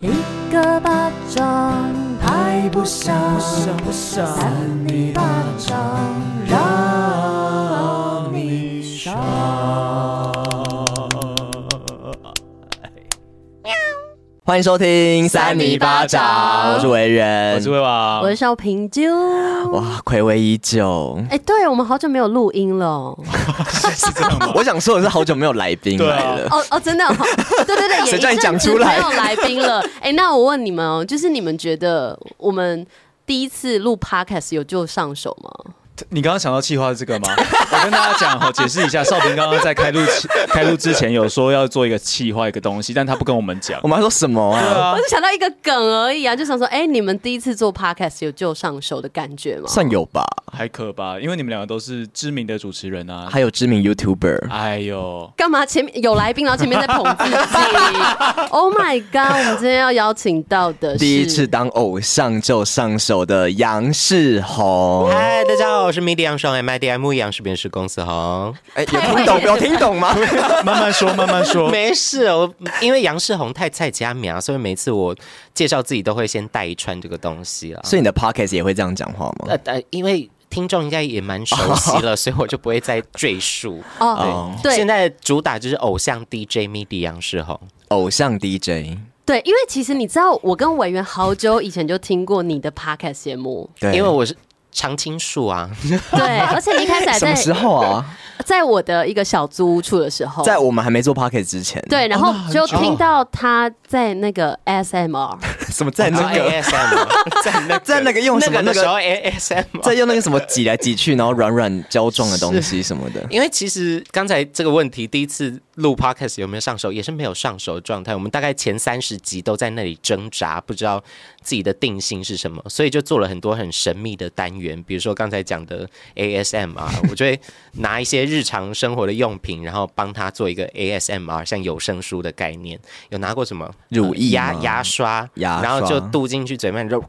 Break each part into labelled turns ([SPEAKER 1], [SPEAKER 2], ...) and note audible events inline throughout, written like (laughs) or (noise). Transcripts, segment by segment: [SPEAKER 1] 一个巴掌拍不响，
[SPEAKER 2] 不想
[SPEAKER 1] 三你巴掌让你伤。
[SPEAKER 3] 欢迎收听《
[SPEAKER 1] 三尼巴掌
[SPEAKER 3] 我是维人，
[SPEAKER 2] 我是魏王，
[SPEAKER 1] 我是邵平啾。
[SPEAKER 3] 哇，暌违已久。
[SPEAKER 1] 哎、对我们好久没有录音了。哦
[SPEAKER 2] 是这样吗？
[SPEAKER 3] 我想说的是，好久没有来宾
[SPEAKER 2] 对啊
[SPEAKER 3] 来了。
[SPEAKER 1] 哦，真 (laughs) 的、哦，对对对，也
[SPEAKER 3] 谁
[SPEAKER 1] 一
[SPEAKER 3] 叫你
[SPEAKER 1] 阵
[SPEAKER 3] 讲
[SPEAKER 1] 子
[SPEAKER 3] 出来
[SPEAKER 1] 没有来宾了。哎、那我问你们哦，就是你们觉得我们第一次录 podcast 有就上手吗？
[SPEAKER 2] 你刚刚想到气话是这个吗？ (laughs) 我跟大家讲哈，解释一下，少平刚刚在开录前开录之前有说要做一个气话一个东西，但他不跟我们讲
[SPEAKER 3] 我。们还说什么
[SPEAKER 2] 对
[SPEAKER 3] 啊？
[SPEAKER 2] 啊
[SPEAKER 1] 我，就想到一个梗而已啊，就想说，哎、你们第一次做 podcast 有就上手的感觉吗？
[SPEAKER 3] 算有吧，
[SPEAKER 2] 还可吧，因为你们两个都是知名的主持人啊。
[SPEAKER 3] 还有知名 YouTuber。
[SPEAKER 2] 哎呦，
[SPEAKER 1] 干嘛前面有来宾，然后前面在捧自己？Oh my god！我们今天要邀请到的是
[SPEAKER 3] 第一次当偶像就上手的杨世宏，
[SPEAKER 4] 嗨，大家好，我是 MIDI 杨爽 MIDI 杨是边是公司红。
[SPEAKER 3] 哎，有
[SPEAKER 1] 太
[SPEAKER 3] 听
[SPEAKER 1] 会
[SPEAKER 3] 懂
[SPEAKER 1] 了
[SPEAKER 3] 有听懂吗？
[SPEAKER 2] 慢慢说，慢慢
[SPEAKER 3] (laughs)
[SPEAKER 2] 说。
[SPEAKER 4] 没事，我因为杨世宏太菜加苗，所以每次我介绍自己都会先带一串这个东西啊啦。
[SPEAKER 3] 所以你的 Podcast 也会这样讲话吗
[SPEAKER 4] 呃？呃，因为听众应该也蛮熟悉 (laughs) 了，所以我就不会再赘述。
[SPEAKER 1] 哦，对
[SPEAKER 4] 现在主打就是偶像 DJ MIDI 杨世宏。
[SPEAKER 3] 偶像 DJ，
[SPEAKER 1] 对，因为其实你知道，我跟委员好久以前就听过你的 podcast 节目，
[SPEAKER 3] 对，
[SPEAKER 4] 因为我是常青树 (laughs) 啊，
[SPEAKER 1] 对，
[SPEAKER 3] (laughs)
[SPEAKER 1] 而且你一开始还
[SPEAKER 3] 什
[SPEAKER 1] 在
[SPEAKER 3] 么时候啊？
[SPEAKER 1] 在我的一个小租屋处的时候，
[SPEAKER 3] 在我们还没做 Podcast 之前，，
[SPEAKER 1] 对，然后就听到他在那个 SMR，
[SPEAKER 3] 什么在那个
[SPEAKER 4] ASM，在 (laughs) 那
[SPEAKER 3] 在那个用什
[SPEAKER 4] 那
[SPEAKER 3] 么
[SPEAKER 4] 个
[SPEAKER 3] 那
[SPEAKER 4] 的时候
[SPEAKER 3] 个
[SPEAKER 4] ASM，
[SPEAKER 3] 在用那个什么挤来挤去，然后软软胶状的东西什么
[SPEAKER 1] (laughs)
[SPEAKER 3] 的。
[SPEAKER 4] 因为其实刚才这个问题，第一次录 podcast 有没有上手，也是没有上手的状态。我们大概前三十集都在那里挣扎，不知道自己的定性是什么，所以就做了很多很神秘的单元，比如说刚才讲的 ASMR，我就 (laughs) 会拿一些日常生活的用品，然后帮他做一个 ASMR，像有声书的概念。有拿过什么呃
[SPEAKER 3] 乳液
[SPEAKER 4] 牙
[SPEAKER 3] 吗
[SPEAKER 4] 牙刷，
[SPEAKER 3] 牙
[SPEAKER 4] 然后
[SPEAKER 3] 刷
[SPEAKER 4] 就渡进去嘴里面，就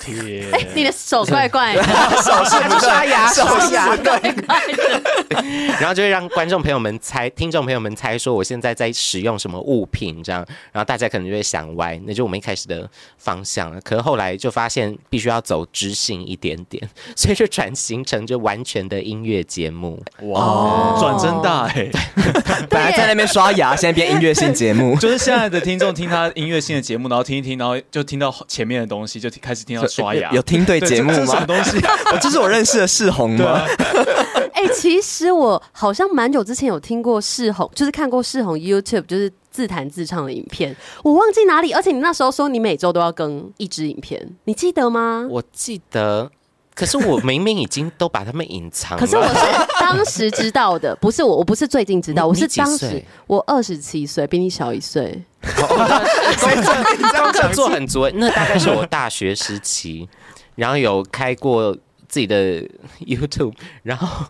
[SPEAKER 2] 天，
[SPEAKER 1] 哎， (laughs) 你的手怪
[SPEAKER 3] (laughs)
[SPEAKER 1] 怪的，
[SPEAKER 3] 手势不刷牙，手势不对。
[SPEAKER 4] 然后就会让观众朋友们猜、听众朋友们猜说我现在在使用什么物品，这样，然后大家可能就会想歪，那就我们一开始的方向了。可是后来就发现必须要走知性一点点，所以就转型成就完全的音乐节目。
[SPEAKER 1] 嗯
[SPEAKER 3] 哦
[SPEAKER 2] 哇，转真大哎！，
[SPEAKER 3] 本来在那边刷牙，现在变音乐性节目
[SPEAKER 2] 就是现在的听众听他音乐性的节目，然后听一听，然后就听到前面的东西，就听开始听到 (laughs) 刷牙。
[SPEAKER 3] 有有听对节目
[SPEAKER 2] 对这这是什么
[SPEAKER 3] 吗？
[SPEAKER 2] 东西？
[SPEAKER 3] 哦这是 (laughs) 我认识的世宏
[SPEAKER 2] 对
[SPEAKER 3] 吗
[SPEAKER 2] 啊？
[SPEAKER 1] (laughs) 哎、其实我好像蛮久之前有听过世宏，就是看过世宏 YouTube 就是自弹自唱的影片，我忘记哪里。而且你那时候说你每周都要更一支影片，你记得吗？
[SPEAKER 4] 我记得，可是我明明已经都把他们隐藏了。
[SPEAKER 1] 可是我是当时知道的，不是我，我不是最近知道，
[SPEAKER 4] 你
[SPEAKER 1] 我是
[SPEAKER 4] 你几
[SPEAKER 1] 当时
[SPEAKER 4] 岁
[SPEAKER 1] 我二十七岁，比你小一岁。
[SPEAKER 4] 功课功课做很足，欸那大概是我大学时期，然后有开过自己的 YouTube，然后。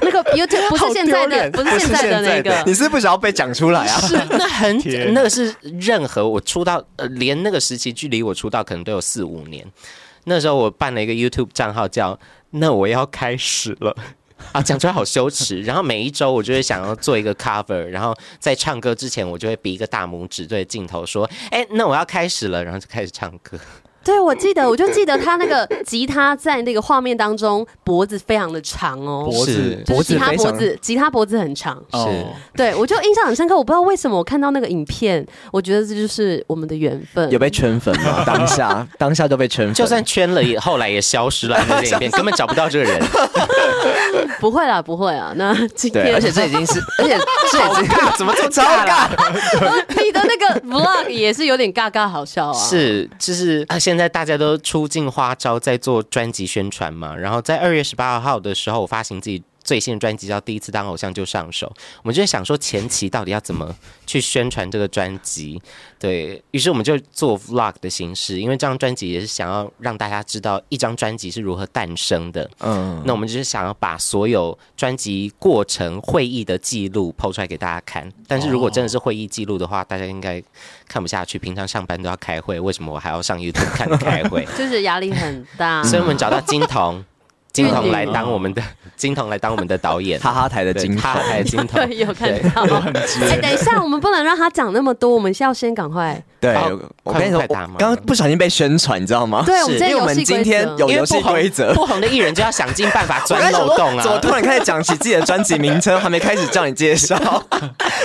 [SPEAKER 1] 那个 YouTube 不是现在的，不是现在的那个
[SPEAKER 3] 你，是不是想要被讲出来啊？
[SPEAKER 4] 是， (laughs) 那很
[SPEAKER 2] 天
[SPEAKER 4] 那个是任何我出道，呃，连那个时期距离我出道可能都有四五年。那时候我办了一个 YouTube 账号叫“那我要开始了”，啊，讲出来好羞耻。 (laughs) 然后每一周我就会想要做一个 cover，然后在唱歌之前我就会比一个大拇指对着镜头说：“哎、那我要开始了。”然后就开始唱歌。
[SPEAKER 1] 对我记得，我就记得他那个吉他在那个画面当中脖子非常的长哦，
[SPEAKER 2] 脖子
[SPEAKER 4] 是
[SPEAKER 1] 就是吉他脖
[SPEAKER 3] 脖子非
[SPEAKER 1] 子，吉他脖子很长。
[SPEAKER 2] 哦
[SPEAKER 1] 对，我就印象很深刻。我不知道为什么我看到那个影片，我觉得这就是我们的缘分。
[SPEAKER 3] 有被圈粉
[SPEAKER 2] (laughs)
[SPEAKER 3] 吗？当下当下就被圈粉，
[SPEAKER 4] 就算圈了也，后来也 (laughs) 消失了，那影片根本找不到这个人。
[SPEAKER 1] 不会啦，不会啊。那今
[SPEAKER 3] 对，
[SPEAKER 1] 天，
[SPEAKER 3] 而且这已经是，而且这已经怎么这么
[SPEAKER 4] 这么
[SPEAKER 3] 尬？
[SPEAKER 1] 你的那个 vlog 也是有点尬尬好笑啊。，？
[SPEAKER 4] 是，就是啊，现在大家都出尽花招在做专辑宣传嘛。然后在二月十八号的时候，我发行自己最新的专辑叫《第一次当偶像就上手》，我们就在想说前期到底要怎么去宣传这个专辑。对于是，我们就做 vlog 的形式，因为这张专辑也是想要让大家知道一张专辑是如何诞生的。
[SPEAKER 3] 嗯，
[SPEAKER 4] 那我们就是想要把所有专辑过程会议的记录抛出来给大家看。但是如果真的是会议记录的话，大家应该看不下去。平常上班都要开 (laughs) 会，为什么我还要上嗯 YouTube 看你开会
[SPEAKER 1] 就是压力很大。
[SPEAKER 4] 所以我们找到金童。金童来当我们的金童来当我们的导演，
[SPEAKER 3] 哈哈台的
[SPEAKER 4] 对
[SPEAKER 3] 金
[SPEAKER 4] 哈
[SPEAKER 3] 童
[SPEAKER 4] 哈台金童，
[SPEAKER 1] 对， (laughs) 有看
[SPEAKER 4] 对
[SPEAKER 1] 到。哎、等一下，我们不能让他讲那么多，我们是要先赶快。
[SPEAKER 3] 对
[SPEAKER 4] 好，
[SPEAKER 3] 我跟你说，
[SPEAKER 4] 快
[SPEAKER 3] 我
[SPEAKER 4] 快打嘛
[SPEAKER 3] 刚刚不小心被宣传，你知道吗？
[SPEAKER 1] 对，我
[SPEAKER 4] 是
[SPEAKER 1] 们
[SPEAKER 3] 因
[SPEAKER 1] 今天
[SPEAKER 3] 为
[SPEAKER 1] 游戏规则。
[SPEAKER 3] 我们今天有
[SPEAKER 4] 因为
[SPEAKER 3] 游
[SPEAKER 4] 不
[SPEAKER 3] 戏
[SPEAKER 4] 红
[SPEAKER 3] 规
[SPEAKER 4] (laughs)
[SPEAKER 3] 则。
[SPEAKER 4] 不红的艺人就要想尽办法
[SPEAKER 3] 我
[SPEAKER 4] 钻漏洞
[SPEAKER 3] 怎么
[SPEAKER 4] 啊
[SPEAKER 3] 突。然开始讲起自己的专辑名称，还没开始叫你介绍？
[SPEAKER 4] (laughs)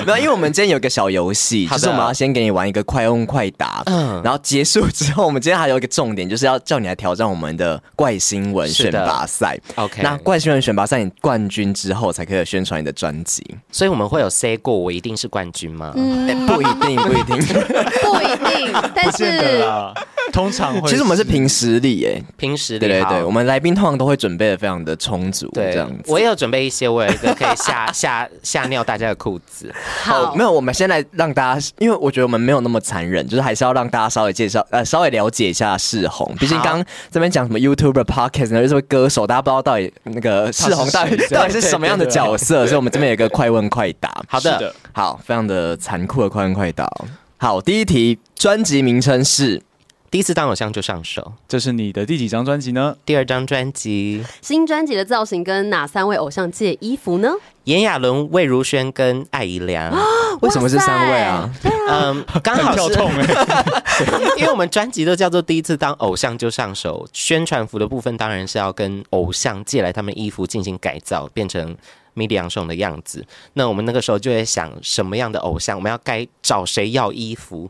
[SPEAKER 3] 然后，因为我们今天有一个小游戏，
[SPEAKER 4] 好
[SPEAKER 3] 就
[SPEAKER 4] 的
[SPEAKER 3] 是我们要先给你玩一个快问快答，
[SPEAKER 4] 嗯
[SPEAKER 3] 然后结束之后，我们今天还有一个重点，就是要叫你来挑战我们的怪新闻
[SPEAKER 4] 是
[SPEAKER 3] 选
[SPEAKER 4] 的
[SPEAKER 3] 拔赛。
[SPEAKER 4] OK，
[SPEAKER 3] 那怪新闻选拔赛，你冠军之后才可以宣传你的专辑，
[SPEAKER 4] 所以我们会有 say 过我一定是冠军吗？
[SPEAKER 3] 哎
[SPEAKER 1] 嗯，
[SPEAKER 3] 不一定，不一定。
[SPEAKER 4] (laughs)
[SPEAKER 3] (laughs)
[SPEAKER 1] 不一定， (laughs) 但
[SPEAKER 2] 不见得
[SPEAKER 1] 是
[SPEAKER 2] 啦，通常会。
[SPEAKER 3] 其实我们是凭实力，哎，
[SPEAKER 4] 平时
[SPEAKER 3] 对对对，我
[SPEAKER 4] 好
[SPEAKER 3] 们来宾通常都会准备的非常的充足，这
[SPEAKER 4] 对
[SPEAKER 3] 样，子。
[SPEAKER 4] 我也有准备一些，我有一个可以 (laughs) 吓吓吓尿大家的裤子。
[SPEAKER 1] 好，
[SPEAKER 3] 哦没有，我们先来让大家，因为我觉得我们没有那么残忍，就是还是要让大家稍微介绍，呃，稍微了解一下世宏。毕竟刚刚这边讲什么 YouTuber、Podcast，有什么歌手，大家不知道到底那个世宏到底
[SPEAKER 2] 他是谁
[SPEAKER 3] 到底是什么样的角色，所以我们这边有一个快问快答。
[SPEAKER 4] 好
[SPEAKER 2] 是的
[SPEAKER 4] 的，
[SPEAKER 3] 好，非常的残酷的快问快答哦。好，第一题，专辑名称是
[SPEAKER 4] 第一次当偶像就上手，
[SPEAKER 2] 这是你的第几张专辑呢？
[SPEAKER 4] 第二张专辑，
[SPEAKER 1] 新专辑的造型跟哪三位偶像借衣服呢？
[SPEAKER 4] 炎亚纶、魏如萱跟艾怡良。
[SPEAKER 3] 为什么是三位啊？
[SPEAKER 4] 嗯，刚
[SPEAKER 2] 很
[SPEAKER 4] 好
[SPEAKER 2] 跳
[SPEAKER 4] 是
[SPEAKER 2] 痛哎，
[SPEAKER 4] 因为我们专辑都叫做第一次当偶像就上手，宣传服的部分当然是要跟偶像借来他们衣服进行改造，变成 m i d i 的样子。那我们那个时候就在想，什么样的偶像，我们要该找谁要衣服，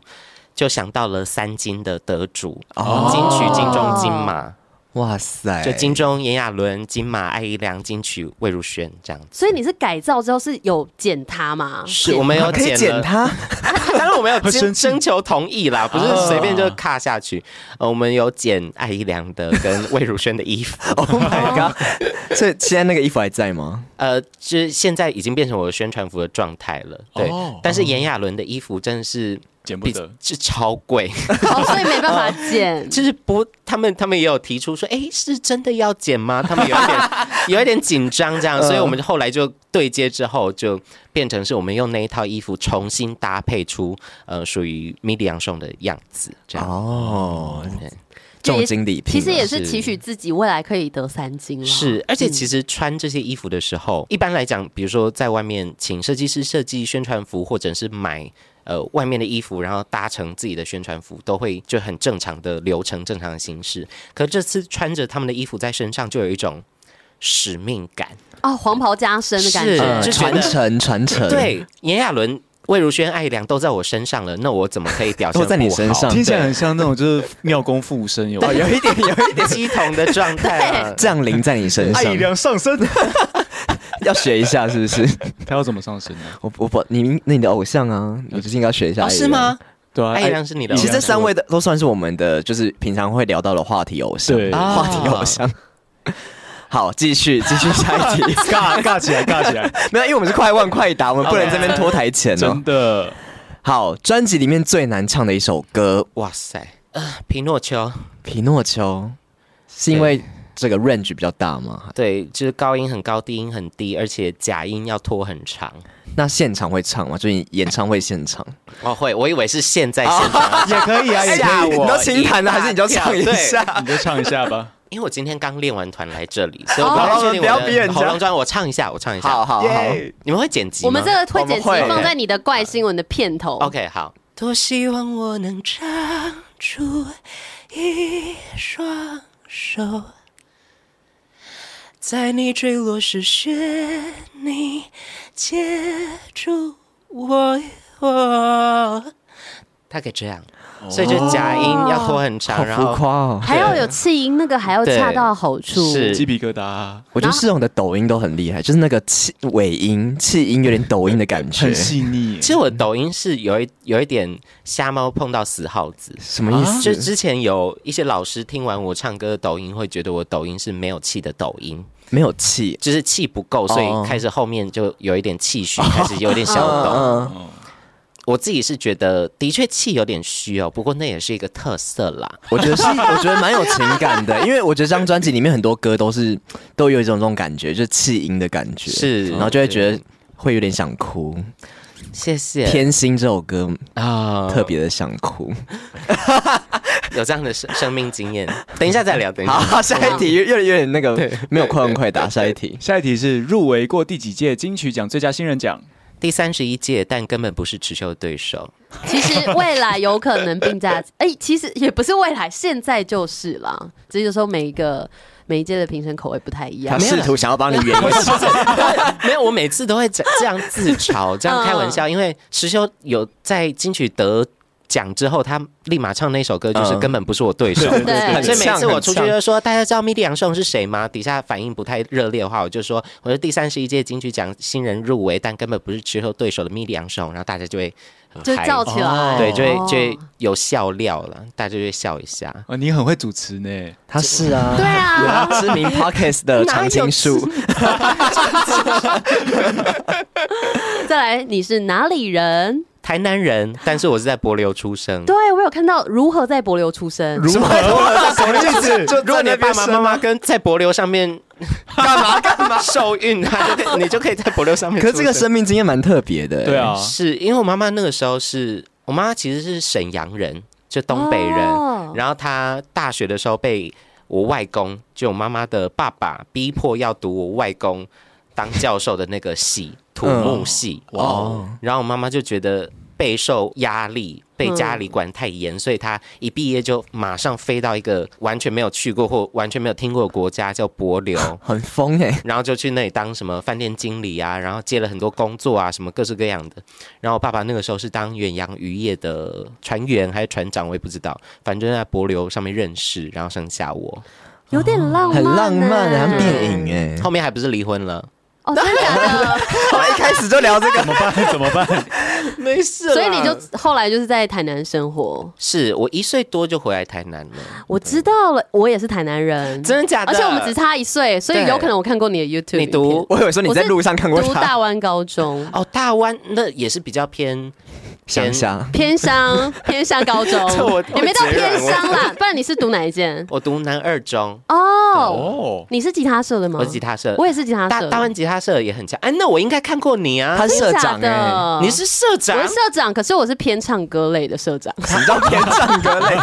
[SPEAKER 4] 就想到了三金的得主，
[SPEAKER 3] 哦
[SPEAKER 4] 金曲、金钟、金马，
[SPEAKER 3] 哇塞，
[SPEAKER 2] 哎
[SPEAKER 4] 就金钟炎亚纶、金马艾怡良、金曲魏如萱这样子。
[SPEAKER 1] 所以你是改造之后是有剪它吗？
[SPEAKER 4] 是我们有
[SPEAKER 3] 哦可以
[SPEAKER 4] 剪
[SPEAKER 3] 剪
[SPEAKER 4] 了 (laughs)
[SPEAKER 3] 它，
[SPEAKER 4] 当然我们
[SPEAKER 2] (laughs)
[SPEAKER 4] 有
[SPEAKER 2] 会
[SPEAKER 4] 征
[SPEAKER 2] 生气
[SPEAKER 4] 征求同意啦，不是随便就卡下去。
[SPEAKER 2] 哦
[SPEAKER 4] 呃，我们有剪艾怡良的跟魏如萱的衣
[SPEAKER 2] (laughs)
[SPEAKER 4] 服，
[SPEAKER 3] Oh
[SPEAKER 4] (laughs)
[SPEAKER 3] my god！所以现在那个衣服还在吗？
[SPEAKER 4] 呃，就是现在已经变成我的宣传服的状态了。对，
[SPEAKER 2] 哦
[SPEAKER 4] 但是炎亚纶的衣服真的是
[SPEAKER 2] 剪不
[SPEAKER 4] 比
[SPEAKER 2] 得。
[SPEAKER 4] 是超贵，。
[SPEAKER 1] 哦，所以没办法剪
[SPEAKER 4] 就是不，他们他们也有提出说，哎、是真的要剪吗？他们有一点有一点紧张这样，所以我们后来就对接之后，就变成是我们用那一套衣服重新搭配出呃属于 midi 杨颂的样子这样。
[SPEAKER 3] 哦，
[SPEAKER 4] 对
[SPEAKER 3] 重金礼聘啊
[SPEAKER 1] 其
[SPEAKER 3] 了，
[SPEAKER 1] 实也是
[SPEAKER 4] 啊是
[SPEAKER 1] 期许自己未来可以得三金了。
[SPEAKER 4] 是，哎而
[SPEAKER 3] 嗯
[SPEAKER 4] 且其实穿这些衣服的时候，一般来讲，比如说在外面请设计师设计宣传服，或者是买呃外面的衣服，然后搭成自己的宣传服，都会就很正常的流程、正常的形式。可这次穿着他们的衣服在身上，就有一种使命感。
[SPEAKER 1] 哦，黄袍加身的感
[SPEAKER 4] 是呃
[SPEAKER 1] 觉
[SPEAKER 3] 嗯。
[SPEAKER 4] 就觉
[SPEAKER 3] 传
[SPEAKER 4] 得
[SPEAKER 3] 承传承，，
[SPEAKER 4] 对，炎亚纶、魏如萱、艾怡良都在我身上了，那我怎么可以表现
[SPEAKER 3] 都在你
[SPEAKER 4] 不好
[SPEAKER 3] 身上
[SPEAKER 2] 听起来很像那种就是妙公附身有没
[SPEAKER 3] 哦，
[SPEAKER 2] 有
[SPEAKER 3] 有一点有一点？
[SPEAKER 4] 鸡同的状态啊
[SPEAKER 3] (laughs) 降临在你身上，
[SPEAKER 2] 上身，
[SPEAKER 3] 要学一下是不是？ (laughs)
[SPEAKER 2] 他要怎么上身呢？
[SPEAKER 3] 我我不，你那你的偶像啊，你就是应该学一下，
[SPEAKER 4] 哦，是吗？？
[SPEAKER 2] 对啊，
[SPEAKER 4] 艾怡良是你的偶
[SPEAKER 3] 其
[SPEAKER 4] 像，
[SPEAKER 3] 实这三位的都算是啊我们的，就是平常会聊到的话题偶像，
[SPEAKER 2] 对
[SPEAKER 4] 啊
[SPEAKER 3] 话题偶像。啊 (laughs) 好，继续继续下 (laughs) 一题，
[SPEAKER 2] 尬尬起来，尬起来，
[SPEAKER 3] 没有，因为我们是快问快答，我们不能
[SPEAKER 4] OK
[SPEAKER 3] 这边拖台前哦
[SPEAKER 2] (laughs) 真。的
[SPEAKER 3] 好，专辑里面最难唱的一首歌
[SPEAKER 4] 哇塞，呃，皮诺丘。
[SPEAKER 3] 《皮诺丘》，是因为这个 range 比较大吗？
[SPEAKER 4] 对，就是高音很高，低音很低，而且假音要拖很长。
[SPEAKER 3] 那现场会唱吗？就是演唱会现场？
[SPEAKER 4] 哦，会，我以为是现在
[SPEAKER 2] (laughs)
[SPEAKER 4] 现场，
[SPEAKER 2] 也可以啊，也
[SPEAKER 4] 吓
[SPEAKER 2] 可以。
[SPEAKER 4] 我
[SPEAKER 3] 你都清弹了，
[SPEAKER 4] 一大
[SPEAKER 3] 还是你就唱一
[SPEAKER 4] 跳
[SPEAKER 3] 下？
[SPEAKER 2] 你就唱一下吧。
[SPEAKER 4] 因为我今天刚练完团来这里，所以我
[SPEAKER 1] 哦
[SPEAKER 4] 不太确定
[SPEAKER 3] 不要
[SPEAKER 4] 我
[SPEAKER 3] 逼人
[SPEAKER 4] 的
[SPEAKER 3] 家
[SPEAKER 4] 喉咙状，我唱一下，我唱一下。
[SPEAKER 3] 好好好，
[SPEAKER 4] 你们会剪辑吗？
[SPEAKER 1] 我们这个会剪辑
[SPEAKER 3] 我们会
[SPEAKER 1] 放在你的怪新闻的片头。
[SPEAKER 4] OK 好。多希望我能长出一双手，在你坠落时学你接住我。大概这样，所以就假音要拖很长，
[SPEAKER 3] 好
[SPEAKER 4] 然
[SPEAKER 3] 浮
[SPEAKER 4] 后
[SPEAKER 3] 夸哦！
[SPEAKER 1] 还要有气音，那个还要恰到好处。
[SPEAKER 4] 是
[SPEAKER 2] 鸡皮疙瘩啊，
[SPEAKER 3] 我觉得世荣的抖音都很厉害，就是那个气尾音、气音有点抖音的感觉
[SPEAKER 2] 很，细腻
[SPEAKER 4] 其。实我抖音是有一有一点瞎猫碰到死耗子，
[SPEAKER 3] 什么意
[SPEAKER 4] 啊就
[SPEAKER 3] 思？
[SPEAKER 4] 之前有一些老师听完我唱歌的抖音，会觉得我抖音是没有气的抖音，
[SPEAKER 3] 没有气，
[SPEAKER 4] 就是气不够，所
[SPEAKER 3] 哦
[SPEAKER 4] 以开始后面就有一点
[SPEAKER 3] (laughs)
[SPEAKER 4] 气虚，开始有点小
[SPEAKER 3] 嗯
[SPEAKER 4] 抖。
[SPEAKER 3] 嗯，
[SPEAKER 2] 嗯，
[SPEAKER 4] 我自己是觉得的确气有点虚哦，不过那也是一个特色啦。
[SPEAKER 3] 我觉得是， (laughs) 我觉得蛮有情感的，因为我觉得这张专辑里面很多歌都是都有一种这种感觉，就是气音的感觉，
[SPEAKER 4] 是
[SPEAKER 3] 然后就会觉得会有点想哭，
[SPEAKER 4] 谢谢
[SPEAKER 3] 《天心》这首歌
[SPEAKER 4] 啊
[SPEAKER 3] 特别的想哭，
[SPEAKER 4] 有这样的生生命经验。等一下再聊，等一下。
[SPEAKER 3] (laughs) 好，下一题越越越那个没有快问快答，下一题。
[SPEAKER 2] 下一题是入围过第几届金曲奖最佳新人奖？
[SPEAKER 4] 第三十一届，但根本不是持秀的对手。
[SPEAKER 1] 其实未来有可能并驾， (laughs) 哎、其实也不是未来，现在就是啦。这就是说每一个每一届的评审口味不太一样
[SPEAKER 3] 他。试图想要帮你圆一下，
[SPEAKER 4] (laughs) 没有，我每次都会这这样自嘲，这样开玩
[SPEAKER 1] 嗯
[SPEAKER 4] 笑，因为池修有在金曲得奖之后，他立马唱那首歌，就是
[SPEAKER 3] 嗯
[SPEAKER 4] 根本不是我对手。
[SPEAKER 1] 对
[SPEAKER 3] 很
[SPEAKER 4] 所以每
[SPEAKER 3] 呛
[SPEAKER 4] 次我出去
[SPEAKER 3] 很呛
[SPEAKER 4] 就说，大家知道 MIDI 杨颂是谁吗？底下反应不太热烈的话，我就说，我说第三十一届金曲奖新人入围，但根本不是池修对手的 MIDI 杨颂，然后大家就会很
[SPEAKER 1] 就
[SPEAKER 4] 嗨
[SPEAKER 1] 叫起来，
[SPEAKER 4] 对，就会就会
[SPEAKER 1] 哦
[SPEAKER 4] 有笑料了，大家就会笑一下。
[SPEAKER 2] 啊，你很会主持呢。
[SPEAKER 3] 他是啊，
[SPEAKER 1] 对啊，
[SPEAKER 3] 知名 podcast 的常青树，
[SPEAKER 1] 再来，你是哪里人？
[SPEAKER 4] 台南人，但是我是在柏流出生。
[SPEAKER 1] 对我有看到如何在柏流出生，
[SPEAKER 2] 如何？什么意 (laughs)
[SPEAKER 3] (laughs)
[SPEAKER 2] 思？
[SPEAKER 3] 就
[SPEAKER 4] 如果你
[SPEAKER 3] 在那
[SPEAKER 4] 的爸
[SPEAKER 3] 边
[SPEAKER 4] 爸
[SPEAKER 3] 生啊
[SPEAKER 4] 妈妈跟在柏流上
[SPEAKER 3] (laughs)
[SPEAKER 4] 面干 (laughs) 嘛干嘛受孕，他就可以你就可以在柏流上面
[SPEAKER 3] (laughs)
[SPEAKER 4] 出
[SPEAKER 3] 可
[SPEAKER 4] 生。
[SPEAKER 3] 是这个生命经验蛮特别的、欸
[SPEAKER 2] 对，啊，
[SPEAKER 4] 是因为我妈妈那个时候是我妈妈其实是沈阳人，就东北人，
[SPEAKER 1] 哦
[SPEAKER 4] 然后她大学的时候被我外公，就我妈妈的爸爸逼迫要读我外公当教授的那个系土木系，
[SPEAKER 2] 哇
[SPEAKER 3] 哦。
[SPEAKER 2] 哦，
[SPEAKER 4] 然后我妈妈就觉得备受压力，被家里管太严，所以她一毕业就马上飞到一个完全没有去过或完全没有听过的国家，叫帛琉
[SPEAKER 3] 很疯哎、
[SPEAKER 4] 然后就去那里当什么饭店经理啊，然后接了很多工作啊，什么各式各样的。然后我爸爸那个时候是当远洋渔业的船员还是船长，我也不知道，反正就在帛琉上面认识，然后生下我。
[SPEAKER 1] 有点浪漫、
[SPEAKER 3] 很浪漫、
[SPEAKER 1] 欸，
[SPEAKER 3] 啊，像电影哎、
[SPEAKER 4] 后面还不是离婚了？
[SPEAKER 1] 哦，真的假 (laughs) 的？
[SPEAKER 3] (laughs) 我们一开始就聊这
[SPEAKER 2] 怎
[SPEAKER 3] 个，
[SPEAKER 2] 么办？怎么办？
[SPEAKER 4] 没事
[SPEAKER 1] 所以你就后来就是在台南生活，
[SPEAKER 4] 是我一岁多就回来台南了，
[SPEAKER 1] 我知道了，我也是台南人，
[SPEAKER 4] 真的假的？
[SPEAKER 1] 而且我们只差一岁，所以
[SPEAKER 4] 对
[SPEAKER 1] 有可能我看过你的 YouTube
[SPEAKER 4] 你
[SPEAKER 1] 影片。
[SPEAKER 4] 读
[SPEAKER 3] (laughs) 我以为说你在路上看过
[SPEAKER 1] 读大
[SPEAKER 3] 他，
[SPEAKER 1] 湾高中，
[SPEAKER 4] 哦，大湾那也是比较偏
[SPEAKER 3] 想想。
[SPEAKER 1] 偏
[SPEAKER 4] (laughs)
[SPEAKER 1] 乡偏乡高中
[SPEAKER 4] 这我，
[SPEAKER 1] 也没到
[SPEAKER 4] 我截然
[SPEAKER 1] 偏乡
[SPEAKER 4] (laughs)
[SPEAKER 1] 啦。不然你是读哪一间？
[SPEAKER 4] 我读南二中，
[SPEAKER 1] 哦，
[SPEAKER 2] 哦，
[SPEAKER 1] 你是吉他社的吗？
[SPEAKER 4] 我是吉他社，
[SPEAKER 1] 嗯我也是吉他
[SPEAKER 4] 大
[SPEAKER 1] 社。
[SPEAKER 4] 大湾吉他社也很强。哎，那我应该看过你啊
[SPEAKER 3] 他，是社
[SPEAKER 1] 真
[SPEAKER 3] 长
[SPEAKER 1] 的
[SPEAKER 3] 哎、
[SPEAKER 1] 假
[SPEAKER 3] 欸，
[SPEAKER 1] 的
[SPEAKER 4] 你是社长
[SPEAKER 1] 我是。社长，可是我是偏唱歌类的社长，
[SPEAKER 3] 什么叫偏唱歌类？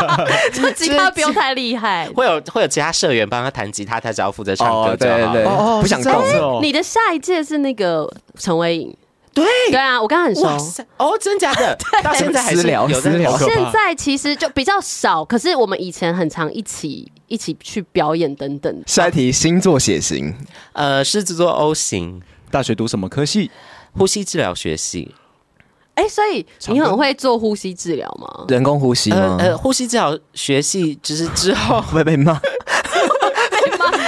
[SPEAKER 1] 就 (laughs) 吉他不用太厉害。
[SPEAKER 4] 会有会有其他社员帮他弹吉他，他只要负责唱歌就好。
[SPEAKER 3] 对对
[SPEAKER 2] 哦
[SPEAKER 3] 不想
[SPEAKER 2] 是这样子
[SPEAKER 3] 动
[SPEAKER 2] 哦
[SPEAKER 1] 你的下一届是那个陈伟颖，
[SPEAKER 4] 对
[SPEAKER 1] 对啊，我跟他很熟
[SPEAKER 4] 哇。塞，哦，真假
[SPEAKER 3] (laughs)
[SPEAKER 4] 的，到现在还
[SPEAKER 3] 私
[SPEAKER 4] 是
[SPEAKER 3] 聊
[SPEAKER 4] 有在
[SPEAKER 3] 私聊
[SPEAKER 2] 好可怕
[SPEAKER 1] 现在其实就比较少，可是我们以前很常一起一起去表演等等。
[SPEAKER 3] 下一题，星座血型，
[SPEAKER 4] (laughs) 呃，狮子座 O 型，
[SPEAKER 2] 大学读什么科系？
[SPEAKER 4] 呼吸治疗学系，
[SPEAKER 1] 哎、所以你很会做呼吸治疗吗？
[SPEAKER 3] 人工呼吸
[SPEAKER 4] 呃
[SPEAKER 3] 吗？
[SPEAKER 4] 呃，呼吸治疗学系就是之后
[SPEAKER 3] 会被骂？ (laughs)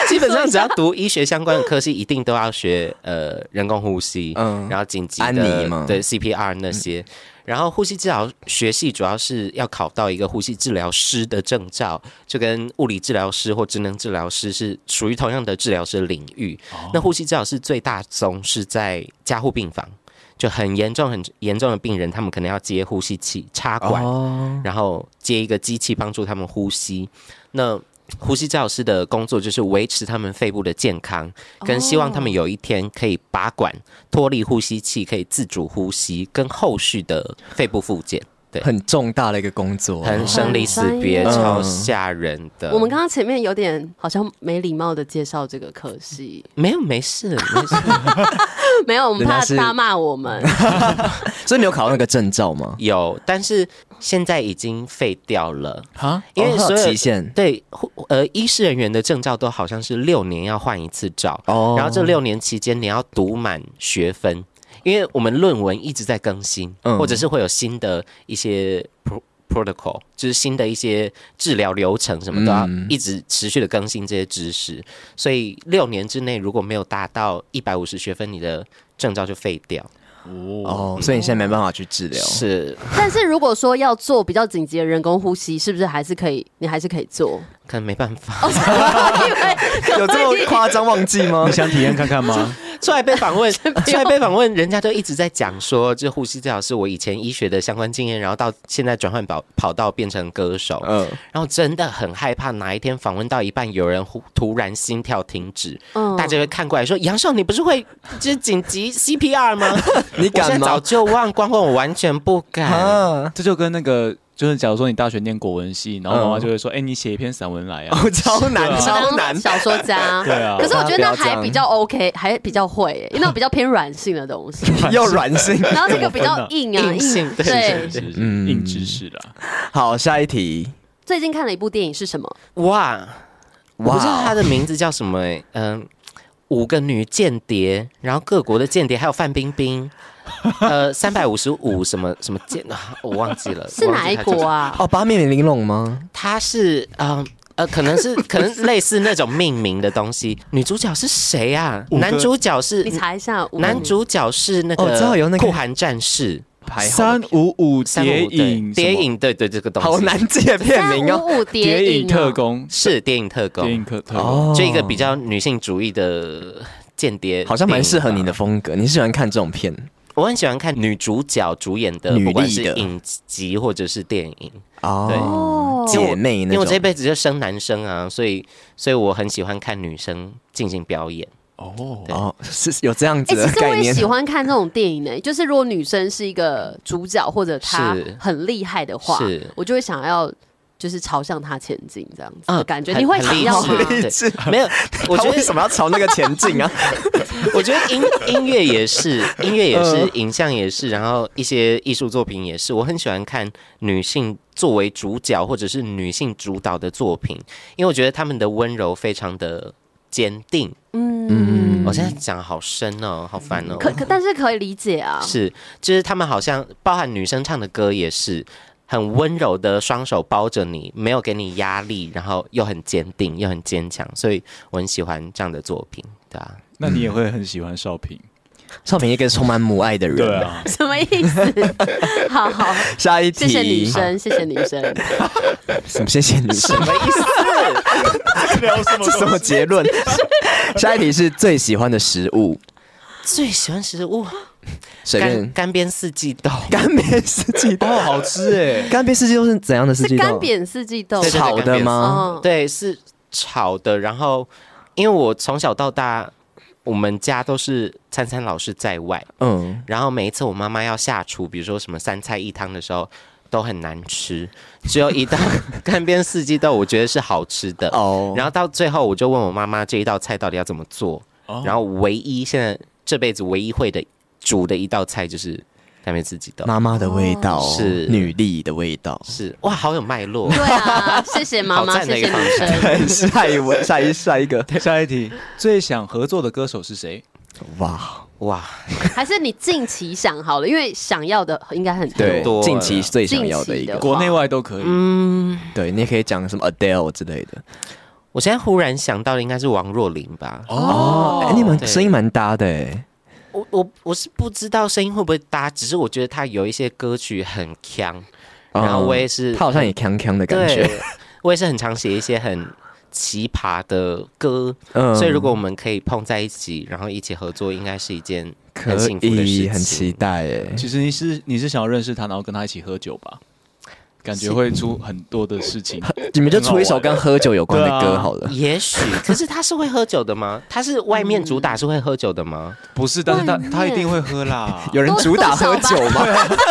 [SPEAKER 4] 基本上只要读医学相关的科系，一定都要学呃人工呼吸，
[SPEAKER 3] 嗯
[SPEAKER 4] 嗯，然后紧急的
[SPEAKER 3] 安妮嘛
[SPEAKER 4] 对 CPR 那些。然后呼吸治疗学系主要是要考到一个呼吸治疗师的证照，就跟物理治疗师或职能治疗师是属于同样的治疗师领域。
[SPEAKER 3] 哦
[SPEAKER 4] 那呼吸治疗师最大宗是在加护病房，就很严重、很严重的病人，他们可能要接呼吸器插管，
[SPEAKER 3] 哦，
[SPEAKER 4] 然后接一个机器帮助他们呼吸。那呼吸治疗师的工作就是维持他们肺部的健康，跟希望他
[SPEAKER 1] 哦
[SPEAKER 4] 们有一天可以拔管、脱离呼吸器，可以自主呼吸，跟后续的肺部复健，对
[SPEAKER 3] 很重大的一个工作，
[SPEAKER 4] 很生离死别，
[SPEAKER 1] 很
[SPEAKER 3] 专业
[SPEAKER 4] 超吓人的。
[SPEAKER 1] 嗯我们刚刚前面有点好像没礼貌的介绍这个科系，
[SPEAKER 4] 没有没事，没事
[SPEAKER 1] 没有，我们
[SPEAKER 3] 人家
[SPEAKER 1] 怕
[SPEAKER 3] 是
[SPEAKER 1] 大骂我们。
[SPEAKER 3] 所以你有考那个证照吗？
[SPEAKER 4] 有，但是现在已经废掉了。
[SPEAKER 2] 啊，
[SPEAKER 4] 因为
[SPEAKER 3] 哦它有
[SPEAKER 4] 所有
[SPEAKER 3] 期限
[SPEAKER 4] 对，护呃，医师人员的证照都好像是六年要换一次照，
[SPEAKER 3] 哦
[SPEAKER 4] 然后这六年期间你要读满学分，因为我们论文一直在更新，
[SPEAKER 3] 嗯
[SPEAKER 4] 或者是会有新的一些 pro。protocol 就是新的一些治疗流程，什么都要
[SPEAKER 3] 嗯
[SPEAKER 4] 一直持续的更新这些知识，所以六年之内如果没有达到一百五十学分，你的证照就废掉。
[SPEAKER 3] 哦，所以你现在没办法去治疗。
[SPEAKER 4] 是，
[SPEAKER 1] (laughs) 但是如果说要做比较紧急的人工呼吸，是不是还是可以？你还是可以做？
[SPEAKER 4] 可能没办法。 (laughs)
[SPEAKER 1] 因为
[SPEAKER 3] 有这么夸张忘记吗
[SPEAKER 2] (laughs) 你？想体验看
[SPEAKER 3] (laughs)
[SPEAKER 2] 看吗？
[SPEAKER 4] 出来被访问，出来被访问，人家都一直在讲说，这呼吸治疗是我以前医学的相关经验，然后到现在转换跑跑道变成歌手，
[SPEAKER 3] 嗯，
[SPEAKER 4] 然后真的很害怕哪一天访问到一半，有人忽突然心跳停止，
[SPEAKER 1] 嗯
[SPEAKER 4] 大家会看过来说：“杨少，你不是会就是紧急 CPR 吗？
[SPEAKER 3] 你
[SPEAKER 4] 我现在
[SPEAKER 3] 敢
[SPEAKER 4] 早
[SPEAKER 3] 吗？ (laughs)
[SPEAKER 4] 就忘光光，我完全不敢。
[SPEAKER 3] 啊，
[SPEAKER 2] 这就跟那个就是假如说你大学念国文系，然后妈妈就会说，哎、你写一篇散文来啊。
[SPEAKER 3] 哦，超难，
[SPEAKER 1] 可
[SPEAKER 3] 超难
[SPEAKER 1] 能。小说家。
[SPEAKER 2] (laughs) 对 (laughs) 啊
[SPEAKER 1] 可是我觉得那还
[SPEAKER 3] 不要这样
[SPEAKER 1] 比较 OK，还比较会耶，因为那种比较偏软性的东西。
[SPEAKER 3] 又软性。
[SPEAKER 1] (laughs) 然后这个比较硬啊，
[SPEAKER 4] 硬性对
[SPEAKER 1] 对
[SPEAKER 4] 是。
[SPEAKER 2] 是是
[SPEAKER 3] 嗯
[SPEAKER 2] 硬知识啦，
[SPEAKER 3] 好，下一题。
[SPEAKER 1] 最近看了一部电影是什么？
[SPEAKER 4] 哇，我
[SPEAKER 3] 哇
[SPEAKER 4] 不知道他的名字叫什么、欸，嗯、五个女间谍，然后各国的间谍，还有范冰冰，呃，三百五十五什么什么间啊，我忘记了，
[SPEAKER 1] 是哪一国
[SPEAKER 4] 啊？
[SPEAKER 1] 啊？
[SPEAKER 3] 哦，八面玲珑吗？
[SPEAKER 4] 他是呃呃，可
[SPEAKER 3] (laughs)
[SPEAKER 4] 能是可能类似那种命名的东西。女主角是谁啊？
[SPEAKER 2] 个
[SPEAKER 4] 男主角是
[SPEAKER 1] 你查一下。我
[SPEAKER 4] 男主角是那个
[SPEAKER 3] 哦我知道有那个
[SPEAKER 4] 酷寒战士
[SPEAKER 3] 排好
[SPEAKER 2] 三五五
[SPEAKER 4] 三
[SPEAKER 2] 谍影
[SPEAKER 4] 五对
[SPEAKER 2] 什么
[SPEAKER 4] 谍影，对对这个东西
[SPEAKER 3] 好难记的片
[SPEAKER 1] 三
[SPEAKER 3] 名哦。
[SPEAKER 1] 五五
[SPEAKER 2] 谍
[SPEAKER 1] 谍
[SPEAKER 2] 影
[SPEAKER 1] 影啊
[SPEAKER 2] 特
[SPEAKER 1] 特工，
[SPEAKER 2] 工，
[SPEAKER 4] 是谍影特
[SPEAKER 2] 谍
[SPEAKER 4] 工
[SPEAKER 2] 影，特啊特工。
[SPEAKER 3] 哦，
[SPEAKER 4] 这一个比较女性主义的。间谍
[SPEAKER 3] 好像蛮适合
[SPEAKER 4] 电
[SPEAKER 3] 你
[SPEAKER 4] 影吧
[SPEAKER 3] 的风格，你喜欢看这种片
[SPEAKER 4] 我很喜欢看女主角主演的，
[SPEAKER 3] 女
[SPEAKER 4] 不管
[SPEAKER 3] 力
[SPEAKER 4] 是
[SPEAKER 3] 的
[SPEAKER 4] 影集或者是电影，
[SPEAKER 3] 哦
[SPEAKER 1] 对
[SPEAKER 3] 姐妹
[SPEAKER 4] 因
[SPEAKER 3] 那
[SPEAKER 4] 为我这
[SPEAKER 3] 种。
[SPEAKER 4] 辈子就生男生啊，所以所以我很喜欢看女生进行表
[SPEAKER 3] (laughs)
[SPEAKER 4] 演。
[SPEAKER 2] 哦，
[SPEAKER 3] 哦，是有这样子
[SPEAKER 1] 哎、
[SPEAKER 3] 的
[SPEAKER 1] 其实我
[SPEAKER 3] 概
[SPEAKER 1] 也
[SPEAKER 3] 念
[SPEAKER 1] 喜。欢看这种电影呢、就是如果女生是一个主角或者她
[SPEAKER 4] 是
[SPEAKER 1] 很厉害的话
[SPEAKER 4] 是，
[SPEAKER 1] 我就会想要就是朝向她前进这样子的
[SPEAKER 4] 嗯
[SPEAKER 1] 感觉。
[SPEAKER 4] 很
[SPEAKER 1] 你会
[SPEAKER 4] 很
[SPEAKER 1] 想
[SPEAKER 4] 励
[SPEAKER 1] 要
[SPEAKER 4] 志
[SPEAKER 1] 吗？
[SPEAKER 4] 对
[SPEAKER 3] 励志，
[SPEAKER 4] 没有，我
[SPEAKER 3] 他
[SPEAKER 4] 觉
[SPEAKER 3] 为
[SPEAKER 4] 得
[SPEAKER 3] 什么要朝那个前进啊？
[SPEAKER 4] (laughs) 我觉得音音乐也是， (laughs) 音乐也是，影像也是，然后一些艺术作品也是。我很喜欢看女性作为主角或者是女性主导的作品，因为我觉得她们的温柔非常的坚定。
[SPEAKER 1] 嗯，
[SPEAKER 4] 我、现在讲得好深哦，好烦哦。
[SPEAKER 1] 可可但是可以理解啊。
[SPEAKER 4] 是，就是他们好像包含女生唱的歌也是很温柔的，双手包着你，没有给你压力，然后又很坚定，又很坚强，所以我很喜欢这样的作品，对啊。
[SPEAKER 2] 那你也会很喜欢少平？
[SPEAKER 3] (laughs) 少平一个充满母爱的人。
[SPEAKER 2] 对，啊，
[SPEAKER 1] 什么意思？好好，
[SPEAKER 3] 下一
[SPEAKER 1] 谢
[SPEAKER 3] 题。
[SPEAKER 1] 谢女生，谢谢女生。
[SPEAKER 3] 什 (laughs) 么？谢谢
[SPEAKER 1] (laughs)
[SPEAKER 3] 女生。
[SPEAKER 4] 什么意思？
[SPEAKER 2] (laughs) 聊什么
[SPEAKER 3] 这什么结
[SPEAKER 1] (laughs)
[SPEAKER 3] 论？下一题是最喜欢的食物，
[SPEAKER 4] 最喜欢食物
[SPEAKER 3] 随
[SPEAKER 4] 干
[SPEAKER 3] 便。
[SPEAKER 4] 干煸四季豆，
[SPEAKER 3] 干煸四季豆，
[SPEAKER 2] 哦，好吃哎！
[SPEAKER 3] 干煸四季豆是怎样的四
[SPEAKER 1] 是
[SPEAKER 3] 季豆？
[SPEAKER 1] 干煸四季豆
[SPEAKER 4] 对对对
[SPEAKER 3] 炒的吗？
[SPEAKER 1] 哦，
[SPEAKER 4] 嗯对，是炒的。然后，因为我从小到大，我们家都是餐餐老师在外，
[SPEAKER 3] 嗯，
[SPEAKER 4] 然后每一次我妈妈要下厨，比如说什么三菜一汤的时候，都很难吃，只有一道干煸四季豆，我觉得是好吃的。
[SPEAKER 3] 哦，
[SPEAKER 4] 然后到最后，我就问我妈妈这一道菜到底要怎么做，
[SPEAKER 2] 哦
[SPEAKER 4] 然后唯一现在这辈子唯一会的煮的一道菜就是干煸四季豆。
[SPEAKER 3] 妈妈的味道哦
[SPEAKER 4] 是
[SPEAKER 3] 女力的味道。
[SPEAKER 4] 是哇，好有脉络。
[SPEAKER 1] 对啊，谢谢妈妈，
[SPEAKER 4] 好赞
[SPEAKER 1] 谢
[SPEAKER 4] 的一
[SPEAKER 1] 谢
[SPEAKER 4] 个
[SPEAKER 1] 女生。
[SPEAKER 3] 对，下一位，下一下一个，
[SPEAKER 2] (laughs) 下一题，最想合作的歌手是谁？
[SPEAKER 3] 哇，
[SPEAKER 4] 哇，
[SPEAKER 1] 还是你近期想好了，因为想要的应该很多。
[SPEAKER 3] 对
[SPEAKER 4] 多，了
[SPEAKER 3] 近期最想要的一
[SPEAKER 1] 近期
[SPEAKER 3] 个
[SPEAKER 1] 的，
[SPEAKER 2] 国内外都可以。
[SPEAKER 3] 对，你也可以讲什么 Adele 之类的。
[SPEAKER 4] 我现在忽然想到的应该是王若琳吧。
[SPEAKER 3] 哦，哎，你们
[SPEAKER 4] 对
[SPEAKER 3] 声音蛮搭的哎，
[SPEAKER 4] 我我我是不知道声音会不会搭，只是我觉得她有一些歌曲很强，然后
[SPEAKER 3] 嗯
[SPEAKER 4] 我也是，
[SPEAKER 3] 他好像也锵锵的感觉，
[SPEAKER 4] 对，我也是很常写一些很奇葩的歌，
[SPEAKER 3] 嗯
[SPEAKER 4] 所以如果我们可以碰在一起，然后一起合作，应该是一
[SPEAKER 3] (laughs)
[SPEAKER 4] 件
[SPEAKER 3] 可
[SPEAKER 4] 很幸福的事
[SPEAKER 3] 以，
[SPEAKER 4] 情。
[SPEAKER 3] 很期待哎。
[SPEAKER 2] 其实你是你是想要认识他，然后跟他一起喝酒吧？感觉会出很多的事情。
[SPEAKER 3] 你们就出一首跟喝酒有关的
[SPEAKER 2] 对
[SPEAKER 3] 歌
[SPEAKER 2] 啊
[SPEAKER 3] 好了。
[SPEAKER 4] 也许，可是他是会喝酒的吗？他是外面主打是会喝酒的吗？
[SPEAKER 2] (laughs) 不是，但是他
[SPEAKER 1] 外面
[SPEAKER 2] 他一定会喝 (laughs) 啦。
[SPEAKER 3] 有人主打喝酒吗？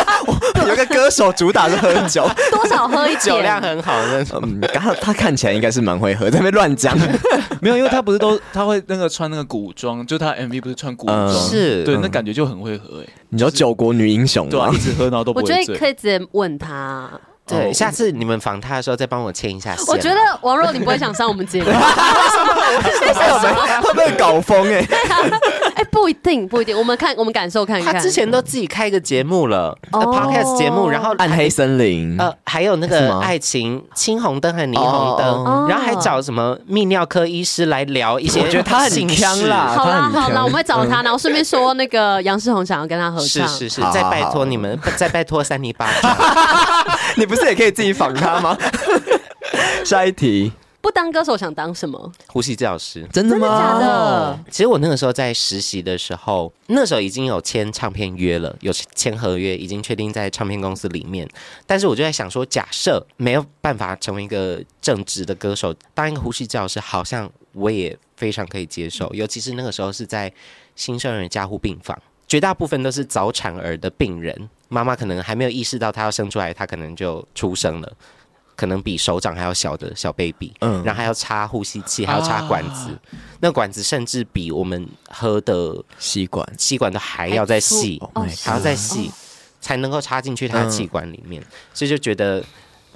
[SPEAKER 3] (laughs) 有个歌手主打是喝酒，
[SPEAKER 1] 多少喝一
[SPEAKER 4] 酒量
[SPEAKER 1] 嗯点，
[SPEAKER 4] 很好的，
[SPEAKER 3] 嗯，他他看起来应该是蛮会喝，在那边乱讲。
[SPEAKER 2] 没有，因为他不是都他会那个穿那个古装，就他 MV 不是穿古装，
[SPEAKER 3] 嗯
[SPEAKER 4] 是
[SPEAKER 2] 对，
[SPEAKER 3] 嗯
[SPEAKER 2] 那感觉就很会喝
[SPEAKER 3] (laughs)
[SPEAKER 2] 哎、
[SPEAKER 4] 嗯
[SPEAKER 3] 你说九国女英雄
[SPEAKER 2] 对啊
[SPEAKER 3] 吗，
[SPEAKER 2] 一？直喝然后都不
[SPEAKER 1] 我觉
[SPEAKER 2] 会
[SPEAKER 1] 得
[SPEAKER 2] 醉。
[SPEAKER 1] 可以直接问他。
[SPEAKER 4] 对，
[SPEAKER 2] 哦
[SPEAKER 4] 下次你们访他的时候再帮我牵一下线。
[SPEAKER 1] 我觉得王若琳不会想上我们节
[SPEAKER 4] (laughs)
[SPEAKER 1] 目，
[SPEAKER 3] 哎我们 (laughs) 会被搞疯哎！
[SPEAKER 1] 哎，不一定，不一定，我们看，我们感受看看。
[SPEAKER 4] 他之前都自己开一个节目了、呃
[SPEAKER 1] 哦
[SPEAKER 4] p o d c a s t 节目，然后
[SPEAKER 3] (laughs) 暗黑森林，
[SPEAKER 4] 呃，还有那
[SPEAKER 3] 是
[SPEAKER 4] 个
[SPEAKER 3] 吗
[SPEAKER 4] 爱情青红灯和霓虹灯，
[SPEAKER 3] 哦
[SPEAKER 1] 哦哦
[SPEAKER 4] 然后还找什么泌尿科医师来聊一些
[SPEAKER 3] 我
[SPEAKER 4] 性事，
[SPEAKER 3] 觉得他很呛啦
[SPEAKER 1] 好
[SPEAKER 3] 他
[SPEAKER 1] 啦
[SPEAKER 3] 很强
[SPEAKER 1] 好啦，我们会找他，然后顺便说那个杨世宏想要跟他合
[SPEAKER 4] 是
[SPEAKER 1] 唱。
[SPEAKER 4] 是是
[SPEAKER 3] 好，
[SPEAKER 4] 再拜
[SPEAKER 3] 好
[SPEAKER 4] 托你们，再拜托三尼巴掌。
[SPEAKER 3] (laughs) 你不是也可以自己仿他 (laughs) 吗？下一题，
[SPEAKER 1] 不当歌手想当什么？
[SPEAKER 4] (laughs) 呼吸治疗师。
[SPEAKER 3] 真的
[SPEAKER 1] 真的假？的？
[SPEAKER 4] 其实我那个时候在实习的时候，那时候已经有签唱片约了，有签合约，已经确定在唱片公司里面。但是我就在想说，假设没有办法成为一个正职的歌手，当一个呼吸治疗师，好像我也非常可以接受。尤其是那个时候是在新生儿加护病房，绝大部分都是早产儿的病人，妈妈可能还没有意识到她要生出来，她可能就出生了，可能比手掌还要小的小 baby，
[SPEAKER 3] 嗯
[SPEAKER 4] 然后还要插呼吸器，还要插管子，那管子甚至比我们喝的
[SPEAKER 3] 吸管 Oh
[SPEAKER 4] 吸管都还要再细，
[SPEAKER 1] 哦，
[SPEAKER 3] my
[SPEAKER 1] 是
[SPEAKER 4] 还要再细，才能够插进去
[SPEAKER 3] 嗯
[SPEAKER 4] 她的气管里面，所以就觉得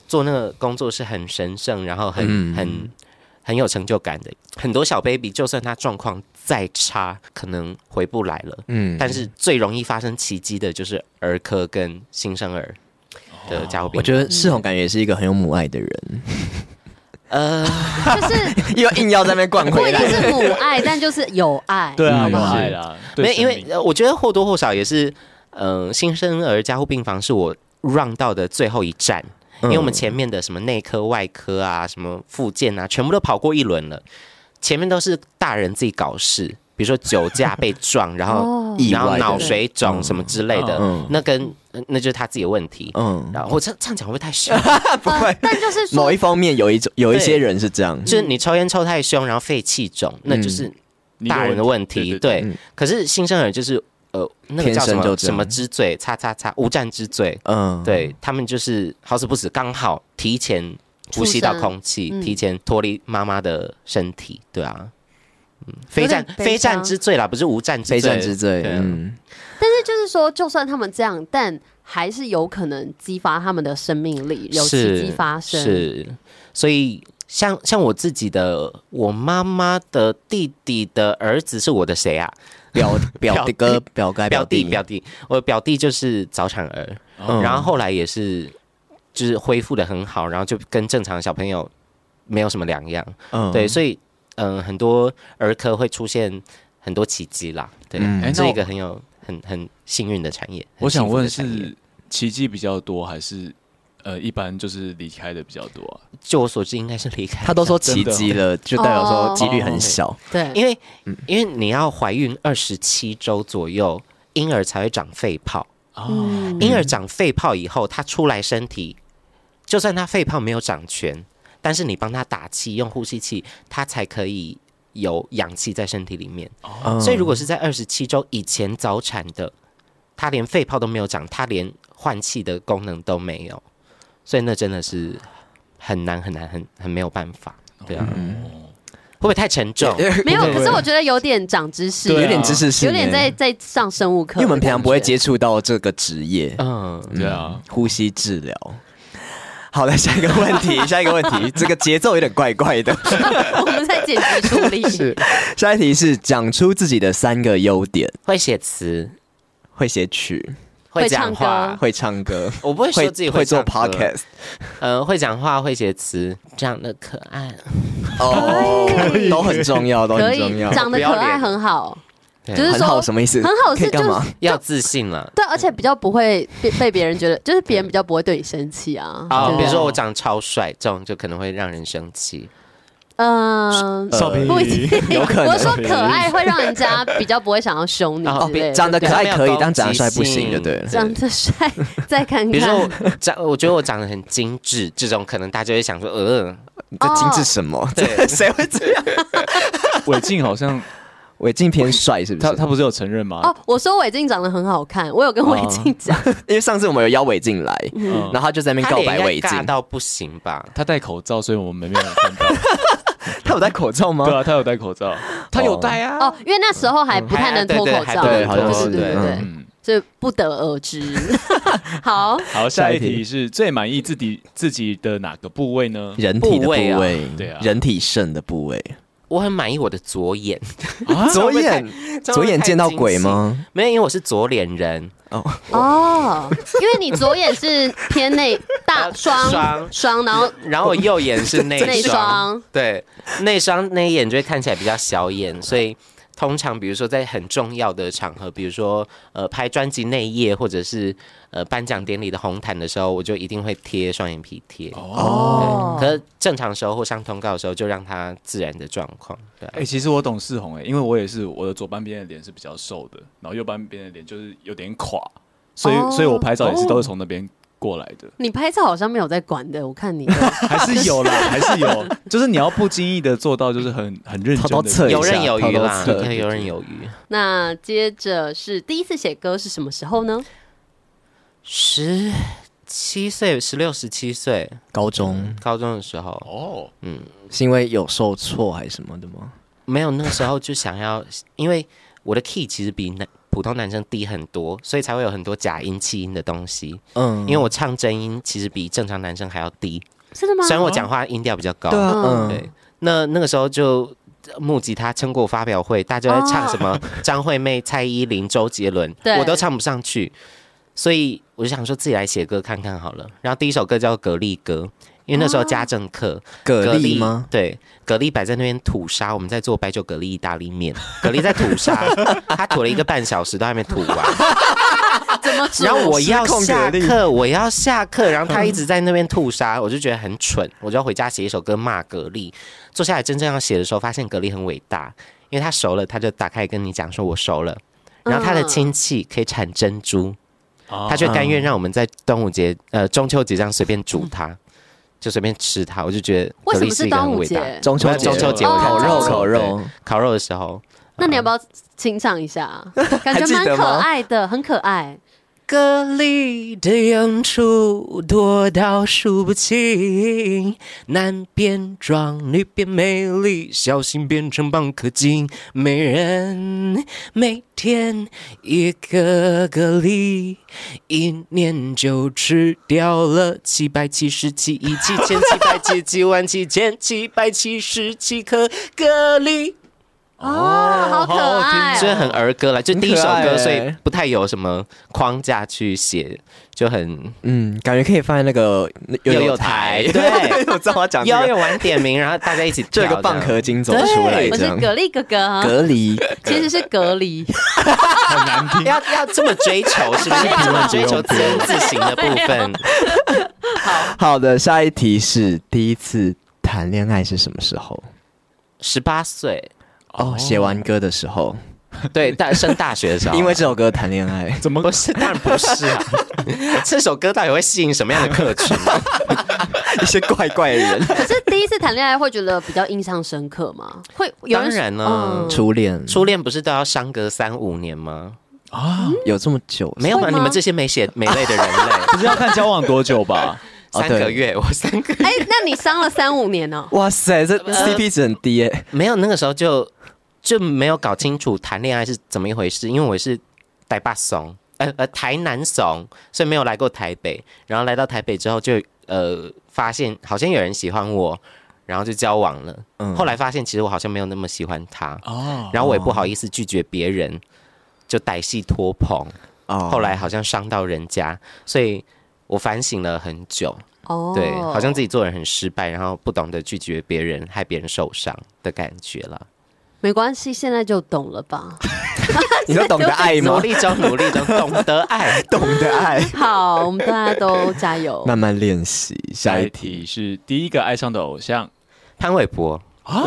[SPEAKER 4] 做那个工作是很神圣，然后很、
[SPEAKER 3] 嗯
[SPEAKER 4] 很很有成就感的。很多小 baby 就算他状况再差，可能回不来了，
[SPEAKER 3] 嗯
[SPEAKER 4] 但是最容易发生奇迹的就是儿科跟新生儿
[SPEAKER 2] 哦
[SPEAKER 4] 的加护病
[SPEAKER 3] 哦我
[SPEAKER 4] 房。
[SPEAKER 3] 觉得世宏感觉也是一个很有母爱的人，
[SPEAKER 4] 呃
[SPEAKER 1] 就是
[SPEAKER 3] (laughs) 又要硬要在那边灌
[SPEAKER 1] 不
[SPEAKER 3] 回
[SPEAKER 1] 一
[SPEAKER 3] (laughs)
[SPEAKER 1] 定
[SPEAKER 3] 来。
[SPEAKER 1] 是母
[SPEAKER 4] (laughs)
[SPEAKER 1] 爱，但就是有爱。
[SPEAKER 2] 对啊，
[SPEAKER 3] 嗯
[SPEAKER 2] 我爱啦，
[SPEAKER 4] 没
[SPEAKER 2] 对
[SPEAKER 4] 有，因为
[SPEAKER 2] 生命
[SPEAKER 4] 呃我觉得或多或少也是，嗯、新生儿加护病房是我 run 到的最后一站。
[SPEAKER 3] 嗯
[SPEAKER 4] 因为我们前面的什么内科、外科啊，什么复健啊，全部都跑过一轮了。前面都是大人自己搞事，比如说酒驾
[SPEAKER 3] (laughs)
[SPEAKER 4] 被撞，然后
[SPEAKER 1] 哦，
[SPEAKER 3] 意
[SPEAKER 4] 然后
[SPEAKER 3] 外的
[SPEAKER 4] 脑水肿什么之类的，
[SPEAKER 3] 嗯嗯
[SPEAKER 4] 那跟呃那就是他自己的问题。
[SPEAKER 3] 嗯，
[SPEAKER 4] 然后我这这样讲会不会
[SPEAKER 3] (laughs)
[SPEAKER 4] 太凶？
[SPEAKER 3] 不会。
[SPEAKER 1] 呃但就是
[SPEAKER 3] 某
[SPEAKER 1] 说
[SPEAKER 3] 一方面有一种有一些
[SPEAKER 4] 对
[SPEAKER 3] 人是这样，
[SPEAKER 4] 就是你抽烟抽太凶，然后肺气肿，那就是
[SPEAKER 2] 你
[SPEAKER 4] 大人的问题。
[SPEAKER 2] 对对
[SPEAKER 4] 对
[SPEAKER 3] 对嗯
[SPEAKER 4] 可是新生儿就是呃那个
[SPEAKER 3] 天
[SPEAKER 4] 叫什
[SPEAKER 3] 生就
[SPEAKER 4] 么
[SPEAKER 3] 这
[SPEAKER 4] 什
[SPEAKER 3] 样
[SPEAKER 4] 么之罪，叉叉叉无战之罪。
[SPEAKER 3] 嗯，
[SPEAKER 4] 对他们就是好死不死，刚好提前呼吸到空气
[SPEAKER 1] 出，生嗯
[SPEAKER 4] 提前脱离妈妈的身体，对啊，嗯，非
[SPEAKER 1] 有点
[SPEAKER 4] 战
[SPEAKER 1] 悲
[SPEAKER 4] 非战
[SPEAKER 1] 伤
[SPEAKER 4] 之罪啦，不是无战之罪，
[SPEAKER 3] 非战之罪，
[SPEAKER 4] 对啊
[SPEAKER 3] 嗯，
[SPEAKER 1] 但是就是说，就算他们这样，但还是有可能激发他们的生命力，有奇
[SPEAKER 4] 是
[SPEAKER 1] 迹发生。
[SPEAKER 4] 是，所以像像我自己的，我妈妈的弟弟的儿子是我的谁啊？
[SPEAKER 3] 表表
[SPEAKER 4] 弟
[SPEAKER 3] 哥、表哥、
[SPEAKER 4] 表
[SPEAKER 3] 弟、
[SPEAKER 4] 弟，表弟，我表弟就是早产儿，
[SPEAKER 3] 嗯
[SPEAKER 4] 然后后来也是就是恢复的很好，然后就跟正常的小朋友没有什么两样。
[SPEAKER 3] 嗯
[SPEAKER 4] 对，所以嗯、呃很多儿科会出现很多奇迹啦，对，
[SPEAKER 3] 嗯
[SPEAKER 2] 哎那
[SPEAKER 4] 这是
[SPEAKER 2] 我
[SPEAKER 4] 一个很有很很幸运的产业。很
[SPEAKER 2] 我想
[SPEAKER 4] 幸福的
[SPEAKER 2] 问
[SPEAKER 4] 产业
[SPEAKER 2] 是奇迹比较多，还是呃一般就是离开的比较多啊？
[SPEAKER 4] 就我所知，应该是离开
[SPEAKER 3] 他都说
[SPEAKER 2] 真
[SPEAKER 3] 奇
[SPEAKER 2] 的
[SPEAKER 3] 迹了，就代表
[SPEAKER 4] 哦
[SPEAKER 3] 说几率很小。
[SPEAKER 1] 对，
[SPEAKER 4] 因为
[SPEAKER 2] 嗯
[SPEAKER 4] 因为你要怀孕二十七周左右，婴儿才会长肺泡。
[SPEAKER 2] 哦，
[SPEAKER 1] 嗯
[SPEAKER 4] 婴儿长肺泡以后，他出来身体，就算他肺泡没有长全，但是你帮他打气，用呼吸器，他才可以有氧气在身体里面。
[SPEAKER 3] 嗯
[SPEAKER 4] 哦所以如果是在二十七周以前早产的，他连肺泡都没有长，他连换气的功能都没有，所以那真的是很难很难很很没有办法，对
[SPEAKER 2] 嗯
[SPEAKER 4] 啊，会不会太沉重？
[SPEAKER 1] (laughs) 没有，
[SPEAKER 4] 对
[SPEAKER 1] 可是我觉得有点长知识，
[SPEAKER 2] 对啊
[SPEAKER 3] 有点知识性
[SPEAKER 1] 有
[SPEAKER 3] 耶，
[SPEAKER 1] 点在在上生物课的感
[SPEAKER 3] 因
[SPEAKER 1] 觉，
[SPEAKER 3] 为我们平常不会接触到这个职业，
[SPEAKER 4] 嗯，
[SPEAKER 2] 对啊，
[SPEAKER 3] 呼吸治疗。好的，下一个问题，
[SPEAKER 4] (laughs)
[SPEAKER 3] 下一个问题，这个节奏有点怪怪的。
[SPEAKER 1] 我们在解决处理。
[SPEAKER 3] (laughs) 下一题是讲出自己的三个优点：
[SPEAKER 4] 会写词，
[SPEAKER 3] 会写曲、
[SPEAKER 1] 会
[SPEAKER 4] 会
[SPEAKER 1] 唱
[SPEAKER 4] 讲话
[SPEAKER 1] 歌，
[SPEAKER 3] 会唱歌、
[SPEAKER 4] 我不会说自己
[SPEAKER 3] 会做
[SPEAKER 4] 唱歌
[SPEAKER 3] podcast。
[SPEAKER 4] 呃，会讲话，会写词，长得可爱，
[SPEAKER 3] 哦，都很重要，都
[SPEAKER 1] 可
[SPEAKER 3] 很重
[SPEAKER 1] 以
[SPEAKER 3] 要。
[SPEAKER 1] 长得可
[SPEAKER 4] 不要脸
[SPEAKER 1] 爱很好，
[SPEAKER 4] 对
[SPEAKER 1] 就是
[SPEAKER 3] 很好
[SPEAKER 1] 说
[SPEAKER 3] 什么意思？
[SPEAKER 1] 很好
[SPEAKER 3] 可以
[SPEAKER 1] 是就
[SPEAKER 3] 干嘛？
[SPEAKER 4] 要自信了。
[SPEAKER 1] 对，而且比较不会被被别人觉得，就是别人比较不会对你生气啊。
[SPEAKER 4] 啊、
[SPEAKER 1] 对
[SPEAKER 4] 比如说我长超帅，这种就可能会让人生气。
[SPEAKER 1] 嗯，
[SPEAKER 2] 少平
[SPEAKER 1] 不一定，
[SPEAKER 3] (laughs) 有可能
[SPEAKER 1] 我说可爱会让人家比较不会想要凶你
[SPEAKER 3] (laughs)
[SPEAKER 4] 哦
[SPEAKER 1] 之类的，
[SPEAKER 3] 长得可爱可以，但长得帅不
[SPEAKER 4] 没
[SPEAKER 3] 行，
[SPEAKER 4] 有
[SPEAKER 3] 就
[SPEAKER 4] 攻击性
[SPEAKER 3] 对了。
[SPEAKER 1] 长得帅，再看
[SPEAKER 4] 比如说
[SPEAKER 1] 看。
[SPEAKER 4] 我长，我觉得我长得很精致，这种可能大家就会想说，呃，
[SPEAKER 3] 这精致什么？
[SPEAKER 1] 哦
[SPEAKER 4] 对
[SPEAKER 3] (laughs) 谁会这样？
[SPEAKER 2] 韦静好
[SPEAKER 4] 嗯
[SPEAKER 2] 像
[SPEAKER 3] 韦静偏帅是不
[SPEAKER 2] 他
[SPEAKER 3] 是？
[SPEAKER 2] 他不是有承认吗？
[SPEAKER 1] 哦，我说韦静长得很好看，我有跟
[SPEAKER 4] 哦
[SPEAKER 1] 韦静讲，
[SPEAKER 3] 因为上次我们有邀韦静来，
[SPEAKER 2] 嗯
[SPEAKER 3] 然后他就在那边
[SPEAKER 4] 他
[SPEAKER 3] 告
[SPEAKER 4] 脸
[SPEAKER 3] 白
[SPEAKER 4] 应该
[SPEAKER 3] 韦静，
[SPEAKER 4] 尬到不行吧？
[SPEAKER 2] 他戴口罩，所以我们没有看
[SPEAKER 4] (laughs)
[SPEAKER 2] 到。
[SPEAKER 3] 他有戴口罩吗
[SPEAKER 2] 对啊，他有戴口罩，
[SPEAKER 3] 他有戴
[SPEAKER 4] 啊。 (laughs)
[SPEAKER 1] 哦，因为那时候还不太能脱口罩，
[SPEAKER 4] 哎对
[SPEAKER 3] 对还不能脱
[SPEAKER 1] 对对
[SPEAKER 3] 对
[SPEAKER 1] 对，
[SPEAKER 2] 嗯。
[SPEAKER 1] 所以不得而
[SPEAKER 4] (laughs)
[SPEAKER 1] 知。好，
[SPEAKER 2] 好，
[SPEAKER 3] 下
[SPEAKER 2] 下一
[SPEAKER 3] 一
[SPEAKER 2] 题
[SPEAKER 3] 题
[SPEAKER 2] 是最满意自己自己的哪个部位呢？
[SPEAKER 3] 人体的部
[SPEAKER 4] 部位
[SPEAKER 3] 位，
[SPEAKER 2] 对啊
[SPEAKER 3] 人体肾的部位，
[SPEAKER 4] 我很满意我的左 (laughs) 眼，
[SPEAKER 2] 啊
[SPEAKER 3] 左
[SPEAKER 4] (laughs) 会太
[SPEAKER 3] 眼，左眼见到鬼？吗？
[SPEAKER 4] 没有，因为我是左脸人，
[SPEAKER 1] 哦，因为你左眼是偏内大双
[SPEAKER 4] 双
[SPEAKER 1] 双，然后
[SPEAKER 4] 然后我右眼是 (laughs) 内
[SPEAKER 1] 内双
[SPEAKER 4] 对，内双内眼就会看起来比较小眼，所以通常比如说在很重要的场合，比如说呃拍专辑内页或者是呃颁奖典礼的红毯的时候，我就一定会贴双眼皮贴。
[SPEAKER 1] 哦
[SPEAKER 4] 对，哎可是正常时候或上通告的时候，就让它自然的状况。对啊、
[SPEAKER 2] 哎、其实我懂世红哎、因为我也是我的左半边的脸是比较瘦的，然后右半边的脸就是有点垮，所以、
[SPEAKER 1] 哦
[SPEAKER 2] 所以我拍照也是都是从那边过来的，
[SPEAKER 1] 你拍照好像没有在管的，我看你的
[SPEAKER 2] 哦
[SPEAKER 1] (laughs)
[SPEAKER 2] 还是 (laughs) 有啦，还是有，就是你要不经意的做到，就是很很认真
[SPEAKER 3] 偷偷
[SPEAKER 2] 的
[SPEAKER 3] 测对一下
[SPEAKER 4] 游刃有余啦，
[SPEAKER 3] 偷偷测
[SPEAKER 4] 对游刃有余。
[SPEAKER 1] 那接着是第一次写歌是什么时候呢？
[SPEAKER 4] 十七岁、十六、十七岁，
[SPEAKER 3] 高中
[SPEAKER 4] 高中的时候，
[SPEAKER 2] 哦，
[SPEAKER 3] 是因为有受挫还是什么的吗？
[SPEAKER 4] 没有那时候就想要，因为我的 key 其实比男普通男生低很多，所以才会有很多假音、气音的东西。
[SPEAKER 3] 嗯
[SPEAKER 4] 因为我唱真音其实比正常男生还要低，
[SPEAKER 1] 真的吗？
[SPEAKER 4] 虽然我讲话音调比较高。
[SPEAKER 3] 对啊，
[SPEAKER 1] 嗯
[SPEAKER 3] 嗯
[SPEAKER 4] 对，那那个时候就木吉他撑过发表会，大家都在唱什么 (laughs) 张惠妹、蔡依林、周杰伦，
[SPEAKER 1] 对
[SPEAKER 4] 我都唱不上去，所以我就想说自己来写歌看看好了。然后第一首歌叫《蛤蜊歌》，因为那时候家政课，
[SPEAKER 3] 蛤蜊啊吗？？
[SPEAKER 4] 对，蛤蜊摆在那边吐沙，我们在做白酒蛤蜊意大利面，蛤蜊在吐 (laughs) 沙，它吐了一个半小时都还没吐完。
[SPEAKER 1] 怎么嗯煮？
[SPEAKER 4] 然后我要
[SPEAKER 3] 失控
[SPEAKER 4] 下
[SPEAKER 3] 蛤蜊
[SPEAKER 4] 课，我要下课，然后他一
[SPEAKER 1] 嗯
[SPEAKER 4] 直在那边吐沙，我就觉得很蠢，我就要回家写一首歌骂蛤蜊。坐下来真正要写的时候，发现蛤蜊很伟大，因为它熟了，他就打开跟你讲说我熟了。然后他的
[SPEAKER 1] 嗯
[SPEAKER 4] 亲戚可以产珍珠，
[SPEAKER 2] 他
[SPEAKER 4] 他却甘愿让我们在端午节、呃中秋节这样随便煮它，就随便吃它。我就觉得
[SPEAKER 1] 嗯为
[SPEAKER 4] 蛤
[SPEAKER 1] 什
[SPEAKER 4] 蜊
[SPEAKER 1] 么
[SPEAKER 4] 是
[SPEAKER 1] 是
[SPEAKER 4] 一个
[SPEAKER 1] 端
[SPEAKER 4] 很
[SPEAKER 1] 午
[SPEAKER 4] 伟大的
[SPEAKER 1] 节？
[SPEAKER 3] 中秋
[SPEAKER 4] 中秋节
[SPEAKER 1] 我看
[SPEAKER 3] 烤肉
[SPEAKER 1] 到了
[SPEAKER 3] 烤肉，
[SPEAKER 4] 烤肉的时候，
[SPEAKER 1] 那你要不要清唱一下？啊
[SPEAKER 4] (laughs)
[SPEAKER 1] 感
[SPEAKER 3] 还
[SPEAKER 1] 觉
[SPEAKER 3] 记
[SPEAKER 1] 蛮
[SPEAKER 3] 得
[SPEAKER 1] 可
[SPEAKER 3] 吗
[SPEAKER 1] 爱的，很可爱。
[SPEAKER 4] 歌里的演出多到数不清，男变装，女变美丽，小心变成蚌壳精，每人每天一个个例，一年就吃掉了七百七十七亿七千七百七十七万七千七百七十七颗蛤蜊。
[SPEAKER 1] 哦，好可爱
[SPEAKER 4] 虽然很儿歌啦，就第一首
[SPEAKER 3] 很可
[SPEAKER 4] 歌，
[SPEAKER 3] 爱欸
[SPEAKER 4] 所以不太有什么框架去写，就很
[SPEAKER 3] 嗯，感觉可以放在那个悠
[SPEAKER 4] 悠悠台
[SPEAKER 3] (laughs)
[SPEAKER 4] 对，
[SPEAKER 3] 我知道我要讲这
[SPEAKER 4] 悠
[SPEAKER 3] 个，
[SPEAKER 4] 悠玩点名，然后大家一起
[SPEAKER 3] 就有一
[SPEAKER 4] 跳
[SPEAKER 3] 个蚌
[SPEAKER 4] 这样
[SPEAKER 3] 壳精走
[SPEAKER 4] 对
[SPEAKER 3] 出来
[SPEAKER 1] 我
[SPEAKER 3] 这
[SPEAKER 1] 是啊
[SPEAKER 3] 样。
[SPEAKER 1] 蛤蜊哥哥，
[SPEAKER 3] 隔离，
[SPEAKER 1] 其实是隔离。
[SPEAKER 2] 很难听。
[SPEAKER 4] 要要这么追求，是不是？这么追求自然自行的部
[SPEAKER 1] (laughs)
[SPEAKER 4] 分，
[SPEAKER 3] 好的，下一题是第一次谈恋爱是什么时候？
[SPEAKER 4] 十八岁，
[SPEAKER 3] 哦，写完歌的时候，
[SPEAKER 4] 对，大升大学的时候，
[SPEAKER 3] 因为这首歌谈恋爱。
[SPEAKER 2] 怎么
[SPEAKER 4] 不是，当然不
[SPEAKER 3] (laughs)
[SPEAKER 4] 是啊。这首歌到底会吸引什么样的客群？
[SPEAKER 3] 一些怪怪的人，
[SPEAKER 1] 可是第一次谈恋爱会觉得比较印象深刻吗？会有人
[SPEAKER 4] 当然了
[SPEAKER 1] 嗯
[SPEAKER 3] (laughs) 初恋
[SPEAKER 4] 初恋不是都要相隔三五年吗？
[SPEAKER 2] 啊？
[SPEAKER 3] 有这么久？
[SPEAKER 4] 没有
[SPEAKER 1] 会
[SPEAKER 4] 吧？
[SPEAKER 1] 吗
[SPEAKER 4] 你们这些没血没泪的
[SPEAKER 3] (laughs)
[SPEAKER 4] 人类，
[SPEAKER 2] 不是要看交往多久吧？
[SPEAKER 3] 哦
[SPEAKER 4] 三个月，我三个月。
[SPEAKER 1] 哎，那你伤了三五年
[SPEAKER 3] (laughs)
[SPEAKER 1] 哦。
[SPEAKER 3] 哇塞，这 CP 值很低诶。
[SPEAKER 4] 没有，那个时候就就没有搞清楚谈恋爱是怎么一回事，因为我是台北怂，呃呃台南怂，所以没有来过台北。然后来到台北之后就，呃发现好像有人喜欢我，然后就交往了。
[SPEAKER 3] 嗯
[SPEAKER 4] 后来发现其实我好像没有那么喜欢他，
[SPEAKER 2] (laughs) 哦，
[SPEAKER 4] 然后我也不好意思拒绝别人，就歹戏拖棚。
[SPEAKER 3] 哦
[SPEAKER 4] 后来好像伤到人家，所以我反省了很久。
[SPEAKER 1] 哦，
[SPEAKER 4] 对，好像自己做人很失败，然后不懂得拒绝别人，害别人受伤的感觉了。
[SPEAKER 1] 没关系，现在就懂了吧？
[SPEAKER 3] 你都懂得爱
[SPEAKER 4] 努 (laughs)
[SPEAKER 3] 吗？
[SPEAKER 4] 力中，努力中，懂得爱。
[SPEAKER 3] 懂得爱，
[SPEAKER 1] 好，我们大家都加
[SPEAKER 3] (laughs)
[SPEAKER 1] 油。
[SPEAKER 3] 慢慢练习。
[SPEAKER 2] 下
[SPEAKER 3] 下
[SPEAKER 2] 一
[SPEAKER 3] 一题，
[SPEAKER 2] 题是第一个爱上的偶像
[SPEAKER 4] (laughs) 潘玮柏，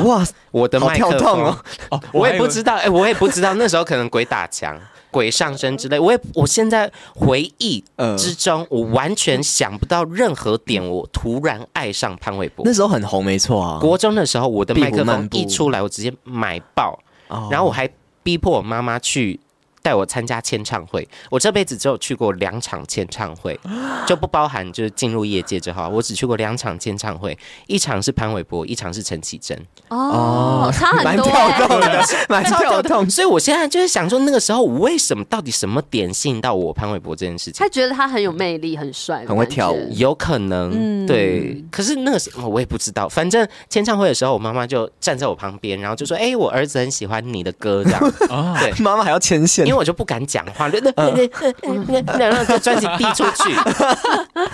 [SPEAKER 3] 哇，
[SPEAKER 4] 我的
[SPEAKER 3] 好
[SPEAKER 4] 麦
[SPEAKER 3] 跳
[SPEAKER 4] 克
[SPEAKER 3] 动
[SPEAKER 4] 风，
[SPEAKER 3] 哦！
[SPEAKER 2] 哦，
[SPEAKER 4] 我
[SPEAKER 2] 还
[SPEAKER 4] 也
[SPEAKER 2] 以为
[SPEAKER 4] 不知道，哎、我也不知道，那时候可能鬼打墙、 (laughs) 鬼上身之类。我也，我现在回忆
[SPEAKER 3] 嗯
[SPEAKER 4] 之中，我完全想不到任何点，我突然爱上潘玮柏
[SPEAKER 3] 那。时候很红，没错啊。
[SPEAKER 4] 国中的时候，我的麦
[SPEAKER 3] 壁
[SPEAKER 4] 克
[SPEAKER 3] 虎漫
[SPEAKER 4] 风
[SPEAKER 3] 步
[SPEAKER 4] 一出来，我直接买爆，
[SPEAKER 3] 哦
[SPEAKER 4] 然后我还逼迫我妈妈去带我参加签唱会。我这辈子只有去过两场签唱会，就不包含就是进入业界之后啊，我只去过两场签唱会，一场是潘玮柏，一场是陈绮贞，
[SPEAKER 1] 哦，差很
[SPEAKER 3] 蛮
[SPEAKER 1] 多
[SPEAKER 3] 跳
[SPEAKER 1] 欸。(laughs)
[SPEAKER 3] 动的，蛮跳动。
[SPEAKER 4] 所以我现在就是想说，那个时候我为什么到底什么点吸引到我潘玮柏这件事情
[SPEAKER 1] 他？觉得他很有魅力，很帅，
[SPEAKER 3] 很会跳舞
[SPEAKER 4] 有可能，
[SPEAKER 1] 嗯
[SPEAKER 4] 对。可是那个时候我也不知道，反正签唱会的时候，我妈妈就站在我旁边，然后就说：“哎、我儿子很喜欢你的歌。”这样，
[SPEAKER 2] 啊， (laughs)
[SPEAKER 4] 对
[SPEAKER 3] 妈妈还要牵线
[SPEAKER 4] 因为，我就不敢讲话，就那那那那然后就专辑递出去，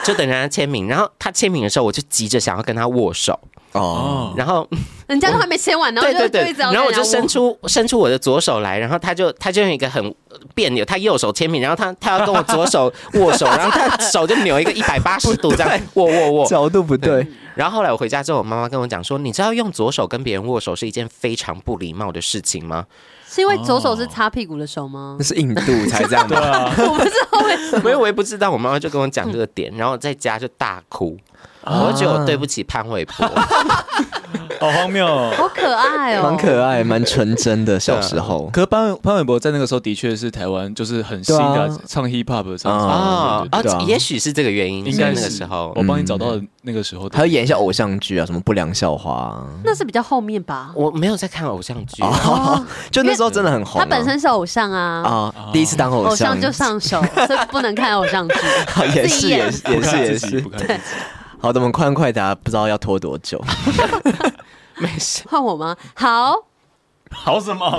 [SPEAKER 4] 就等人家签名。然后他签名的时候，我就急着想要跟他握手，
[SPEAKER 3] 哦，
[SPEAKER 2] 哦，
[SPEAKER 4] 然后
[SPEAKER 1] 人家都还没签完，然后
[SPEAKER 4] 对对
[SPEAKER 1] 就
[SPEAKER 4] 对
[SPEAKER 1] 一，直要
[SPEAKER 4] 然后我
[SPEAKER 1] 跟人家
[SPEAKER 4] 就伸
[SPEAKER 1] 握
[SPEAKER 4] 出伸出我的左手来，然后他就他就用一个很别扭，他右手签名，然后他他要跟我左手握手，然后他手就扭一个一百八十度这样握握握，
[SPEAKER 3] 角度不哦对，
[SPEAKER 4] 然后后来我回家之后，我妈妈跟我讲说，你知道用左手跟别人握手是一件非常不礼貌的事情吗？
[SPEAKER 1] 是因为左手是擦屁股的手吗
[SPEAKER 3] 那？是印度才这样
[SPEAKER 2] 对
[SPEAKER 3] 吧？
[SPEAKER 1] (laughs)
[SPEAKER 2] 啊，
[SPEAKER 4] (laughs)
[SPEAKER 1] 我不知道为什么。欸
[SPEAKER 4] 没有，我也不知道，我妈妈就跟我讲这个点，然后在家就大哭，
[SPEAKER 3] 啊
[SPEAKER 4] 我就觉得我对不起潘
[SPEAKER 3] (laughs)
[SPEAKER 4] 玮柏。
[SPEAKER 2] 好荒谬哦。
[SPEAKER 1] 好可爱哦，
[SPEAKER 3] 蛮可爱，蛮纯真的。小时候，
[SPEAKER 2] 可是潘潘玮柏在那个时候的确是台湾就是很新的、
[SPEAKER 3] 对啊
[SPEAKER 2] 唱 hip hop 的唱法，
[SPEAKER 4] 哦
[SPEAKER 3] 对啊
[SPEAKER 4] 哦，也许是这个原因，
[SPEAKER 2] 应该
[SPEAKER 4] 是那
[SPEAKER 2] 是
[SPEAKER 4] 个时候
[SPEAKER 3] 哦
[SPEAKER 2] 我帮你找
[SPEAKER 3] 嗯
[SPEAKER 2] 到那个时候的。
[SPEAKER 3] 还有演一些偶像剧啊，什么不良校花啊，
[SPEAKER 1] 那是比较后面吧。
[SPEAKER 4] 我没有在看偶像
[SPEAKER 3] 哦
[SPEAKER 4] 剧，
[SPEAKER 3] 就那时候真的很红啊。
[SPEAKER 1] 他本身是偶像啊，
[SPEAKER 3] 啊，第一次当偶
[SPEAKER 1] 偶像
[SPEAKER 3] 像，
[SPEAKER 1] 就上手，所以不能看偶像剧
[SPEAKER 3] (laughs) 也
[SPEAKER 1] 自
[SPEAKER 3] 是
[SPEAKER 1] 己演
[SPEAKER 3] 也是也是也
[SPEAKER 2] 自己
[SPEAKER 3] 是
[SPEAKER 2] 不。看自己
[SPEAKER 3] 好的，我们快问快答，不知道要拖多久。
[SPEAKER 4] 没事。
[SPEAKER 1] 换我吗？好，
[SPEAKER 2] (laughs) 好什么？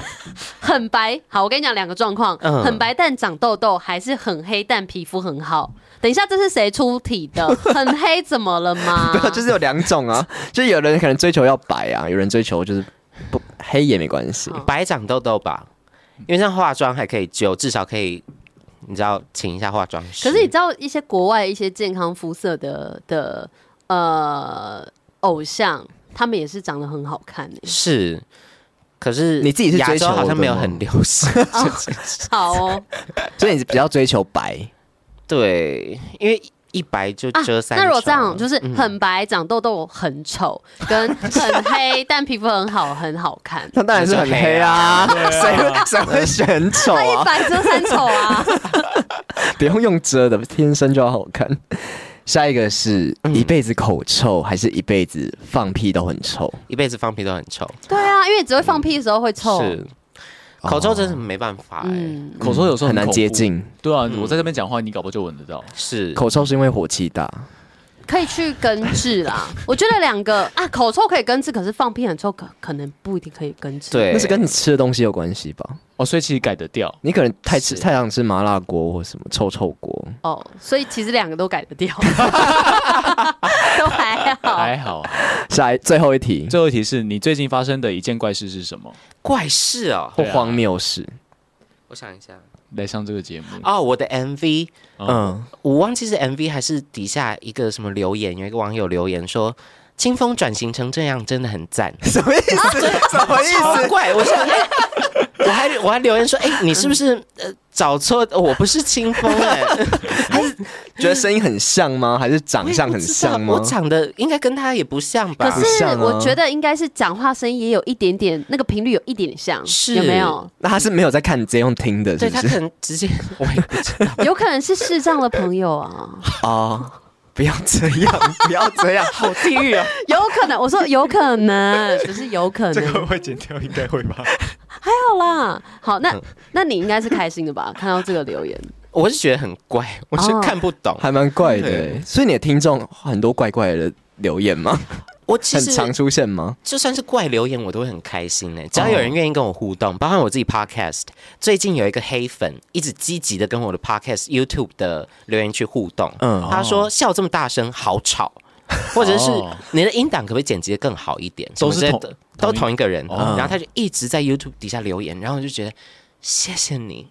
[SPEAKER 1] 很白。好，我跟你讲两个状况，
[SPEAKER 4] 嗯
[SPEAKER 1] 很白但长痘痘，还是很黑但皮肤很好。等一下，这是谁出题的？很黑怎么了
[SPEAKER 3] (laughs)
[SPEAKER 1] 吗
[SPEAKER 3] 没？有，就是有两种啊，就是有人可能追求要白啊，有人追求就是不黑也没关系。
[SPEAKER 4] 白长痘痘吧，因为像化妆还可以救，至少可以，你知道，请一下化妆师。
[SPEAKER 1] 可是你知道一些国外一些健康肤色的的呃偶像，他们也是长得很好看欸的、
[SPEAKER 4] 是，可是
[SPEAKER 3] 你自己是
[SPEAKER 4] 亚
[SPEAKER 3] 追
[SPEAKER 4] 洲
[SPEAKER 3] 求
[SPEAKER 4] 好
[SPEAKER 3] 的
[SPEAKER 4] 像没有
[SPEAKER 3] 吗
[SPEAKER 4] 很流行。
[SPEAKER 1] 好哦，
[SPEAKER 3] 所以你比较追求白，
[SPEAKER 4] 对，因为一白就
[SPEAKER 1] 啊
[SPEAKER 4] 遮三、
[SPEAKER 1] 那如果这样，就是很白、长痘痘、很丑，跟很黑但皮肤很好、很好看。
[SPEAKER 3] 那当然是很黑啊，谁会谁会选很丑
[SPEAKER 1] 那一
[SPEAKER 3] 啊？
[SPEAKER 1] 白遮三丑啊！
[SPEAKER 3] 不用用遮的，天生就要好看。下一个是一辈子口臭，还是一辈子放屁都很臭？
[SPEAKER 4] 一辈子放屁都很臭，
[SPEAKER 1] (laughs) 对啊，因为只会放屁的时候会臭。
[SPEAKER 4] 是口臭
[SPEAKER 3] 哦
[SPEAKER 4] 真的没办法哎、
[SPEAKER 1] 嗯，
[SPEAKER 2] 口臭有时候
[SPEAKER 3] 很难
[SPEAKER 2] 恐怖
[SPEAKER 3] 接。近。嗯
[SPEAKER 2] 对啊，我在这边讲话，你搞不好就闻得到。
[SPEAKER 4] 是
[SPEAKER 3] 口臭是因为火气大，
[SPEAKER 1] 可以去根治啦。 (laughs) 我觉得两个啊，口臭可以根治，可是放屁很臭，可可能不一定可以根治。，
[SPEAKER 4] 对，
[SPEAKER 3] 那是跟你吃的东西有关系吧？
[SPEAKER 2] 哦，所以其实改得掉。
[SPEAKER 3] 你可能太吃太想吃麻辣锅或什么臭臭锅。
[SPEAKER 1] 哦，所以其实两个都改得
[SPEAKER 4] (laughs)
[SPEAKER 1] 掉，都还好。
[SPEAKER 2] 还好。
[SPEAKER 3] 下一最后一题，
[SPEAKER 2] 最后一题是你最近发生的一件怪事是什么？
[SPEAKER 4] 怪事哦。
[SPEAKER 3] 或
[SPEAKER 2] 对啊
[SPEAKER 3] 荒谬事。
[SPEAKER 4] 我想一下，
[SPEAKER 2] 来上这个节目，
[SPEAKER 4] 哦，我的 MV，
[SPEAKER 3] 嗯，
[SPEAKER 4] 我忘记是 MV 还是底下一个什么留言，有一个网友留言说。清风转型成这样真的很 (laughs) 赞，
[SPEAKER 3] (laughs) 什么意思？什么意
[SPEAKER 4] 超
[SPEAKER 3] 思？
[SPEAKER 4] 怪！我想，哎 (laughs) 我还我还留言说，哎、你是不是呃找错？我不是清风 (laughs) 哎、
[SPEAKER 3] 觉得声音很像吗？还是长相很像吗
[SPEAKER 4] 我？长得应该跟他也不像吧？
[SPEAKER 1] 可是
[SPEAKER 3] 像啊
[SPEAKER 1] 我觉得应该是讲话声音也有一点点，那个频率有一点点像，
[SPEAKER 4] 是
[SPEAKER 1] 有没有？
[SPEAKER 3] 那他是没有在看，你直接用听的，是
[SPEAKER 4] 对
[SPEAKER 3] 不
[SPEAKER 4] 他可
[SPEAKER 3] 是？
[SPEAKER 4] 能直接我也不知道，
[SPEAKER 1] 有可能是视障的朋友啊。
[SPEAKER 4] (laughs)
[SPEAKER 3] 哦， (laughs) 不要这样，不要这样，
[SPEAKER 4] (laughs) 好地狱啊！
[SPEAKER 1] 有可能，我说有可能，只是有可能，
[SPEAKER 2] (laughs) 会剪掉，应该会吧？
[SPEAKER 1] 好啦。好，那那你应该是开心的吧？看到这个留言，
[SPEAKER 4] (laughs) 我是觉得很怪，我是
[SPEAKER 1] 哦
[SPEAKER 4] 看不懂。
[SPEAKER 3] 还蛮怪的欸
[SPEAKER 4] 对。
[SPEAKER 3] 所以你的听众很多怪怪的留言吗？
[SPEAKER 4] 我其
[SPEAKER 3] 很
[SPEAKER 4] 实
[SPEAKER 3] 常出现吗？
[SPEAKER 4] 就算是怪留言，我都会很开心呢、只要有人愿意跟我互动，包含我自己 podcast，最近有一个黑粉一直积极的跟我的 podcast YouTube 的留言区互动。
[SPEAKER 3] 嗯
[SPEAKER 4] 他说笑这么大声，好吵。或者是
[SPEAKER 2] 哦
[SPEAKER 4] 你的音档可不可以剪辑的更好一点？
[SPEAKER 2] 都是
[SPEAKER 4] 什么
[SPEAKER 2] 同
[SPEAKER 4] 之类的都
[SPEAKER 2] 同
[SPEAKER 4] 同一个人，
[SPEAKER 2] 哦
[SPEAKER 4] 然后他就一直在 YouTube 底下留言，然后我就觉得谢谢你，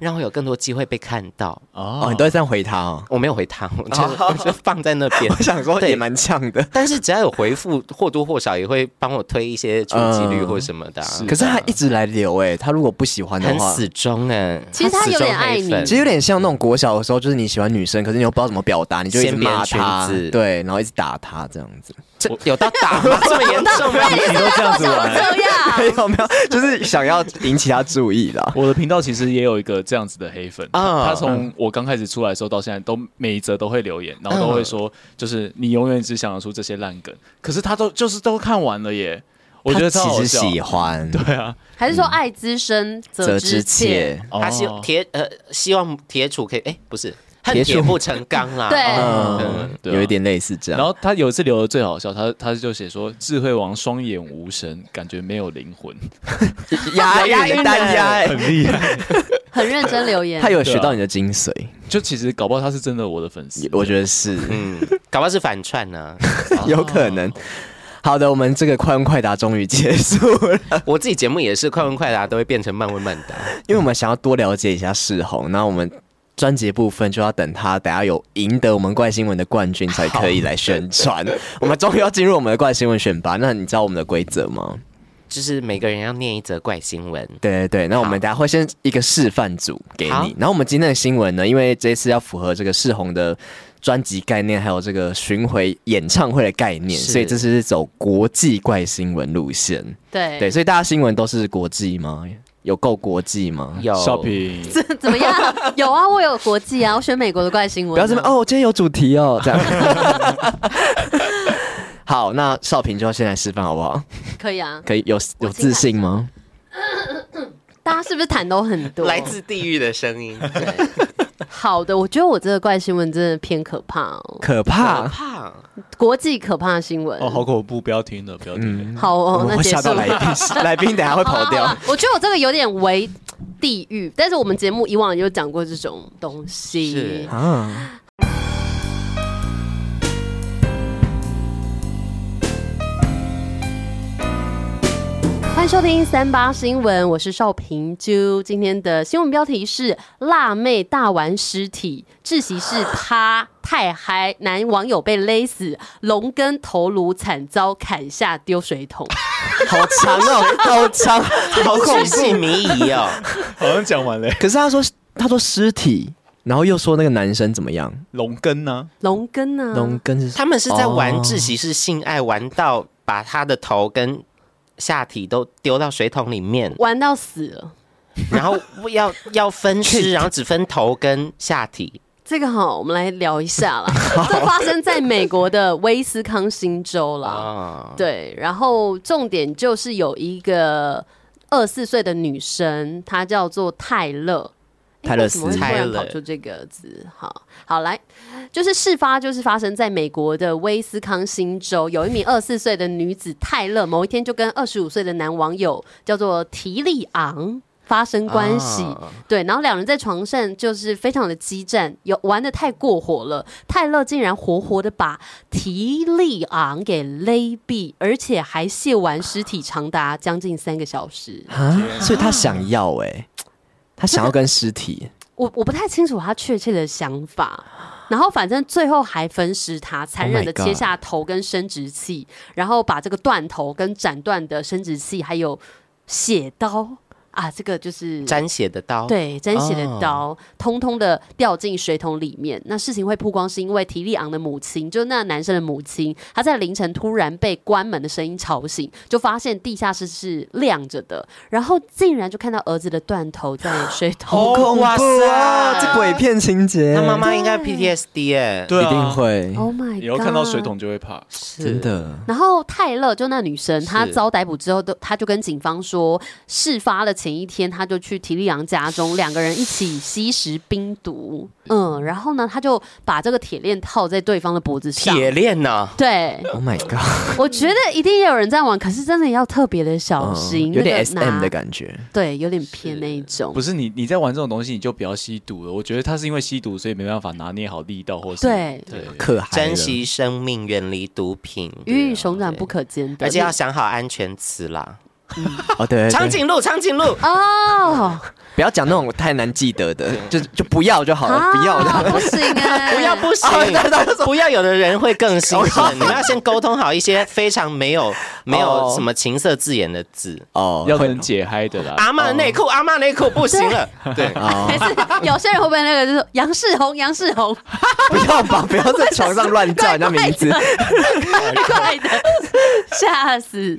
[SPEAKER 4] 让我有更多机会被看到。
[SPEAKER 3] 哦，
[SPEAKER 2] 哦
[SPEAKER 3] 你都，会这样回他
[SPEAKER 2] (laughs)
[SPEAKER 3] 哦。
[SPEAKER 4] 我没有回他，我就、我就放在那边
[SPEAKER 3] (laughs) 我。想说
[SPEAKER 4] 对
[SPEAKER 3] 也蛮呛的，
[SPEAKER 4] 但是只要有回复，或多或少也会帮我推一些触及率或什么的啊、
[SPEAKER 2] 嗯是
[SPEAKER 3] 可是他一直来留哎，他如果不喜欢的
[SPEAKER 4] 很
[SPEAKER 3] 话。
[SPEAKER 4] 死忠哎、
[SPEAKER 1] 其实他有点爱你
[SPEAKER 4] 死忠黑粉
[SPEAKER 3] 其实有点像那种国小的时候，就是你喜欢女生，可是你又不知道怎么表达，你就一直骂
[SPEAKER 4] 先编
[SPEAKER 3] 她
[SPEAKER 4] 裙子，
[SPEAKER 3] 对，然后一直打她这样子。
[SPEAKER 4] 这有到打吗？啊这么严
[SPEAKER 3] (laughs)
[SPEAKER 4] 重吗？
[SPEAKER 2] 你都这样子
[SPEAKER 1] 怎么
[SPEAKER 2] 玩。
[SPEAKER 1] 这
[SPEAKER 3] 没
[SPEAKER 1] 样？
[SPEAKER 3] (laughs) 有没有，就是想要引起她注意啦。
[SPEAKER 2] (laughs) 我的频道其实也有一个这样子的黑粉，
[SPEAKER 4] 啊
[SPEAKER 2] 他从我刚开始出来的时候到现在，都每一则都会留言，然后都会说，就是你永远只想得出这些烂梗，可是他都就是都看完了耶，我觉得
[SPEAKER 3] 她
[SPEAKER 2] 超好
[SPEAKER 3] 其实
[SPEAKER 2] 笑。
[SPEAKER 3] 喜欢，
[SPEAKER 2] 对啊，
[SPEAKER 1] 还是说爱之深
[SPEAKER 3] 则
[SPEAKER 1] 则
[SPEAKER 3] 之
[SPEAKER 1] 之切？
[SPEAKER 3] 切。
[SPEAKER 4] 他希
[SPEAKER 2] 哦
[SPEAKER 4] 铁呃希望铁杵可以哎、不是恨
[SPEAKER 3] 铁杵
[SPEAKER 4] 铁不成钢
[SPEAKER 3] (laughs)
[SPEAKER 4] 啊啦。
[SPEAKER 1] 对
[SPEAKER 3] 嗯，
[SPEAKER 2] 对啊
[SPEAKER 3] 有一点类似这样。
[SPEAKER 2] 然后他有一次留的最好笑，他他就写说智慧王双眼无神，感觉没有灵魂， (laughs)
[SPEAKER 3] 押
[SPEAKER 4] 押
[SPEAKER 3] 韵
[SPEAKER 4] 韵
[SPEAKER 3] 单
[SPEAKER 4] 呢
[SPEAKER 3] 押欸，
[SPEAKER 2] 很厉害。啊
[SPEAKER 1] 很认真留言
[SPEAKER 3] (laughs) 他，有学到你的精髓，
[SPEAKER 2] 就其实搞不好他是真的我的粉丝，
[SPEAKER 3] 我觉得是
[SPEAKER 4] 嗯，搞不好是反串啊呢、
[SPEAKER 3] (laughs) 有可能。好的，我们这个快问快答终于结束了，
[SPEAKER 4] (laughs) 我自己节目也是快问快答都会变成慢问慢答。
[SPEAKER 3] 因为我们想要多了解一下世宏，那我们专辑部分就要等他等下有赢得我们怪新闻的冠军才可以来宣传。我们终于要进入我们的怪新闻选拔，那你知道我们的规则吗？
[SPEAKER 4] 就是每个人要念一则怪新闻。
[SPEAKER 3] 对对对，那我们
[SPEAKER 4] 好
[SPEAKER 3] 等下会先一个示范组给
[SPEAKER 4] 好
[SPEAKER 3] 你，然后我们今天的新闻呢，因为这次要符合这个世宏的专辑概念，还有这个巡回演唱会的概念，
[SPEAKER 4] 是
[SPEAKER 3] 所以这次是走国际怪新闻路线。
[SPEAKER 1] 对
[SPEAKER 3] 对，所以大家新闻都是国际吗？有够国际吗？
[SPEAKER 4] 有
[SPEAKER 2] shopping
[SPEAKER 1] 怎么样？
[SPEAKER 3] (laughs)
[SPEAKER 1] 有啊，我有国际啊，我选美国的怪新闻、
[SPEAKER 3] 不要这么，哦，今天有主题哦，这样。 (laughs) 好，那少平就先来示范好不好？
[SPEAKER 1] 可以啊。
[SPEAKER 3] 可以有有自信吗？
[SPEAKER 1] 大家是不是痰都很多？
[SPEAKER 4] 来自地狱的声音，对，
[SPEAKER 1] 好的，我觉得我这个怪新闻真的偏可怕哦，
[SPEAKER 3] 可怕，
[SPEAKER 4] 怕
[SPEAKER 1] 国际可怕新闻。
[SPEAKER 2] 哦，好恐怖，不要听了，不要听了。
[SPEAKER 1] 好
[SPEAKER 3] 我
[SPEAKER 1] 哦，
[SPEAKER 3] 们
[SPEAKER 1] 那
[SPEAKER 3] 会
[SPEAKER 1] 结
[SPEAKER 3] 吓
[SPEAKER 1] 束
[SPEAKER 3] 到
[SPEAKER 1] 了
[SPEAKER 3] 来宾， (laughs) 来宾等下会
[SPEAKER 1] 好啦
[SPEAKER 3] 跑
[SPEAKER 1] 好
[SPEAKER 3] 掉
[SPEAKER 1] 啦。我觉得我这个有点为地狱，但是我们节目以往也有讲过这种东西
[SPEAKER 4] 是。
[SPEAKER 3] 啊！
[SPEAKER 1] 欢迎收听三八新闻，我是邵平啾。今天的新闻标题是：辣妹大玩尸体，窒息室趴太嗨，男网友被勒死，龙根头颅惨遭砍下丢水桶。
[SPEAKER 3] 好长哦，好长， (laughs) 好恐
[SPEAKER 4] 巨细
[SPEAKER 3] 怖。
[SPEAKER 4] 迷疑哦，
[SPEAKER 2] 好像讲完了，
[SPEAKER 3] 可是他说，他说尸体，然后又说那个男生怎么样？
[SPEAKER 2] 龙根啊呢？
[SPEAKER 1] 龙根呢、
[SPEAKER 3] 龙根是
[SPEAKER 4] 他们是在玩
[SPEAKER 3] 哦
[SPEAKER 4] 窒息式性爱，玩到把他的头跟下体都丢到水桶里
[SPEAKER 3] (laughs)
[SPEAKER 4] 面，
[SPEAKER 1] 玩到死了，
[SPEAKER 4] 然后要要分尸，然后只分头跟下体。
[SPEAKER 1] 这个好，我们来聊一下
[SPEAKER 3] (laughs)
[SPEAKER 1] 啦。这发生在美国的威斯康星州啦。
[SPEAKER 4] 啊，
[SPEAKER 1] 对，然后重点就是有一个二十四岁的女生，她叫做泰勒。诶
[SPEAKER 3] 泰勒
[SPEAKER 1] 为什么会
[SPEAKER 3] 斯
[SPEAKER 1] 突然
[SPEAKER 4] 泰
[SPEAKER 1] 跑
[SPEAKER 4] 勒
[SPEAKER 1] 出这个字，好好来，就是事发就是发生在美国的威斯康星州，有一名二十四岁的女子泰勒，某一天就跟二十五岁的男网友叫做提利昂发生关系。
[SPEAKER 4] 啊
[SPEAKER 1] 对，然后两人在床上就是非常的激战，有玩的太过火了。泰勒竟然活活的把提利昂给勒毙，而且还卸完尸体长达将近三个小时。
[SPEAKER 3] 啊，所以他想要哎、他想要跟尸体，
[SPEAKER 1] 我我不太清楚他确切的想法。然后反正最后还分尸他，残忍的
[SPEAKER 3] Oh my
[SPEAKER 1] 切下头跟生殖器然后把这个断头跟斩断的生殖器还有血刀啊，这个就是
[SPEAKER 4] 沾血的刀，，
[SPEAKER 1] 对，沾血的
[SPEAKER 4] 哦
[SPEAKER 1] 刀、通通的掉进水桶里面。那事情会曝光，是因为提利昂的母亲，就是那男生的母亲，她在凌晨突然被关门的声音吵醒，就发现地下室是亮着的，然后竟然就看到儿子的断头在水桶。
[SPEAKER 4] 哦
[SPEAKER 3] 啊
[SPEAKER 4] 哇塞
[SPEAKER 3] 这鬼片情节，
[SPEAKER 4] 他妈妈应该 PTSD 哎，
[SPEAKER 2] 对
[SPEAKER 3] 一定
[SPEAKER 2] 啊，
[SPEAKER 3] 会，
[SPEAKER 1] Oh my god！
[SPEAKER 2] (laughs) 以后看到水桶就会怕。
[SPEAKER 3] 真的
[SPEAKER 1] 然后泰勒就那女生，
[SPEAKER 4] 是
[SPEAKER 1] 她遭逮捕之后，都她就跟警方说，事发的前一天，她就去提利昂家中，两个人一起吸食冰毒。嗯，然后呢，她就把这个铁链套在对方的脖子上。
[SPEAKER 4] 铁链啊呢？
[SPEAKER 1] 对，
[SPEAKER 3] ，Oh my god，
[SPEAKER 1] 我觉得一定也有人在玩，可是真的要特别的小心，
[SPEAKER 3] 嗯有点
[SPEAKER 1] 那个拿
[SPEAKER 3] SM 的感觉，
[SPEAKER 1] 对，有点偏那一种
[SPEAKER 2] 不。是你，你在玩这种东西，你就不要吸毒了。我觉得他是因为吸毒，所以没办法拿捏好力道，或是
[SPEAKER 1] 对
[SPEAKER 2] 对，
[SPEAKER 3] 可嗨了
[SPEAKER 4] 珍惜生命，远离毒品，
[SPEAKER 1] 鱼与熊掌不可兼得，
[SPEAKER 4] 而且要想好安全词啦。
[SPEAKER 3] 哦，对，对对
[SPEAKER 4] 长颈鹿，长颈鹿，
[SPEAKER 1] 哦，
[SPEAKER 3] 不要讲那种太难记得的，就就不要就好
[SPEAKER 1] 啊
[SPEAKER 3] 了，不要的。
[SPEAKER 1] (laughs) 不行哎，
[SPEAKER 4] (laughs) 不要不行，
[SPEAKER 2] 哦
[SPEAKER 4] 不要有的人会更兴奋。你们要先沟通好一些非常没有
[SPEAKER 2] 哦
[SPEAKER 4] 没有什么情色字眼的字。
[SPEAKER 3] 哦，
[SPEAKER 2] 要
[SPEAKER 3] 会
[SPEAKER 2] 跟解嗨的啦。
[SPEAKER 4] 阿妈内
[SPEAKER 2] 哦
[SPEAKER 4] 裤，阿妈内裤不行了。对，
[SPEAKER 3] 哦
[SPEAKER 1] 还是有些人会不会那个就是杨世宏，杨世宏，
[SPEAKER 3] (laughs) 不要吧，不要在床上
[SPEAKER 1] (laughs)
[SPEAKER 3] 乱叫人家名字。
[SPEAKER 1] 怪的， (laughs) 吓死！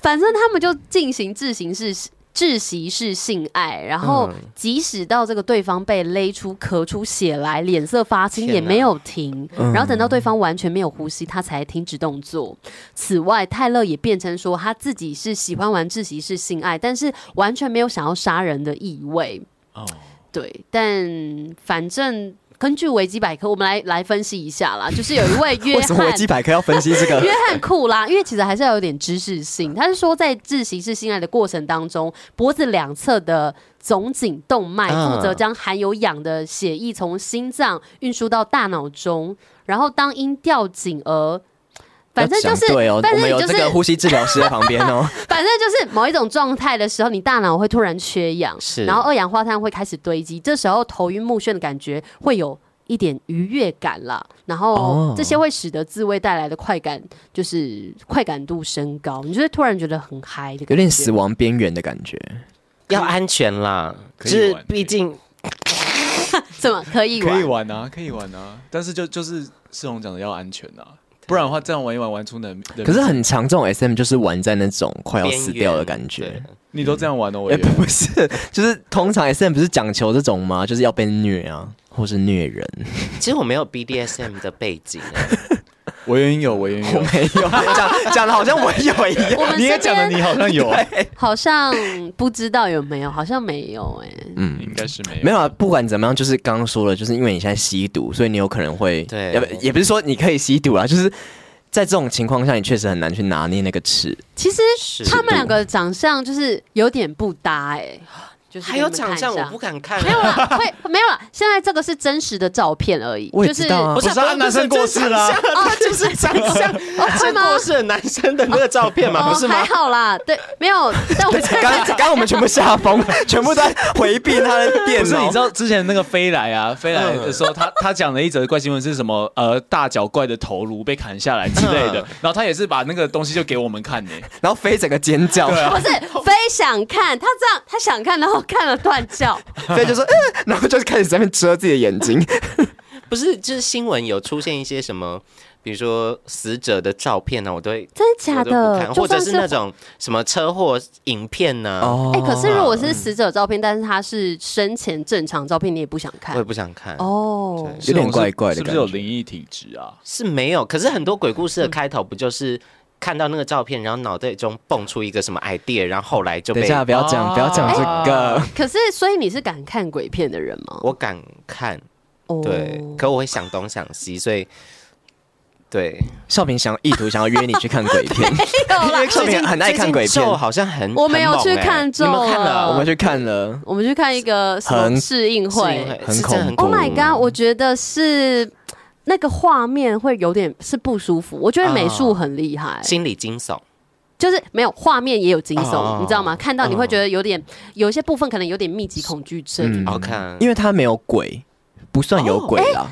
[SPEAKER 1] 反正他们就进行自行式。窒息式性爱，然后
[SPEAKER 3] 嗯
[SPEAKER 1] 即使到这个对方被勒出咳出血来，脸色发青
[SPEAKER 4] 天
[SPEAKER 1] 也
[SPEAKER 4] 哪
[SPEAKER 1] 没有停，
[SPEAKER 3] 嗯
[SPEAKER 1] 然后等到对方完全没有呼吸，他才停止动作。此外，泰勒也辩称说他自己是喜欢玩窒息式性爱，但是完全没有想要杀人的意味。
[SPEAKER 3] 啊
[SPEAKER 2] 哦，
[SPEAKER 1] 对，但反正根据维基百科，我们来来分析一下啦，就是有一位约
[SPEAKER 3] (laughs) 为什么维
[SPEAKER 1] 翰
[SPEAKER 3] 基百科要分析这
[SPEAKER 1] 约
[SPEAKER 3] 个？
[SPEAKER 1] 翰库拉，因为其实还是要有点知识性。他是说，在窒息式性爱的过程当中，脖子两侧的总颈动脉
[SPEAKER 4] 嗯
[SPEAKER 3] 啊
[SPEAKER 1] 负责将含有氧的血液从心脏运输到大脑中，然后当因吊颈而。反正就是，
[SPEAKER 3] 要讲对哦，
[SPEAKER 1] 但
[SPEAKER 3] 我
[SPEAKER 1] 是
[SPEAKER 3] 们有
[SPEAKER 1] 就
[SPEAKER 3] 这
[SPEAKER 1] 是，
[SPEAKER 3] 个呼吸治疗师在旁边
[SPEAKER 1] (laughs)
[SPEAKER 3] 哦。
[SPEAKER 1] 反正就是某一种状态的时候，你大脑会突然缺氧，
[SPEAKER 4] 是
[SPEAKER 1] 然后二氧化碳会开始堆积，这时候头晕目眩的感觉会有一点愉悦感啦，然后
[SPEAKER 3] 哦
[SPEAKER 1] 这些会使得自慰带来的快感就是快感度升高，你就会突然觉得很嗨的感觉，
[SPEAKER 3] 有点死亡边缘的感觉，
[SPEAKER 4] 要安全啦。
[SPEAKER 2] 可
[SPEAKER 4] 就
[SPEAKER 2] 以
[SPEAKER 4] 是
[SPEAKER 2] 玩
[SPEAKER 4] 毕竟
[SPEAKER 1] 怎么可以
[SPEAKER 2] 可以
[SPEAKER 1] 玩？
[SPEAKER 2] 玩啊，可以玩啊，但是就就是世宏讲的要安全啊，不然的话这样玩一玩玩出能，
[SPEAKER 3] 可是很长这种 SM 就是玩在那种快要
[SPEAKER 4] 边
[SPEAKER 3] 死掉的
[SPEAKER 4] 缘
[SPEAKER 3] 感觉。
[SPEAKER 2] 你都这样玩哦，我
[SPEAKER 3] 哎、
[SPEAKER 2] 也
[SPEAKER 3] 不是， (laughs) 就是通常 S M 不是讲求这种吗？就是要被虐啊，或是虐人。
[SPEAKER 4] 对其实我没有 BDSM 的背景
[SPEAKER 1] (laughs)
[SPEAKER 4] 欸，
[SPEAKER 2] 我原有我原
[SPEAKER 3] 我
[SPEAKER 2] 有，
[SPEAKER 3] 没有讲讲的好像我有一样。
[SPEAKER 1] 我们
[SPEAKER 2] 你也
[SPEAKER 1] 身
[SPEAKER 2] 讲的
[SPEAKER 1] 边
[SPEAKER 2] 你好像有，
[SPEAKER 1] 好像不知道有没有，好像没有哎、
[SPEAKER 3] (laughs) 嗯，
[SPEAKER 2] 应该是没有
[SPEAKER 3] 没有啊，不管怎么样，就是刚刚说了，就是因为你现在吸毒，所以你有可能会，
[SPEAKER 4] 对
[SPEAKER 3] 也不也不是说你可以吸毒啊，就是在这种情况下，你确实很难去拿捏那个尺。
[SPEAKER 1] 其实
[SPEAKER 4] 是
[SPEAKER 1] 他们两个长相就是有点不搭哎、就是
[SPEAKER 4] 还有
[SPEAKER 1] 给你们
[SPEAKER 4] 长
[SPEAKER 1] 看一
[SPEAKER 4] 相我
[SPEAKER 1] 下
[SPEAKER 4] 不敢看，啊
[SPEAKER 1] 没
[SPEAKER 2] 哦
[SPEAKER 1] 有啦，会没有啦。现在这个是真实的照片而已，
[SPEAKER 3] 我也
[SPEAKER 1] 就是
[SPEAKER 3] 知道啊
[SPEAKER 4] 不是
[SPEAKER 2] 不是啊男生过世啦哦
[SPEAKER 4] 啊，他就是长相，
[SPEAKER 1] 会
[SPEAKER 4] 这
[SPEAKER 1] 哦吗
[SPEAKER 4] 过世的男生的那个照片嘛，
[SPEAKER 1] 哦
[SPEAKER 4] 不是
[SPEAKER 1] 还
[SPEAKER 4] 吗？
[SPEAKER 1] 好啦，对，没
[SPEAKER 4] (laughs)
[SPEAKER 1] 有。但我
[SPEAKER 3] 刚刚刚我们全部下风，全部在回避他的电
[SPEAKER 2] 不是，
[SPEAKER 3] 脑。
[SPEAKER 2] 你知道之前那个飞来
[SPEAKER 3] 嗯
[SPEAKER 2] 啊，飞来的时候，他他讲了一则怪新闻是什么？呃，大脚怪的头颅被砍下来之类的
[SPEAKER 4] 嗯。
[SPEAKER 2] 然后他也是把那个东西就给我们看呢、
[SPEAKER 3] 然后飞整个尖叫，
[SPEAKER 1] 不是非想看，他这样他想看，然后看了断叫，
[SPEAKER 3] 飞就说，嗯然后就开始在那边遮自己的眼睛。
[SPEAKER 4] 不是，就是新闻有出现一些什么，比如说死者的照片啊呢，我都会。
[SPEAKER 1] 真的假
[SPEAKER 4] 我都不看
[SPEAKER 1] 的？
[SPEAKER 4] 或
[SPEAKER 1] 就
[SPEAKER 4] 者
[SPEAKER 1] 算
[SPEAKER 4] 是那种什么车祸影片呢、
[SPEAKER 3] 哦
[SPEAKER 1] 哎、可是如果是死者照片，但是他是生前正常照片，你也不想
[SPEAKER 4] 我也
[SPEAKER 1] 看
[SPEAKER 4] 不想看。
[SPEAKER 1] 哦。
[SPEAKER 4] 对
[SPEAKER 3] 有点怪怪的
[SPEAKER 2] 是不是有灵异体质啊？
[SPEAKER 4] 是没有，可是很多鬼故
[SPEAKER 1] 嗯
[SPEAKER 4] 事的开头不就是看到那个照片，然后脑袋中蹦出一个什么 idea，然后后来就
[SPEAKER 3] 等一
[SPEAKER 4] 被
[SPEAKER 3] 下，不要讲，不要讲这个。
[SPEAKER 1] 可是，所以你是敢看鬼片的人吗？
[SPEAKER 4] 我敢看，
[SPEAKER 1] 哦
[SPEAKER 4] 对，可我会想东想西，所以对，
[SPEAKER 3] 少平想意图想要约你去看鬼
[SPEAKER 1] (laughs)
[SPEAKER 3] 片，
[SPEAKER 4] (laughs)
[SPEAKER 1] 有啦
[SPEAKER 3] 因
[SPEAKER 4] 欸
[SPEAKER 3] 为少平很爱看鬼
[SPEAKER 4] 最
[SPEAKER 3] 片
[SPEAKER 4] 近，咒好像很
[SPEAKER 1] 我没有
[SPEAKER 4] 很猛
[SPEAKER 1] 去
[SPEAKER 4] 欸
[SPEAKER 1] 看咒
[SPEAKER 4] 你们看
[SPEAKER 1] 啊
[SPEAKER 4] 了？
[SPEAKER 3] 我们去看了。
[SPEAKER 1] 我们去看一个什么
[SPEAKER 3] 很
[SPEAKER 1] 试映
[SPEAKER 4] 是因为
[SPEAKER 1] 会
[SPEAKER 3] 很
[SPEAKER 4] 是
[SPEAKER 3] 恐
[SPEAKER 4] 真的很
[SPEAKER 1] ，Oh
[SPEAKER 4] 恐怖。
[SPEAKER 1] my god！我觉得是那个画面会有点是不舒服，我觉得美术很厉
[SPEAKER 3] 啊
[SPEAKER 1] 害。
[SPEAKER 4] 心理惊悚，
[SPEAKER 1] 就是没有画面也有惊悚，
[SPEAKER 3] 啊
[SPEAKER 4] 哦
[SPEAKER 1] 你知道吗？看到你会觉得有点，有一些部分可能有点密集恐惧症。
[SPEAKER 3] 嗯
[SPEAKER 4] 好看。哦
[SPEAKER 3] 因为他没有鬼，不算有鬼啦，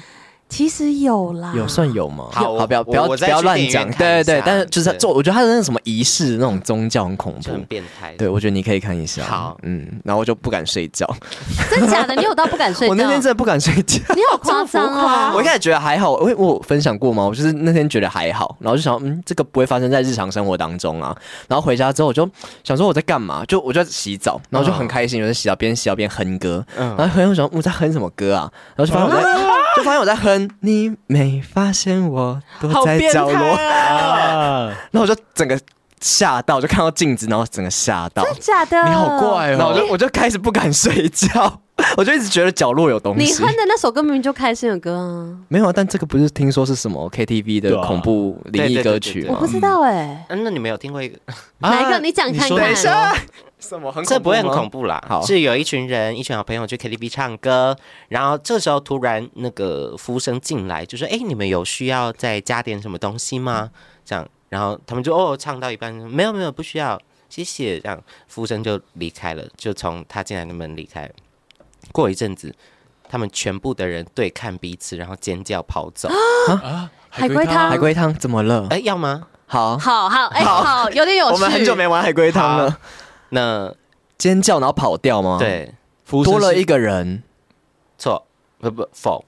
[SPEAKER 1] 其实有啦，
[SPEAKER 4] 啊
[SPEAKER 3] 有算有吗？
[SPEAKER 4] 好
[SPEAKER 3] 好，不要
[SPEAKER 4] 我
[SPEAKER 3] 不要
[SPEAKER 4] 我
[SPEAKER 3] 不
[SPEAKER 4] 再
[SPEAKER 3] 要
[SPEAKER 4] 去
[SPEAKER 3] 乱
[SPEAKER 4] 电影
[SPEAKER 3] 讲
[SPEAKER 4] 院，看
[SPEAKER 3] 对
[SPEAKER 4] 一
[SPEAKER 3] 对
[SPEAKER 4] 下，
[SPEAKER 3] 但是就是
[SPEAKER 4] 对
[SPEAKER 3] 做，我觉得他的那什么仪式那种宗教很恐
[SPEAKER 4] 就
[SPEAKER 3] 怖
[SPEAKER 4] 很。变态。
[SPEAKER 3] 对，我觉得你可以看一下。
[SPEAKER 4] 好
[SPEAKER 3] 嗯，然后我就不敢睡觉，
[SPEAKER 1] (laughs) 真假的？你有到不敢睡觉？
[SPEAKER 3] 我那天真的不敢睡觉。
[SPEAKER 1] 你好夸张啊！
[SPEAKER 3] 我一开始觉得还好，我我有分享过吗？我就是那天觉得还好，然后就想，嗯，这个不会发生在日常生活当中啊。然后回家之后，我就想说我在干嘛？就我就在洗澡，然后就
[SPEAKER 1] 嗯
[SPEAKER 3] 很开心，我在洗澡边洗澡边哼歌，然后哼我想我在哼什么歌啊？然后就发现我在，就发现我在哼，你没发现我躲在角落？
[SPEAKER 2] 啊，
[SPEAKER 3] (laughs) 然后我就整个吓到，就看到镜子，然后整个吓到，
[SPEAKER 1] 真假的？哎
[SPEAKER 2] 你好怪
[SPEAKER 3] 然后我
[SPEAKER 2] 哦！
[SPEAKER 3] 就我就开始不敢睡觉， (laughs) 我就一直觉得角落有东西。
[SPEAKER 1] 你哼的那首歌明明就开心的歌啊，
[SPEAKER 3] 没有，啊，但这个不是听说是什么 KTV 的
[SPEAKER 2] 对啊
[SPEAKER 3] 恐怖灵异歌曲
[SPEAKER 4] 对
[SPEAKER 1] 我
[SPEAKER 3] 吗
[SPEAKER 1] 不？知道哎，
[SPEAKER 4] 嗯，那你们有听过一个？
[SPEAKER 3] 啊
[SPEAKER 1] 哪一个你讲看看
[SPEAKER 2] 下，
[SPEAKER 3] 什么很
[SPEAKER 4] 这不会很恐怖啦，
[SPEAKER 3] 好
[SPEAKER 4] 是有一群人，一群好朋友去 KTV 唱歌，然后这时候突然那个服务生进来，就说：“哎，你们有需要再加点什么东西吗？”
[SPEAKER 3] 嗯
[SPEAKER 4] 这样，然后他们就哦，唱到一半，没有没有，不需要，谢谢。这样，服务生就离开了，就从他进来的门离开。过一阵子，他们全部的人对看彼此，然后尖叫跑
[SPEAKER 3] (gasps)
[SPEAKER 4] 走。
[SPEAKER 2] 啊
[SPEAKER 1] 海龟汤
[SPEAKER 3] 海龟汤怎么了？
[SPEAKER 4] 哎，要吗？
[SPEAKER 3] 好，
[SPEAKER 1] 好好哎，好有点有趣。
[SPEAKER 3] 我们很久没玩海龟汤了。
[SPEAKER 4] 那
[SPEAKER 3] 尖叫然后跑掉吗？，
[SPEAKER 4] 对
[SPEAKER 2] 服务生
[SPEAKER 3] 多
[SPEAKER 2] 是
[SPEAKER 3] 了一个人，
[SPEAKER 4] 错不不否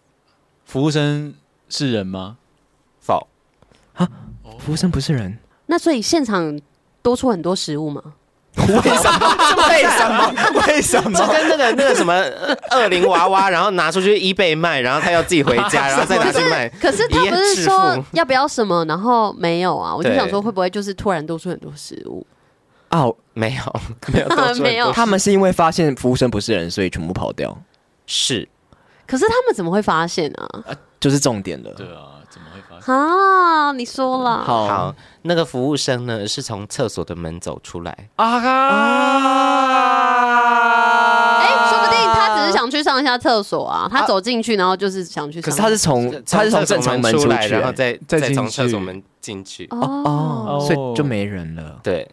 [SPEAKER 2] 服务生是人吗？
[SPEAKER 4] 否，
[SPEAKER 3] 服务生不是人，
[SPEAKER 1] 那所以现场多出很多食物吗？
[SPEAKER 3] 为什么？ (laughs) 为什么？为什
[SPEAKER 4] (laughs) 这
[SPEAKER 3] 么？
[SPEAKER 4] 跟那个那个什么呃恶灵娃娃，然后拿出去 eBay 卖，然后他要自己回
[SPEAKER 3] (laughs)
[SPEAKER 4] 家，然后再拿去卖。
[SPEAKER 1] 可是他
[SPEAKER 4] 一夜
[SPEAKER 1] 不是
[SPEAKER 4] 致
[SPEAKER 1] 说
[SPEAKER 4] 富
[SPEAKER 1] 要不要什么，然后没有啊？我就
[SPEAKER 4] 对
[SPEAKER 1] 想说会不会就是突然多出很多食物？
[SPEAKER 3] 啊，
[SPEAKER 4] 没有 (laughs) 没有多
[SPEAKER 1] (laughs)
[SPEAKER 4] 出
[SPEAKER 1] 没有
[SPEAKER 4] 很多
[SPEAKER 3] 他们是因为发现服务生不是人，所以全部跑掉，
[SPEAKER 4] 是
[SPEAKER 1] 可是他们怎么会发现啊？
[SPEAKER 3] 就是重点了。
[SPEAKER 2] 对啊，怎么会发生？
[SPEAKER 1] 啊，你说了，
[SPEAKER 3] 好，
[SPEAKER 4] 好。那个服务生呢是从厕所的门走出来，
[SPEAKER 3] 哦
[SPEAKER 2] 啊哈！
[SPEAKER 1] 哎、说不定他只是想去上一下厕所啊，他走进去然后就是想去
[SPEAKER 3] 可
[SPEAKER 1] 上
[SPEAKER 3] 是
[SPEAKER 1] 厕所。
[SPEAKER 3] 他是从他
[SPEAKER 4] 从
[SPEAKER 3] 是从正常门出
[SPEAKER 4] 出来，
[SPEAKER 3] 去，欸
[SPEAKER 4] 然后再
[SPEAKER 2] 再进
[SPEAKER 4] 再
[SPEAKER 2] 去
[SPEAKER 4] 从厕所门进去。
[SPEAKER 1] 哦，
[SPEAKER 3] 所以就没人了。
[SPEAKER 4] 对，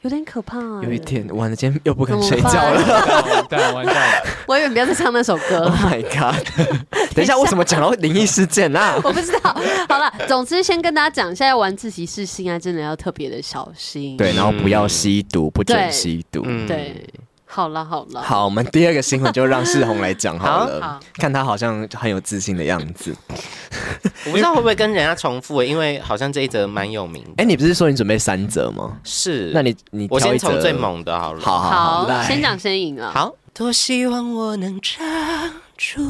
[SPEAKER 1] 有点可怕、啊。
[SPEAKER 3] 有一天，完了，今天又不敢睡觉
[SPEAKER 1] 怎么
[SPEAKER 3] 了
[SPEAKER 1] 办。
[SPEAKER 2] 完蛋完蛋！
[SPEAKER 1] 我以为你不要再唱那首歌
[SPEAKER 3] (laughs) Oh
[SPEAKER 1] 了。
[SPEAKER 3] my god！等一下，为什么讲到灵异事件啊？
[SPEAKER 1] (laughs) 我不知道，好了，总之先跟大家讲一下，要玩自习室性爱真的要特别的小心。
[SPEAKER 3] 对，然后不要吸毒，不准
[SPEAKER 1] 对
[SPEAKER 3] 吸毒。
[SPEAKER 4] 嗯
[SPEAKER 1] 对，好了好了，
[SPEAKER 3] 好，我们第二个新闻就让世宏来讲好了，
[SPEAKER 1] 好好
[SPEAKER 3] 看他好像很有自信的样子。
[SPEAKER 4] 我不知道会不会跟人家重复、因为好像这一则蛮有名的。
[SPEAKER 3] 哎、你不是说你准备三折吗？
[SPEAKER 4] 是，
[SPEAKER 3] 那你你
[SPEAKER 4] 我
[SPEAKER 3] 挑
[SPEAKER 4] 先
[SPEAKER 3] 一则
[SPEAKER 4] 从最，猛的好了。
[SPEAKER 3] 好好好，
[SPEAKER 1] 好，
[SPEAKER 3] 来
[SPEAKER 1] 先讲先赢啊。
[SPEAKER 4] 好，多希望我能长出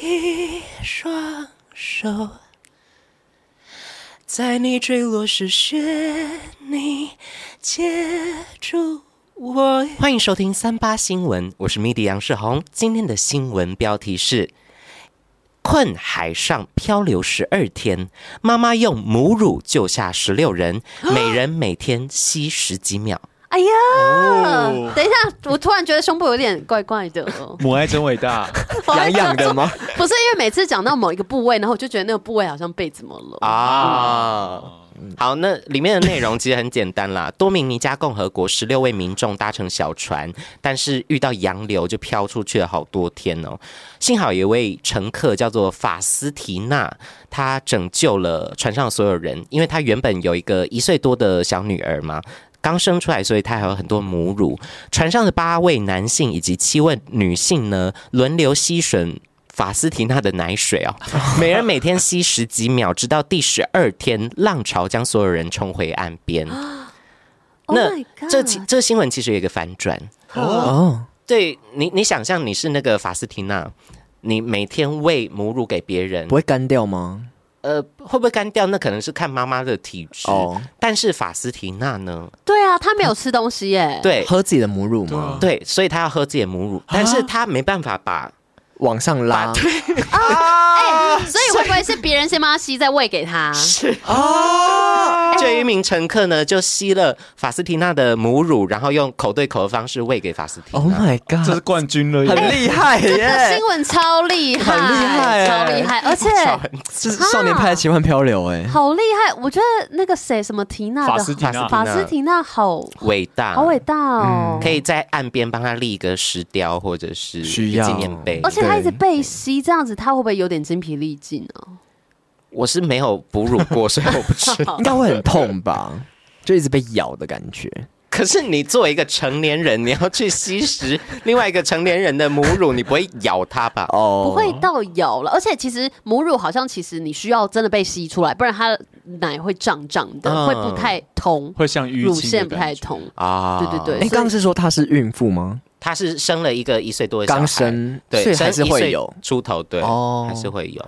[SPEAKER 4] 一双手，在你坠落时学你接住我。欢迎收听三八新闻，我是 MIDI 杨世宏。今天的新闻标题是。困海上漂流十二天，妈妈用母乳救下十六人， (gasps) 每人每天吸十几秒。
[SPEAKER 1] 哎呀，
[SPEAKER 2] 哦。
[SPEAKER 1] 等一下，我突然觉得胸部有点怪怪的哦
[SPEAKER 2] (laughs) 母爱真伟大，
[SPEAKER 3] 痒痒
[SPEAKER 1] (laughs)
[SPEAKER 3] 的吗？
[SPEAKER 1] 不是因为每次讲到某一个部位，然后我就觉得那个部位好像被怎么了。
[SPEAKER 4] 啊。好，那里面的内容其实很简单啦。 (laughs) 多米尼加共和国十六位民众搭乘小船，但是遇到洋流就飘出去了好多天哦。幸好有一位乘客叫做法斯提娜，她拯救了船上所有人，因为她原本有一个一岁多的小女儿嘛。刚生出来，所以她还有很多母乳。船上的八位男性以及七位女性呢，轮流吸吮法斯提娜的奶水哦，每人每天吸十几秒，直到第十二天，浪潮将所有人冲回岸边。
[SPEAKER 3] 啊
[SPEAKER 1] Oh
[SPEAKER 4] 那
[SPEAKER 1] my god
[SPEAKER 4] 这其这新闻其实有一个反转哦。
[SPEAKER 3] 哦，
[SPEAKER 4] 对你，你想象你是那个法斯提娜，你每天喂母乳给别人
[SPEAKER 3] 不，会干掉吗？
[SPEAKER 4] 呃，会不会干掉？那可能是看妈妈的体质。
[SPEAKER 3] 哦
[SPEAKER 4] 但是法斯提娜呢？
[SPEAKER 1] 对啊，他没有吃东西
[SPEAKER 3] 哦
[SPEAKER 1] 耶。，
[SPEAKER 4] 对
[SPEAKER 3] 喝自己的母乳吗？
[SPEAKER 4] 对，所以她要喝自己的母乳，
[SPEAKER 3] 啊
[SPEAKER 4] 但是她没办法把
[SPEAKER 3] 往上拉，
[SPEAKER 1] 所以会不会是别人先帮他吸，再喂给他？
[SPEAKER 3] 啊
[SPEAKER 4] 就有一名乘客呢，就吸了法斯提娜的母乳，然后用口对口的方式喂给法斯提
[SPEAKER 3] Oh
[SPEAKER 4] 娜。
[SPEAKER 3] my
[SPEAKER 2] 这是
[SPEAKER 3] god，
[SPEAKER 2] 冠军了耶，
[SPEAKER 3] 很厉害
[SPEAKER 1] 这个
[SPEAKER 3] 耶
[SPEAKER 1] 新！闻超厉害，
[SPEAKER 3] 很厉害
[SPEAKER 1] 超厉害，而且
[SPEAKER 3] 这是少年派的奇幻漂流哎、
[SPEAKER 1] 好厉害。我觉得那个谁，什么缇娜的
[SPEAKER 2] 法斯缇娜
[SPEAKER 1] 法斯缇娜好
[SPEAKER 4] 伟大，
[SPEAKER 1] 好伟大哦。
[SPEAKER 4] 啊嗯可以在岸边帮他立一个石雕或者是
[SPEAKER 3] 需要
[SPEAKER 4] 纪念碑
[SPEAKER 1] 而。且他一直
[SPEAKER 3] 对
[SPEAKER 1] 被吸，这样子他会不会有点精疲力尽啊呢？
[SPEAKER 4] 我是没有哺乳过，所以我不
[SPEAKER 1] (laughs)
[SPEAKER 3] (laughs)
[SPEAKER 4] 知道。
[SPEAKER 3] 应该会很痛 (laughs) 吧？就一直被咬的感觉。
[SPEAKER 4] 可是你作为一个成年人，你要去吸食另外一个成年人的母乳，你不会咬它吧？
[SPEAKER 3] 哦，
[SPEAKER 1] 不会到有了，而且其实母乳好像其实你需要真的被吸出来，不然它的奶会胀胀的，
[SPEAKER 4] 嗯
[SPEAKER 1] 会不太通，
[SPEAKER 2] 会像淤
[SPEAKER 1] 乳
[SPEAKER 2] 青
[SPEAKER 1] 腺
[SPEAKER 2] 的
[SPEAKER 1] 不
[SPEAKER 2] 感
[SPEAKER 1] 太
[SPEAKER 2] 觉。
[SPEAKER 1] 通。
[SPEAKER 4] 啊
[SPEAKER 1] 对对对
[SPEAKER 3] 哎，刚刚是说她是孕妇吗？
[SPEAKER 4] 他是生了一个一岁多的小孩
[SPEAKER 3] 刚，生，
[SPEAKER 4] 对，
[SPEAKER 3] 所以
[SPEAKER 4] 生
[SPEAKER 3] 还是
[SPEAKER 4] 一岁
[SPEAKER 3] 会有。
[SPEAKER 4] 出头，对，
[SPEAKER 3] 哦
[SPEAKER 4] 还是会有。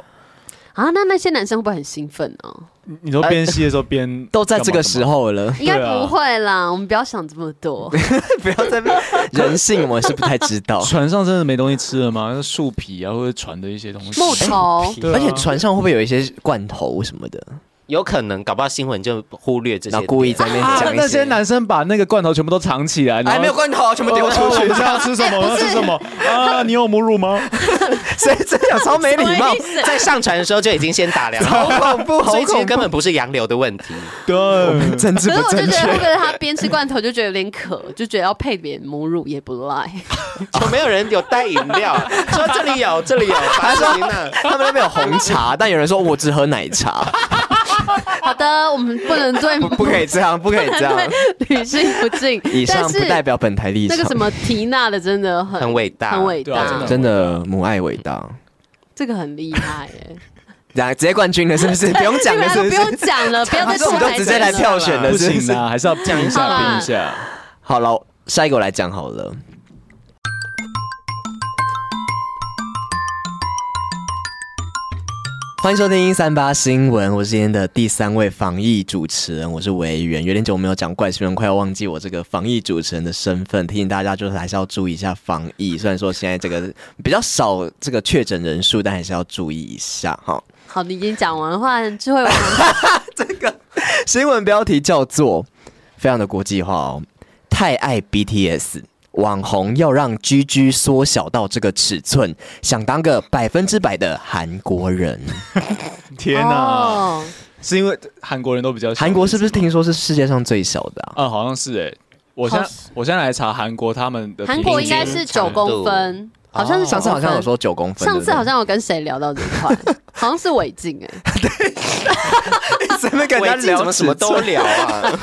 [SPEAKER 1] 啊，那那些男生会不会很兴奋呢？
[SPEAKER 2] 你你都边吸的时候边
[SPEAKER 3] 都在这个时，候了，
[SPEAKER 1] 应该不会啦，我们不要想这么多。
[SPEAKER 3] (laughs) 不要再 (laughs) 人性，我们是不太知 (laughs) 道。
[SPEAKER 2] 船上真的没东西吃了吗？那树皮啊，或者船的一些东
[SPEAKER 1] (laughs)
[SPEAKER 2] 西，
[SPEAKER 1] 木头，
[SPEAKER 2] 对啊
[SPEAKER 3] 而且船上会不会有一些罐头什么的？
[SPEAKER 4] 有可能搞不好新闻就忽略这
[SPEAKER 3] 然后
[SPEAKER 4] 些，
[SPEAKER 3] 故意在那边
[SPEAKER 2] 啊
[SPEAKER 3] 讲
[SPEAKER 2] 那
[SPEAKER 3] 一
[SPEAKER 2] 些哦
[SPEAKER 3] 些。
[SPEAKER 2] 男生把那个罐头全部都藏起来，然后
[SPEAKER 3] 哎，没有罐头，全部丢出 (laughs) 去，
[SPEAKER 2] 这样吃什么？
[SPEAKER 1] 哎
[SPEAKER 2] 要
[SPEAKER 1] 不是
[SPEAKER 2] 吃什么？啊，你有母乳 (laughs) 吗？
[SPEAKER 3] 谁这样超没礼貌 (laughs)
[SPEAKER 1] 什么意，思
[SPEAKER 4] (laughs) 在上船的时候就已经先打量了，
[SPEAKER 3] 好恐怖，好
[SPEAKER 4] 所以其实
[SPEAKER 3] 恐
[SPEAKER 4] 根
[SPEAKER 3] 怖，
[SPEAKER 4] 本不是洋流的问题。
[SPEAKER 2] 对，
[SPEAKER 3] 政治
[SPEAKER 1] 可是
[SPEAKER 3] 不
[SPEAKER 1] 我就
[SPEAKER 3] 正
[SPEAKER 1] 觉得，会不
[SPEAKER 3] 确。
[SPEAKER 1] 会他边吃罐头就觉得有点渴，就觉得要配点母乳也不赖。
[SPEAKER 4] (laughs) 有没有人有带饮料？说这里有，这里有，法斯琳娜。
[SPEAKER 3] (laughs) 他们那边有红茶，但有人说我只喝奶茶，
[SPEAKER 1] 好的，我们不能对
[SPEAKER 3] (laughs) 不不可以这样，不可以这样。
[SPEAKER 1] 对女性不敬，
[SPEAKER 3] 以上
[SPEAKER 1] 但
[SPEAKER 3] 不
[SPEAKER 1] 是
[SPEAKER 3] 代表本台立
[SPEAKER 1] 那
[SPEAKER 3] 场。
[SPEAKER 1] 个什么缇娜的真的很
[SPEAKER 4] 很伟大
[SPEAKER 1] 很伟
[SPEAKER 2] 对啊真
[SPEAKER 1] 大
[SPEAKER 2] 的，
[SPEAKER 3] 真的母爱伟大，
[SPEAKER 1] 这个很厉害耶。
[SPEAKER 3] 然后啊直接冠军了，是
[SPEAKER 1] (laughs)
[SPEAKER 3] 不是？不用讲
[SPEAKER 1] 你
[SPEAKER 3] 了，
[SPEAKER 1] 们都
[SPEAKER 3] 是不
[SPEAKER 1] 啊不
[SPEAKER 3] 是？
[SPEAKER 1] 用讲
[SPEAKER 3] (laughs)
[SPEAKER 1] 了，不要再
[SPEAKER 3] 这我们
[SPEAKER 1] 说
[SPEAKER 3] 就
[SPEAKER 1] 孩
[SPEAKER 3] 直
[SPEAKER 1] 子
[SPEAKER 3] 接来
[SPEAKER 1] 了
[SPEAKER 3] 票选的，
[SPEAKER 2] 不
[SPEAKER 3] 是不
[SPEAKER 2] 行
[SPEAKER 3] 是？
[SPEAKER 2] 啊，还是要拼一
[SPEAKER 1] 好
[SPEAKER 2] 下，啊
[SPEAKER 1] 啦
[SPEAKER 2] 拼一下。
[SPEAKER 3] 好了，下一个我来讲好了。欢迎收听三八新闻，我是今天的第三位防疫主持人，我是维源。有点久没有讲怪新闻，快要忘记我这个防疫主持人的身份。提醒大家，就是还是要注意一下防疫。虽然说现在这个比较少这个确诊人数，但还是要注意一下哈。
[SPEAKER 1] 好，你已经讲完的话，智
[SPEAKER 3] (laughs)
[SPEAKER 1] 慧王
[SPEAKER 3] 新闻标题叫做“非常的国际化哦”，太爱 BTS。网红要让 GG 缩小到这个尺寸，想当个百分之百的韩国人。
[SPEAKER 2] 天哪，
[SPEAKER 1] 哦，
[SPEAKER 2] 是因为韩国人都比较小
[SPEAKER 3] 韩国是不是听说是世界上最小的啊？
[SPEAKER 2] 啊？好像是哎，我现在
[SPEAKER 1] 好
[SPEAKER 2] 我现在来查韩国他们的
[SPEAKER 1] 韩
[SPEAKER 2] 平
[SPEAKER 1] 国应
[SPEAKER 2] 均
[SPEAKER 1] 该是九公分，好像是
[SPEAKER 3] 哦上次好像有
[SPEAKER 1] 9公分，
[SPEAKER 3] 说九公分，
[SPEAKER 1] 上次好像有跟谁聊到这一
[SPEAKER 3] (laughs)
[SPEAKER 1] 块，好像是违禁哎，？
[SPEAKER 3] 怎么跟
[SPEAKER 4] 维京怎么什么都聊啊？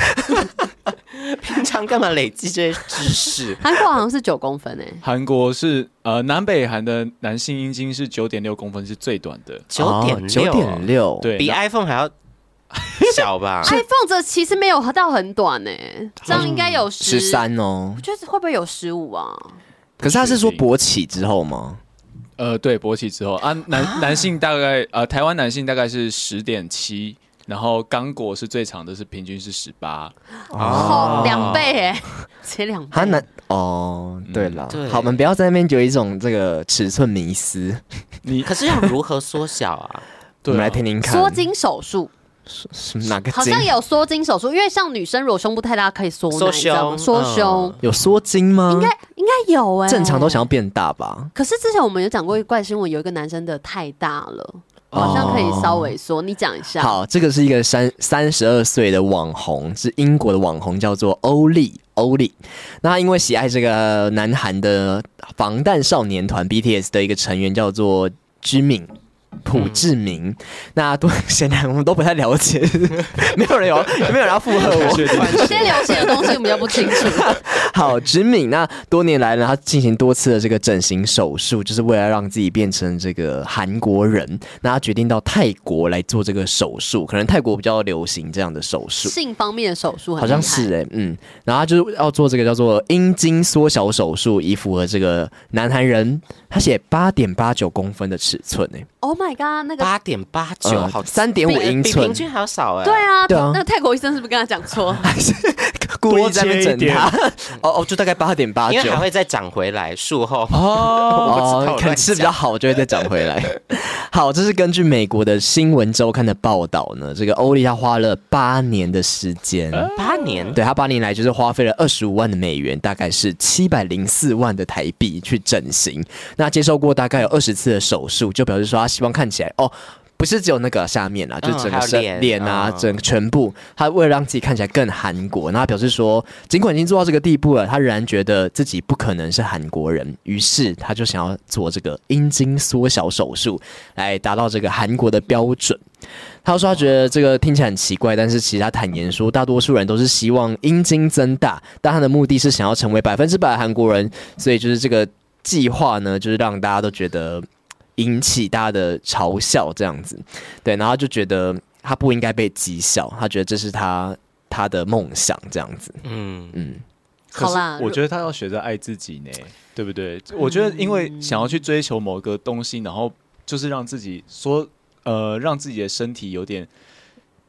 [SPEAKER 4] 平常干嘛累积这些知识
[SPEAKER 1] 韩国好像是九公分欸诶、
[SPEAKER 2] 韩国是呃南北韩的男性阴茎是九点六公分，是最短的。
[SPEAKER 4] 九点
[SPEAKER 3] 哦九点六，
[SPEAKER 4] 六，
[SPEAKER 2] 对，
[SPEAKER 4] 比
[SPEAKER 2] 那
[SPEAKER 4] iPhone 还要小
[SPEAKER 1] (laughs)
[SPEAKER 4] 吧？
[SPEAKER 1] iPhone 这其实没有到很短诶、这样应该有
[SPEAKER 3] 十，三哦
[SPEAKER 1] 我。觉得会不会有十五啊？
[SPEAKER 3] 可是他是说勃起之后吗？
[SPEAKER 2] 呃对勃起之后啊男男性大概呃台湾男性大概是十点七，然后刚果是最长的是平均是十八。
[SPEAKER 1] 哦，两倍诶、 (laughs) 直接两
[SPEAKER 3] 他
[SPEAKER 1] 倍。
[SPEAKER 3] 男哦，对了
[SPEAKER 2] 嗯
[SPEAKER 4] 对，
[SPEAKER 3] 好，我们不要在那边有一种这个尺寸迷思。
[SPEAKER 2] 你
[SPEAKER 4] 可是要如何缩小啊？
[SPEAKER 3] 我
[SPEAKER 2] 对啊
[SPEAKER 3] 们来听听看，哎
[SPEAKER 1] 缩筋手术
[SPEAKER 3] 是哪个
[SPEAKER 1] 好
[SPEAKER 3] 筋？
[SPEAKER 1] 像也有缩筋手术，因为像女生如果胸部太大可以缩奶，
[SPEAKER 4] 缩
[SPEAKER 1] 你知道吗
[SPEAKER 4] 胸
[SPEAKER 1] 缩胸
[SPEAKER 4] 嗯
[SPEAKER 3] 有缩筋吗？
[SPEAKER 1] 应该应该有欸诶，
[SPEAKER 3] 正常都想要变大吧？
[SPEAKER 1] 可是之前我们有讲过一个怪新闻，有一个男生的太大了，好像可以稍微说，你讲一下。，
[SPEAKER 3] 哦好，这个是一个三三十二岁的网红，是英国的网红，叫做欧丽。欧丽，那因为喜爱这个南韩的防弹少年团 BTS 的一个成员叫做居敏。朴志明，那多 (laughs) 显然我们都不太了解， (laughs) 没有人有，没有人要附和我。
[SPEAKER 2] 确定
[SPEAKER 1] 有些流行的东西我们就不清楚。
[SPEAKER 3] (laughs) 好，植敏那多年来呢，他进行多次的这个整形手术，就是为了让自己变成这个韩国人。那他决定到泰国来做这个手术，可能泰国比较流行这样的手术。
[SPEAKER 1] (laughs) 性方面的手术很
[SPEAKER 3] 好
[SPEAKER 1] 厉害
[SPEAKER 3] 像是哎、嗯，然后他就是要做这个叫做阴茎缩小手术，以符合这个南韩人，他写八点八九公分的尺寸哎、
[SPEAKER 1] Oh my god，那个
[SPEAKER 4] 八点八九，哦
[SPEAKER 3] 呃
[SPEAKER 4] 好
[SPEAKER 3] 三点
[SPEAKER 4] 比
[SPEAKER 3] 五英
[SPEAKER 4] 比
[SPEAKER 3] 寸
[SPEAKER 4] 平，均还要少哎。
[SPEAKER 1] 对啊，
[SPEAKER 3] 对啊
[SPEAKER 1] 那个泰国医生是不是跟他讲
[SPEAKER 3] (laughs)
[SPEAKER 1] 错？
[SPEAKER 3] 故意在那边
[SPEAKER 2] 多切一
[SPEAKER 3] 整
[SPEAKER 2] 点
[SPEAKER 3] 他，哦哦，就大概八点八
[SPEAKER 4] 因
[SPEAKER 3] 九
[SPEAKER 4] 为，还会再长回来，术后 (laughs)
[SPEAKER 2] 哦，
[SPEAKER 4] 我不知
[SPEAKER 3] 哦
[SPEAKER 4] 道我，
[SPEAKER 3] 肯
[SPEAKER 4] 乱
[SPEAKER 3] 吃比
[SPEAKER 4] 讲
[SPEAKER 3] 较好就会再长回来。 (laughs) 好，这是根据美国的新闻周刊的报道呢，这个欧丽她花了八年的时间。
[SPEAKER 4] 八年，
[SPEAKER 3] 对她八年来就是花费了二十五万的美元，大概是七百零四万的台币去整形。那接受过大概有二十次的手术，就表示说她希望看起来哦，不是只有那个下面啊，就
[SPEAKER 4] 嗯
[SPEAKER 3] 整个
[SPEAKER 4] 还有
[SPEAKER 3] 身、
[SPEAKER 4] 脸
[SPEAKER 3] 脸啊，
[SPEAKER 4] 嗯
[SPEAKER 3] 整个全部。她为了让自己看起来更韩国，那她表示说，尽管已经做到这个地步了，她仍然觉得自己不可能是韩国人，于是她就想要做这个阴茎缩小手术，来达到这个韩国的标准。他说他觉得这个听起来很奇怪，但是其实他坦言说，大多数人都是希望阴茎增大，但他的目的是想要成为百分之百韩国人，所以就是这个计划呢，就是让大家都觉得引起大家的嘲笑这样子。对，然后他就觉得他不应该被讥笑，他觉得这是他他的梦想这样子。
[SPEAKER 4] 嗯，
[SPEAKER 3] 嗯，
[SPEAKER 2] 可
[SPEAKER 1] 好
[SPEAKER 2] 是
[SPEAKER 1] 啦
[SPEAKER 2] 我觉得他要学着爱自己呢，对不对？我觉得因为想要去追求某个东西，然后就是让自己说呃，让自己的身体有点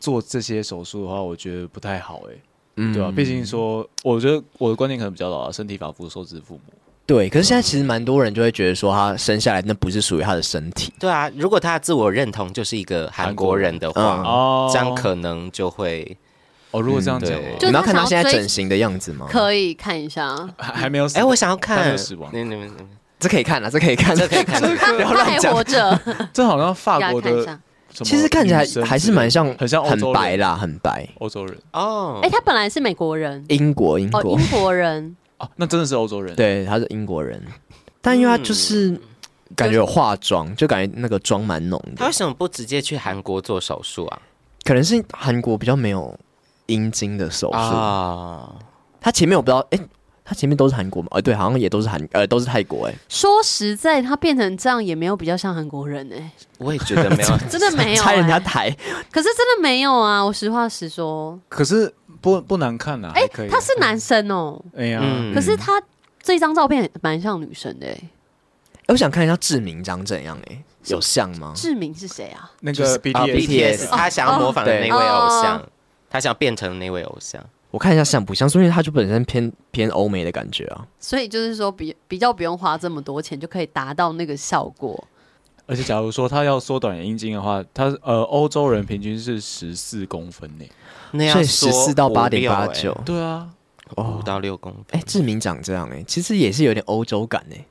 [SPEAKER 2] 做这些手术的话，我觉得不太好哎，
[SPEAKER 3] 嗯
[SPEAKER 2] 对吧、毕竟说，我觉得我的观念可能比较老啊，身体发肤受之父母。
[SPEAKER 3] 对，可是现在其实蛮多人就会觉得说，他生下来那不是属于他的身体。
[SPEAKER 4] 对啊，如果他的自我认同就是一个韩国人的
[SPEAKER 3] 韩
[SPEAKER 4] 话，
[SPEAKER 2] 哦
[SPEAKER 4] 这样可能就会
[SPEAKER 2] 哦，如果这样
[SPEAKER 4] 嗯
[SPEAKER 2] 讲
[SPEAKER 4] 对
[SPEAKER 2] 哦，
[SPEAKER 1] 就
[SPEAKER 3] 你们要看他
[SPEAKER 1] 他想要
[SPEAKER 3] 现在
[SPEAKER 1] 追
[SPEAKER 3] 整形的样子吗？
[SPEAKER 1] 可以看一下，
[SPEAKER 2] 还还没有死。
[SPEAKER 4] 哎，我想要看
[SPEAKER 2] 他没有死亡
[SPEAKER 4] 你你们
[SPEAKER 3] 这可以看啊， (laughs) 这可以看，
[SPEAKER 4] 这可以看这可以
[SPEAKER 1] 他
[SPEAKER 3] 不要
[SPEAKER 1] 他
[SPEAKER 3] 乱
[SPEAKER 1] 还
[SPEAKER 3] 讲
[SPEAKER 1] 活。着，
[SPEAKER 2] 这好像法
[SPEAKER 1] 大家
[SPEAKER 2] 国
[SPEAKER 1] 看一
[SPEAKER 2] 的
[SPEAKER 1] 下。
[SPEAKER 2] 什么
[SPEAKER 3] 其实看起来
[SPEAKER 2] 女生
[SPEAKER 3] 还是蛮像，
[SPEAKER 2] 很像欧
[SPEAKER 3] 很
[SPEAKER 2] 洲人
[SPEAKER 3] 白啦，很白。
[SPEAKER 2] 欧洲人
[SPEAKER 4] (laughs) 哦
[SPEAKER 1] 哎，，他本来是美国人，
[SPEAKER 3] 英国，英
[SPEAKER 1] 哦，
[SPEAKER 3] 国，
[SPEAKER 1] 英国人，
[SPEAKER 2] 哦，那真的是欧洲人。
[SPEAKER 3] 对，他是英国人，但因为他
[SPEAKER 2] 嗯
[SPEAKER 3] 就是感觉有化妆，就感觉那个妆蛮浓的
[SPEAKER 4] 他为，什么不直接去韩国做手术啊？
[SPEAKER 3] 可能是韩国比较没有阴茎的手术。
[SPEAKER 4] 啊，
[SPEAKER 3] 他前面我不知道，哎，他前面都是韩国嘛？呃，对，好像也都是韩，呃，都是泰国，哎，
[SPEAKER 1] 说实在，他变成这样也没有比较像韩国人哎，
[SPEAKER 4] 我也觉得没有。 (laughs)
[SPEAKER 1] 真的
[SPEAKER 3] (laughs)
[SPEAKER 1] 没有
[SPEAKER 3] 拆人家
[SPEAKER 1] 哎。
[SPEAKER 3] 台，
[SPEAKER 1] 可是真的没有啊，我实话实说，
[SPEAKER 2] 可是不不难看呐，
[SPEAKER 1] 哎
[SPEAKER 2] 还可以。啊
[SPEAKER 1] 他是男生哦，
[SPEAKER 2] 哎呀，
[SPEAKER 4] 嗯
[SPEAKER 1] 可是他这张照片蛮像女生的、欸，
[SPEAKER 3] 哎我想看一下志明长怎样，哎，有像吗？
[SPEAKER 1] 志明是谁啊？
[SPEAKER 2] 那
[SPEAKER 3] 就是
[SPEAKER 2] 个
[SPEAKER 3] 啊
[SPEAKER 4] BTS，
[SPEAKER 3] BTS
[SPEAKER 4] 他想要模仿的那位偶
[SPEAKER 1] 哦
[SPEAKER 4] 像，他想变成那位偶像。
[SPEAKER 3] 我看一下像不像，说明他就本身偏偏欧美的感觉啊。
[SPEAKER 1] 所以就是说比比较不用花这么多钱就可以达到那个效果。
[SPEAKER 2] 而且，假如说他要缩短阴茎的话，他呃，欧洲人平均是十四公分呢。
[SPEAKER 4] 那要
[SPEAKER 3] 所以十四到八点八九，
[SPEAKER 2] 对啊，
[SPEAKER 4] 哎五到六公分。
[SPEAKER 3] 哎、志明长这样哎、其实也是有点欧洲感哎、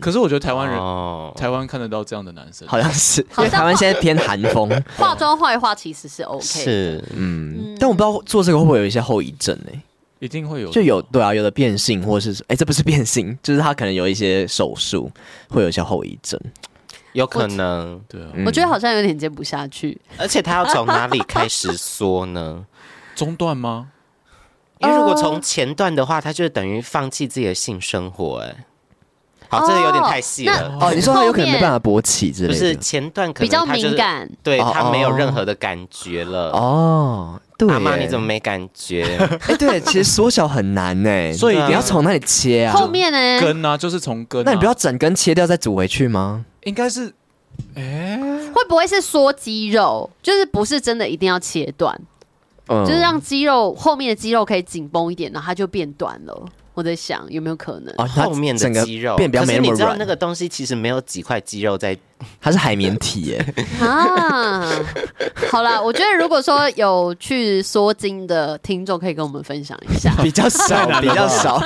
[SPEAKER 2] 可是我觉得台湾人，
[SPEAKER 4] 哦，
[SPEAKER 2] 台湾看得到这样的男生，
[SPEAKER 3] 好像是，
[SPEAKER 1] 好
[SPEAKER 3] 因
[SPEAKER 1] 像
[SPEAKER 3] 为台湾现在偏韩风，
[SPEAKER 5] 嗯
[SPEAKER 1] 化妆画一画其实是 OK，
[SPEAKER 4] 啊是
[SPEAKER 3] 嗯，但我不知道做这个会不会有一些后遗症哎、
[SPEAKER 2] 一定会有的，
[SPEAKER 3] 就有对啊，有的变性或是哎、这不是变性，就是他可能有一些手术会有一些后遗症，
[SPEAKER 4] 有可能，
[SPEAKER 2] 对啊，
[SPEAKER 1] 我觉得好像有点接不下去。
[SPEAKER 4] 而且他要从哪里开始缩呢？
[SPEAKER 2] 中段吗？
[SPEAKER 4] 因为如果从前段的话，他就等于放弃自己的性生活、哎，好，这个有点太细了。
[SPEAKER 1] 哦
[SPEAKER 3] 哦，你说他有可能
[SPEAKER 5] 后面
[SPEAKER 3] 没办法勃起之
[SPEAKER 4] 不
[SPEAKER 3] 类的，
[SPEAKER 4] 是前段可能
[SPEAKER 5] 比较
[SPEAKER 4] 他就是
[SPEAKER 5] 敏，感，
[SPEAKER 4] 对
[SPEAKER 3] 哦
[SPEAKER 4] 他没有
[SPEAKER 3] 哦
[SPEAKER 4] 任何的感觉了。
[SPEAKER 3] 哦，对耶，
[SPEAKER 4] 阿妈，你怎么没感
[SPEAKER 3] (laughs)
[SPEAKER 4] 觉？
[SPEAKER 3] 哎、对，其实缩小很难
[SPEAKER 4] (laughs)
[SPEAKER 3] 呢，
[SPEAKER 2] 所以
[SPEAKER 3] 你要从哪里切啊？
[SPEAKER 5] 后面
[SPEAKER 1] 嗯
[SPEAKER 5] 呢？
[SPEAKER 2] 根啊，就是从根、啊。
[SPEAKER 3] 那你不要整根切掉再组回去吗？
[SPEAKER 2] 应该是
[SPEAKER 5] 会不会是缩肌肉？就是不是真的一定要切断，
[SPEAKER 3] 嗯，
[SPEAKER 5] 就是让肌肉后面的肌肉可以紧绷一点，然后它就变短了。我在想有没有可能？
[SPEAKER 3] 哦，它
[SPEAKER 4] 后面
[SPEAKER 3] 整
[SPEAKER 4] 的
[SPEAKER 3] 个
[SPEAKER 4] 肌肉
[SPEAKER 3] 变比较
[SPEAKER 4] 可
[SPEAKER 3] 没
[SPEAKER 4] 是
[SPEAKER 3] 那
[SPEAKER 4] 你
[SPEAKER 3] 么
[SPEAKER 4] 知道
[SPEAKER 3] 软，
[SPEAKER 4] 那个东西其实没有几块肌肉在，
[SPEAKER 3] 它是海绵体哎耶。
[SPEAKER 5] 啊，好啦，我觉得如果说有去缩精的听众，可以跟我们分享一
[SPEAKER 2] (laughs)
[SPEAKER 5] 下。
[SPEAKER 3] 比较
[SPEAKER 2] 太
[SPEAKER 3] 少，
[SPEAKER 2] 难了
[SPEAKER 3] 比较少，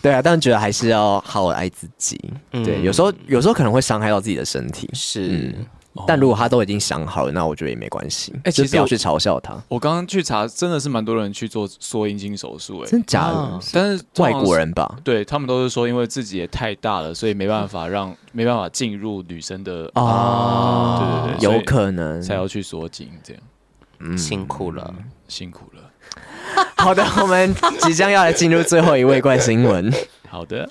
[SPEAKER 3] 对啊，但觉得还是要好好爱自己。
[SPEAKER 4] 嗯
[SPEAKER 3] 对，有时候有时候可能会伤害到自己的身体，
[SPEAKER 4] 是、
[SPEAKER 3] 嗯但如果他都已经想好了，那我觉得也没关系，
[SPEAKER 2] 哦哎
[SPEAKER 3] 就
[SPEAKER 2] 其实
[SPEAKER 3] 不要
[SPEAKER 2] 我
[SPEAKER 3] 去嘲笑他。
[SPEAKER 2] 我刚刚去查，真的是蛮多人去做缩阴茎手术、欸，
[SPEAKER 3] 真假的
[SPEAKER 4] 啊？
[SPEAKER 2] 但是
[SPEAKER 3] 外国
[SPEAKER 2] 人。
[SPEAKER 3] 人吧？
[SPEAKER 2] 对他们都是说，因为自己也太大了，所以没办法让没办法进入女生的
[SPEAKER 3] 哦，
[SPEAKER 2] 啊对对对，所以
[SPEAKER 3] 有可能。
[SPEAKER 2] 才要去缩紧，这样
[SPEAKER 3] 嗯
[SPEAKER 4] 辛苦了。
[SPEAKER 2] 辛苦了。
[SPEAKER 3] 好的，我们即将要来进入最后一位怪新闻。
[SPEAKER 2] 好的，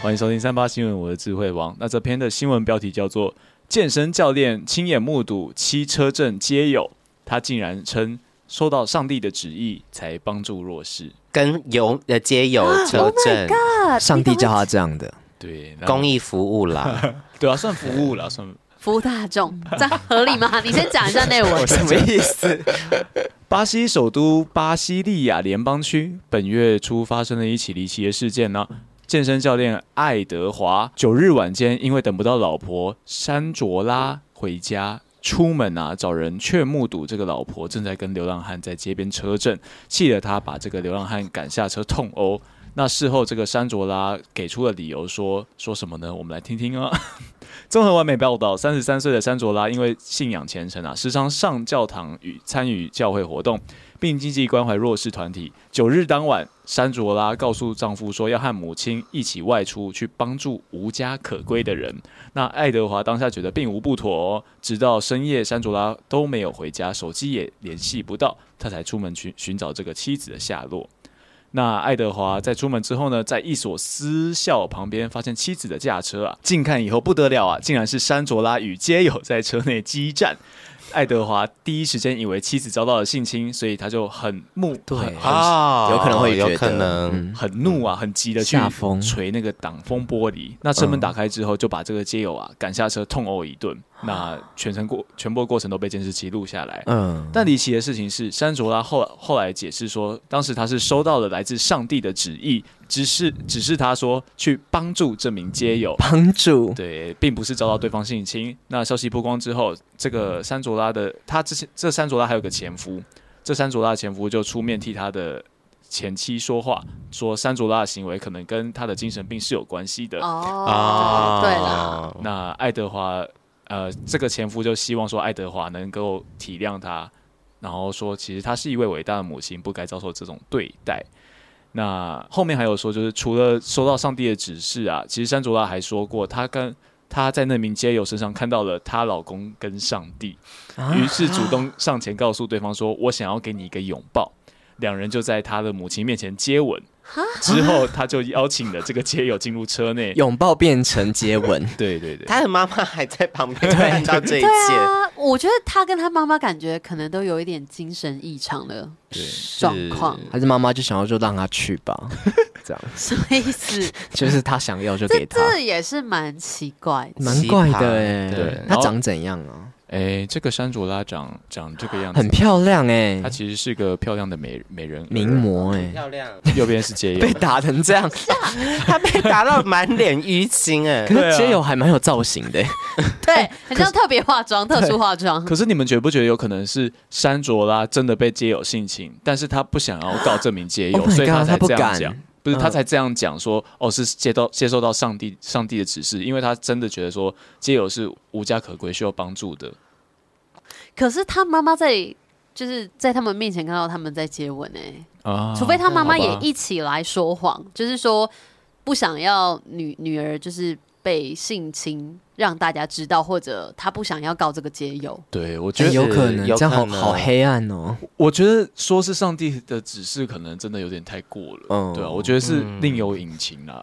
[SPEAKER 2] 欢迎收听三八新闻，我的智慧王。那这篇的新闻标题叫做《健身教练亲眼目睹七车震皆有》，他竟然称受到上帝的旨意才帮助弱势。
[SPEAKER 4] 跟油呃街友
[SPEAKER 3] 啊 Oh
[SPEAKER 4] 车震、
[SPEAKER 3] 上帝叫他这样的，
[SPEAKER 2] 对，
[SPEAKER 4] 公
[SPEAKER 2] 益
[SPEAKER 4] 益服务
[SPEAKER 3] (laughs)
[SPEAKER 4] 啦，
[SPEAKER 2] 对啊，算服务了，算
[SPEAKER 5] 服务大众，这样合理吗？你先讲一下内文。
[SPEAKER 3] 什么意思？
[SPEAKER 2] 巴西首都巴西利亚联邦区本月初发生了一起离奇的事件呢。健身教练爱德华九日晚间因为等不到老婆山卓拉回家，出门啊找人，却目睹这个老婆正在跟流浪汉在街边车震，气得他把这个流浪汉赶下车痛殴。那事后，这个山卓拉给出了理由说说什么呢？我们来听听啊。综合完美报道，三十三岁的山卓拉因为信仰虔诚啊，时常上教堂与参与教会活动，并积极关怀弱势团体。九日当晚，山卓拉告诉丈夫说要和母亲一起外出去帮助无家可归的人。那爱德华当下觉得并无不妥哦，直到深夜山卓拉都没有回家，手机也联系不到，他才出门去寻找这个妻子的下落。那爱德华在出门之后呢，在一所私校旁边发现妻子的驾车啊，近看以后不得了啊，竟然是山卓拉与街友在车内激战。爱德华第一时间以为妻子遭到了性侵，所以他就很怒，
[SPEAKER 3] 对
[SPEAKER 2] 很很
[SPEAKER 4] 哦
[SPEAKER 3] 啊有可能会觉
[SPEAKER 4] 有
[SPEAKER 3] 得
[SPEAKER 4] 可能。
[SPEAKER 3] 嗯
[SPEAKER 2] 很怒啊，很急的去
[SPEAKER 3] 下风
[SPEAKER 2] 捶那个挡风玻璃。那车门打开之后，就把这个街友啊赶下车，痛殴一顿。那全程过全部过程都被监视器录下来。
[SPEAKER 3] 嗯，
[SPEAKER 2] 但离奇的事情是，山卓拉后后来解释说，当时他是收到了来自上帝的旨意，只是只是他说去帮助这名街友，
[SPEAKER 3] 帮助
[SPEAKER 2] 对，并不是遭到对方性侵。那消息曝光之后，这个山卓拉的他之前这山卓拉还有个前夫，这山卓拉的前夫就出面替他的前妻说话，说山卓拉的行为可能跟他的精神病是有关系的。
[SPEAKER 4] 嗯啊
[SPEAKER 5] 哦，对啦，
[SPEAKER 4] 了，
[SPEAKER 2] 那爱德华，呃，这个前夫就希望说爱德华能够体谅他，然后说其实她是一位伟大的母亲，不该遭受这种对待。那后面还有说，就是除了收到上帝的指示啊，其实山卓拉还说过，她跟她在那名街友身上看到了她老公跟上帝，于是主动上前告诉对方说：“我想要给你一个拥抱。”两人就在他的母亲面前接吻，之后他就邀请了这个街友进入车内。
[SPEAKER 3] 拥抱变成接吻，
[SPEAKER 2] 对对对，
[SPEAKER 4] 他的妈妈还在旁边看到这一切，
[SPEAKER 5] 啊，我觉得他跟他妈妈感觉可能都有一点精神异常的状况，
[SPEAKER 3] 还是妈妈就想要就让他去吧，这样
[SPEAKER 5] 什么意思？
[SPEAKER 3] 就是他想要就给他，
[SPEAKER 5] 这也是蛮奇怪的。
[SPEAKER 3] 蛮怪的
[SPEAKER 4] 奇葩
[SPEAKER 3] 哎
[SPEAKER 2] 对。
[SPEAKER 3] 他长怎样啊？
[SPEAKER 2] 哎，这个山卓拉长长这个样子，
[SPEAKER 3] 很漂亮哎
[SPEAKER 2] 她，其实是个漂亮的美美人儿，
[SPEAKER 3] 名模哎，
[SPEAKER 4] 漂亮， (laughs)
[SPEAKER 2] 右边是街友
[SPEAKER 3] 被，打成这 (laughs) 样，
[SPEAKER 4] 她被打到满脸淤青哎
[SPEAKER 3] 可。
[SPEAKER 2] 对
[SPEAKER 3] 是
[SPEAKER 2] 啊
[SPEAKER 3] 街友还蛮有造型 (laughs) 的欸，
[SPEAKER 5] 对，哎很像特别化妆、特殊化妆。
[SPEAKER 2] (laughs) 可是你们觉不觉得有可能是山卓拉真的被街友性侵，但是她不想要告这名街友
[SPEAKER 3] Oh my
[SPEAKER 2] 所以她
[SPEAKER 3] God，
[SPEAKER 2] 才
[SPEAKER 3] 她不
[SPEAKER 2] 这样
[SPEAKER 3] 敢嗯
[SPEAKER 2] 讲。不是，她才这样讲说，哦，是接到接受到上帝上帝的指示，因为她真的觉得说街友是无家可归，需要帮助的。
[SPEAKER 5] 可是他妈妈在，就是在他们面前看到他们在接吻哎、
[SPEAKER 2] 啊
[SPEAKER 5] 除非他妈妈
[SPEAKER 2] 好吧
[SPEAKER 5] 也一起来说谎，就是说不想要女女儿就是。
[SPEAKER 1] 被性侵让大家知道，或者他不想要告这个街友。
[SPEAKER 2] 对，我
[SPEAKER 3] 觉
[SPEAKER 2] 觉
[SPEAKER 3] 得哎
[SPEAKER 2] 得
[SPEAKER 4] 有
[SPEAKER 3] 有
[SPEAKER 4] 可
[SPEAKER 3] 可
[SPEAKER 4] 能
[SPEAKER 3] 能，啊
[SPEAKER 4] 有
[SPEAKER 3] 这样好
[SPEAKER 4] 可能
[SPEAKER 3] 好黑暗哦。
[SPEAKER 2] 我觉得说是上帝的指示，可能真的有点太过了。
[SPEAKER 3] 嗯
[SPEAKER 2] 对啊，我觉得是
[SPEAKER 4] 嗯
[SPEAKER 2] 另有隐情啦，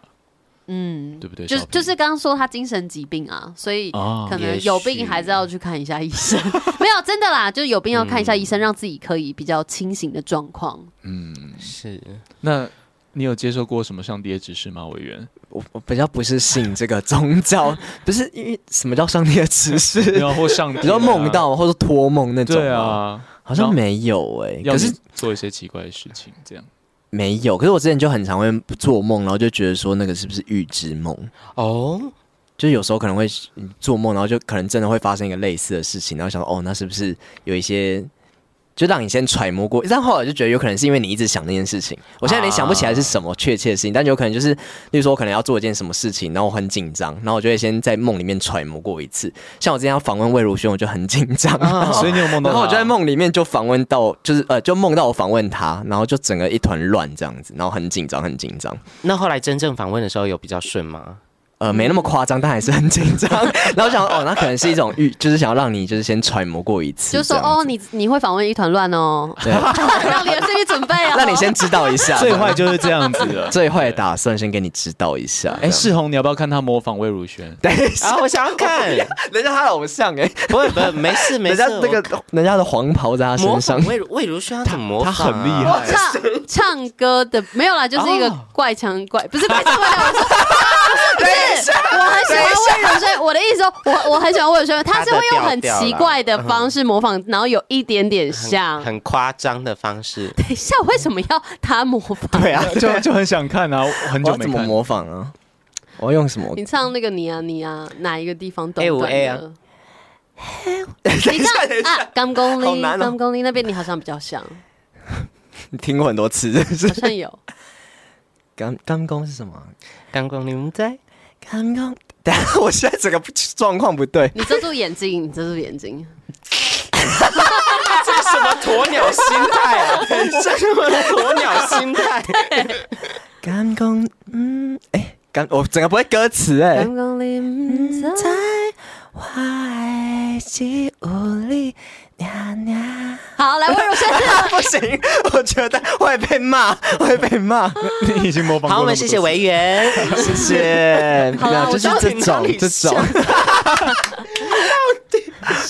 [SPEAKER 1] 嗯，
[SPEAKER 2] 对不对？
[SPEAKER 1] 就
[SPEAKER 2] 小平
[SPEAKER 1] 就是刚刚说他精神疾病啊，所以
[SPEAKER 2] 啊
[SPEAKER 1] 可，能
[SPEAKER 4] 也
[SPEAKER 1] 有
[SPEAKER 4] 许
[SPEAKER 1] 病还是要去看一下医生。 (laughs) 没有，真的啦，就是有病要看一下医生，让自己可以比较清醒的状况。
[SPEAKER 2] 嗯，
[SPEAKER 4] 是
[SPEAKER 2] 那你有接受过什么上帝的指示吗？委员，
[SPEAKER 3] 我我比较不是信这个宗 (laughs) 教，不是因为什么叫上帝的指示，
[SPEAKER 2] 然后上帝啊，
[SPEAKER 3] (laughs) 比如说梦到或者托梦那种。
[SPEAKER 2] 对，啊，
[SPEAKER 3] 好像没有哎、
[SPEAKER 2] 要
[SPEAKER 3] 可是
[SPEAKER 2] 你做一些奇怪的事情，这样
[SPEAKER 3] 没有，可是我之前就很常会做梦，然后就觉得说那个是不是预知梦？
[SPEAKER 4] 哦，
[SPEAKER 3] 就是有时候可能会嗯做梦，然后就可能真的会发生一个类似的事情，然后想说哦，那是不是有一些就让你先揣摩过？但后来就觉得有可能是因为你一直想那件事情，我现在连想不起来是什么确切的事情，但有可能就是，例如说我可能要做一件什么事情，然后我很紧张，然后我就会先在梦里面揣摩过一次。像我之前要访问魏如萱，我就很紧张，
[SPEAKER 2] 啊所以你有梦到
[SPEAKER 3] 然
[SPEAKER 2] 他，
[SPEAKER 3] 后我就在梦里面就访问到，就是呃，就梦到我访问他，然后就整个一团乱这样子，然后很紧张，很紧张。
[SPEAKER 4] 那后来真正访问的时候有比较顺 (laughs) 吗？
[SPEAKER 3] 呃，没那么夸张，但还是很紧张。 (laughs) 然后我想，哦，那可能是一种预，就是想要让你就是先揣摩过一次，
[SPEAKER 1] 就说
[SPEAKER 3] 这样
[SPEAKER 1] 哦，
[SPEAKER 3] 子，
[SPEAKER 1] 你你会访问一团乱哦，
[SPEAKER 3] 对，
[SPEAKER 1] (laughs) 让你有心理准备
[SPEAKER 3] (laughs)
[SPEAKER 1] 哦。
[SPEAKER 3] 让你先知道一 (laughs) 下。
[SPEAKER 2] 最坏就是这样子 (laughs) 了。
[SPEAKER 3] 最坏的打算先给你知道一下。
[SPEAKER 2] 哎，世宏，你要不要看他模仿魏如萱？
[SPEAKER 3] 等一下，
[SPEAKER 4] 啊，我想要 (laughs) 看，
[SPEAKER 3] (laughs) 人家他偶像哎，
[SPEAKER 4] 不会不会，没事没
[SPEAKER 3] 人
[SPEAKER 4] 事，
[SPEAKER 3] 家那个人家的黄袍在他
[SPEAKER 4] 我模
[SPEAKER 3] 身
[SPEAKER 4] 仿
[SPEAKER 3] 上，
[SPEAKER 4] 魏如魏如萱要怎么模仿啊？
[SPEAKER 2] 他很厉害
[SPEAKER 4] (laughs)
[SPEAKER 1] 我唱唱歌的没有啦，就是一个怪腔怪，不是怪腔怪。我说 (laughs) 不是，我很喜欢魏如萱。我的意思说，我我很喜欢魏如萱，她是会用很奇怪的方式模仿，然后有一点点像。
[SPEAKER 4] 很夸张的方式。
[SPEAKER 1] 等一下，为什么要她模仿？
[SPEAKER 3] 对啊，
[SPEAKER 2] 就就很想看啊，我很
[SPEAKER 3] 我
[SPEAKER 2] 久
[SPEAKER 3] 要
[SPEAKER 2] 没
[SPEAKER 3] 怎么
[SPEAKER 2] 看。
[SPEAKER 3] 模仿啊？我要用什么？
[SPEAKER 1] 你唱那个你啊你啊，哪一个地方短
[SPEAKER 4] A 五
[SPEAKER 1] 短
[SPEAKER 4] A 啊
[SPEAKER 1] 的？
[SPEAKER 3] (laughs)
[SPEAKER 1] 你这样啊，刚公
[SPEAKER 3] 好
[SPEAKER 1] 里，
[SPEAKER 3] 难哦
[SPEAKER 1] 刚公里那边你好像比较像，好
[SPEAKER 3] 你听过很多 (laughs) 次，是
[SPEAKER 1] 像有。
[SPEAKER 3] 干干工是什么？
[SPEAKER 4] 刚刚你们在
[SPEAKER 3] 干工，等一 (laughs) 下我现在整个状况不对。
[SPEAKER 1] 你遮住眼睛，你遮住眼睛。
[SPEAKER 4] 这什么鸵鸟心态啊？ (laughs) 这什么鸵鸟心 (laughs) 态？
[SPEAKER 3] 干工，嗯，哎、干，我整个不会歌词哎、
[SPEAKER 1] 刚公里，嗯知道
[SPEAKER 3] 在外起无力娘娘。
[SPEAKER 1] 好，来魏如萱。
[SPEAKER 3] 啊不行，我觉得会被骂， (laughs) 会被骂。
[SPEAKER 2] (laughs) 你已经模仿过那么多次。
[SPEAKER 4] 好，我们谢谢维园。 (laughs)
[SPEAKER 3] 谢谢。
[SPEAKER 1] 好啦
[SPEAKER 3] 那就是
[SPEAKER 1] 我
[SPEAKER 3] 这
[SPEAKER 4] 知道
[SPEAKER 3] 种
[SPEAKER 4] 你哪里
[SPEAKER 3] 这种。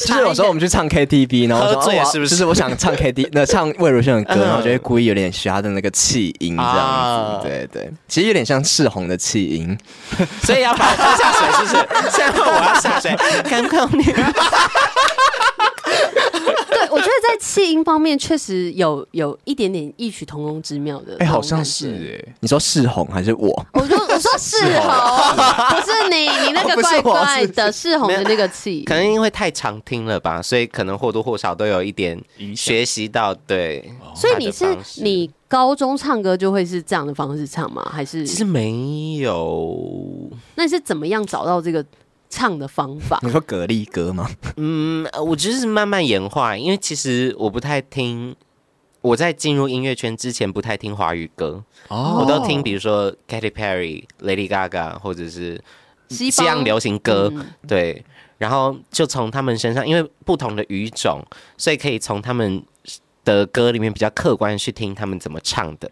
[SPEAKER 3] 就是有时候我们去唱 KTV，然后我说
[SPEAKER 4] 喝醉
[SPEAKER 3] 哦我要
[SPEAKER 4] 是不是
[SPEAKER 3] 就是我想唱 KTV，那唱魏如萱的歌，
[SPEAKER 4] 嗯
[SPEAKER 3] 然后就会故意有点学她的那个气音这样
[SPEAKER 4] 啊
[SPEAKER 3] 子。对对，其实有点像赤红的气音。
[SPEAKER 4] 所以要把它下水，是不是？现在换我要下水，刚刚你
[SPEAKER 1] 对，我觉得在气音方面确实有有一点点异曲同工之妙的。
[SPEAKER 2] 哎，好像是哎。
[SPEAKER 3] 你说赤红还是我？
[SPEAKER 1] 我说我
[SPEAKER 4] (laughs)
[SPEAKER 1] 说
[SPEAKER 4] 哦
[SPEAKER 1] 世红，不是你，你那个怪怪的世红的那个气
[SPEAKER 4] 可。能因为太常听了吧，所以可能或多或少都有一点
[SPEAKER 2] 影响
[SPEAKER 4] 学习到。对，
[SPEAKER 1] 所以你
[SPEAKER 4] 他的
[SPEAKER 1] 是
[SPEAKER 4] 方式
[SPEAKER 1] 你高中唱歌就会是这样的方式唱吗？还是
[SPEAKER 4] 其实没有，
[SPEAKER 1] 那你是怎么样找到这个唱的方法？
[SPEAKER 3] 你说蛤蜊歌吗？
[SPEAKER 4] 嗯，呃我就是慢慢演化，因为其实我不太听。我在进入音乐圈之前不太听华语歌，
[SPEAKER 2] 哦
[SPEAKER 4] 我都听比如说 Katy Perry、Lady Gaga 或者是
[SPEAKER 1] 西
[SPEAKER 4] 西洋
[SPEAKER 1] 方
[SPEAKER 4] 流行歌，
[SPEAKER 1] 嗯
[SPEAKER 4] 对，然后就从他们身上，因为不同的语种，所以可以从他们的歌里面比较客观去听他们怎么唱的，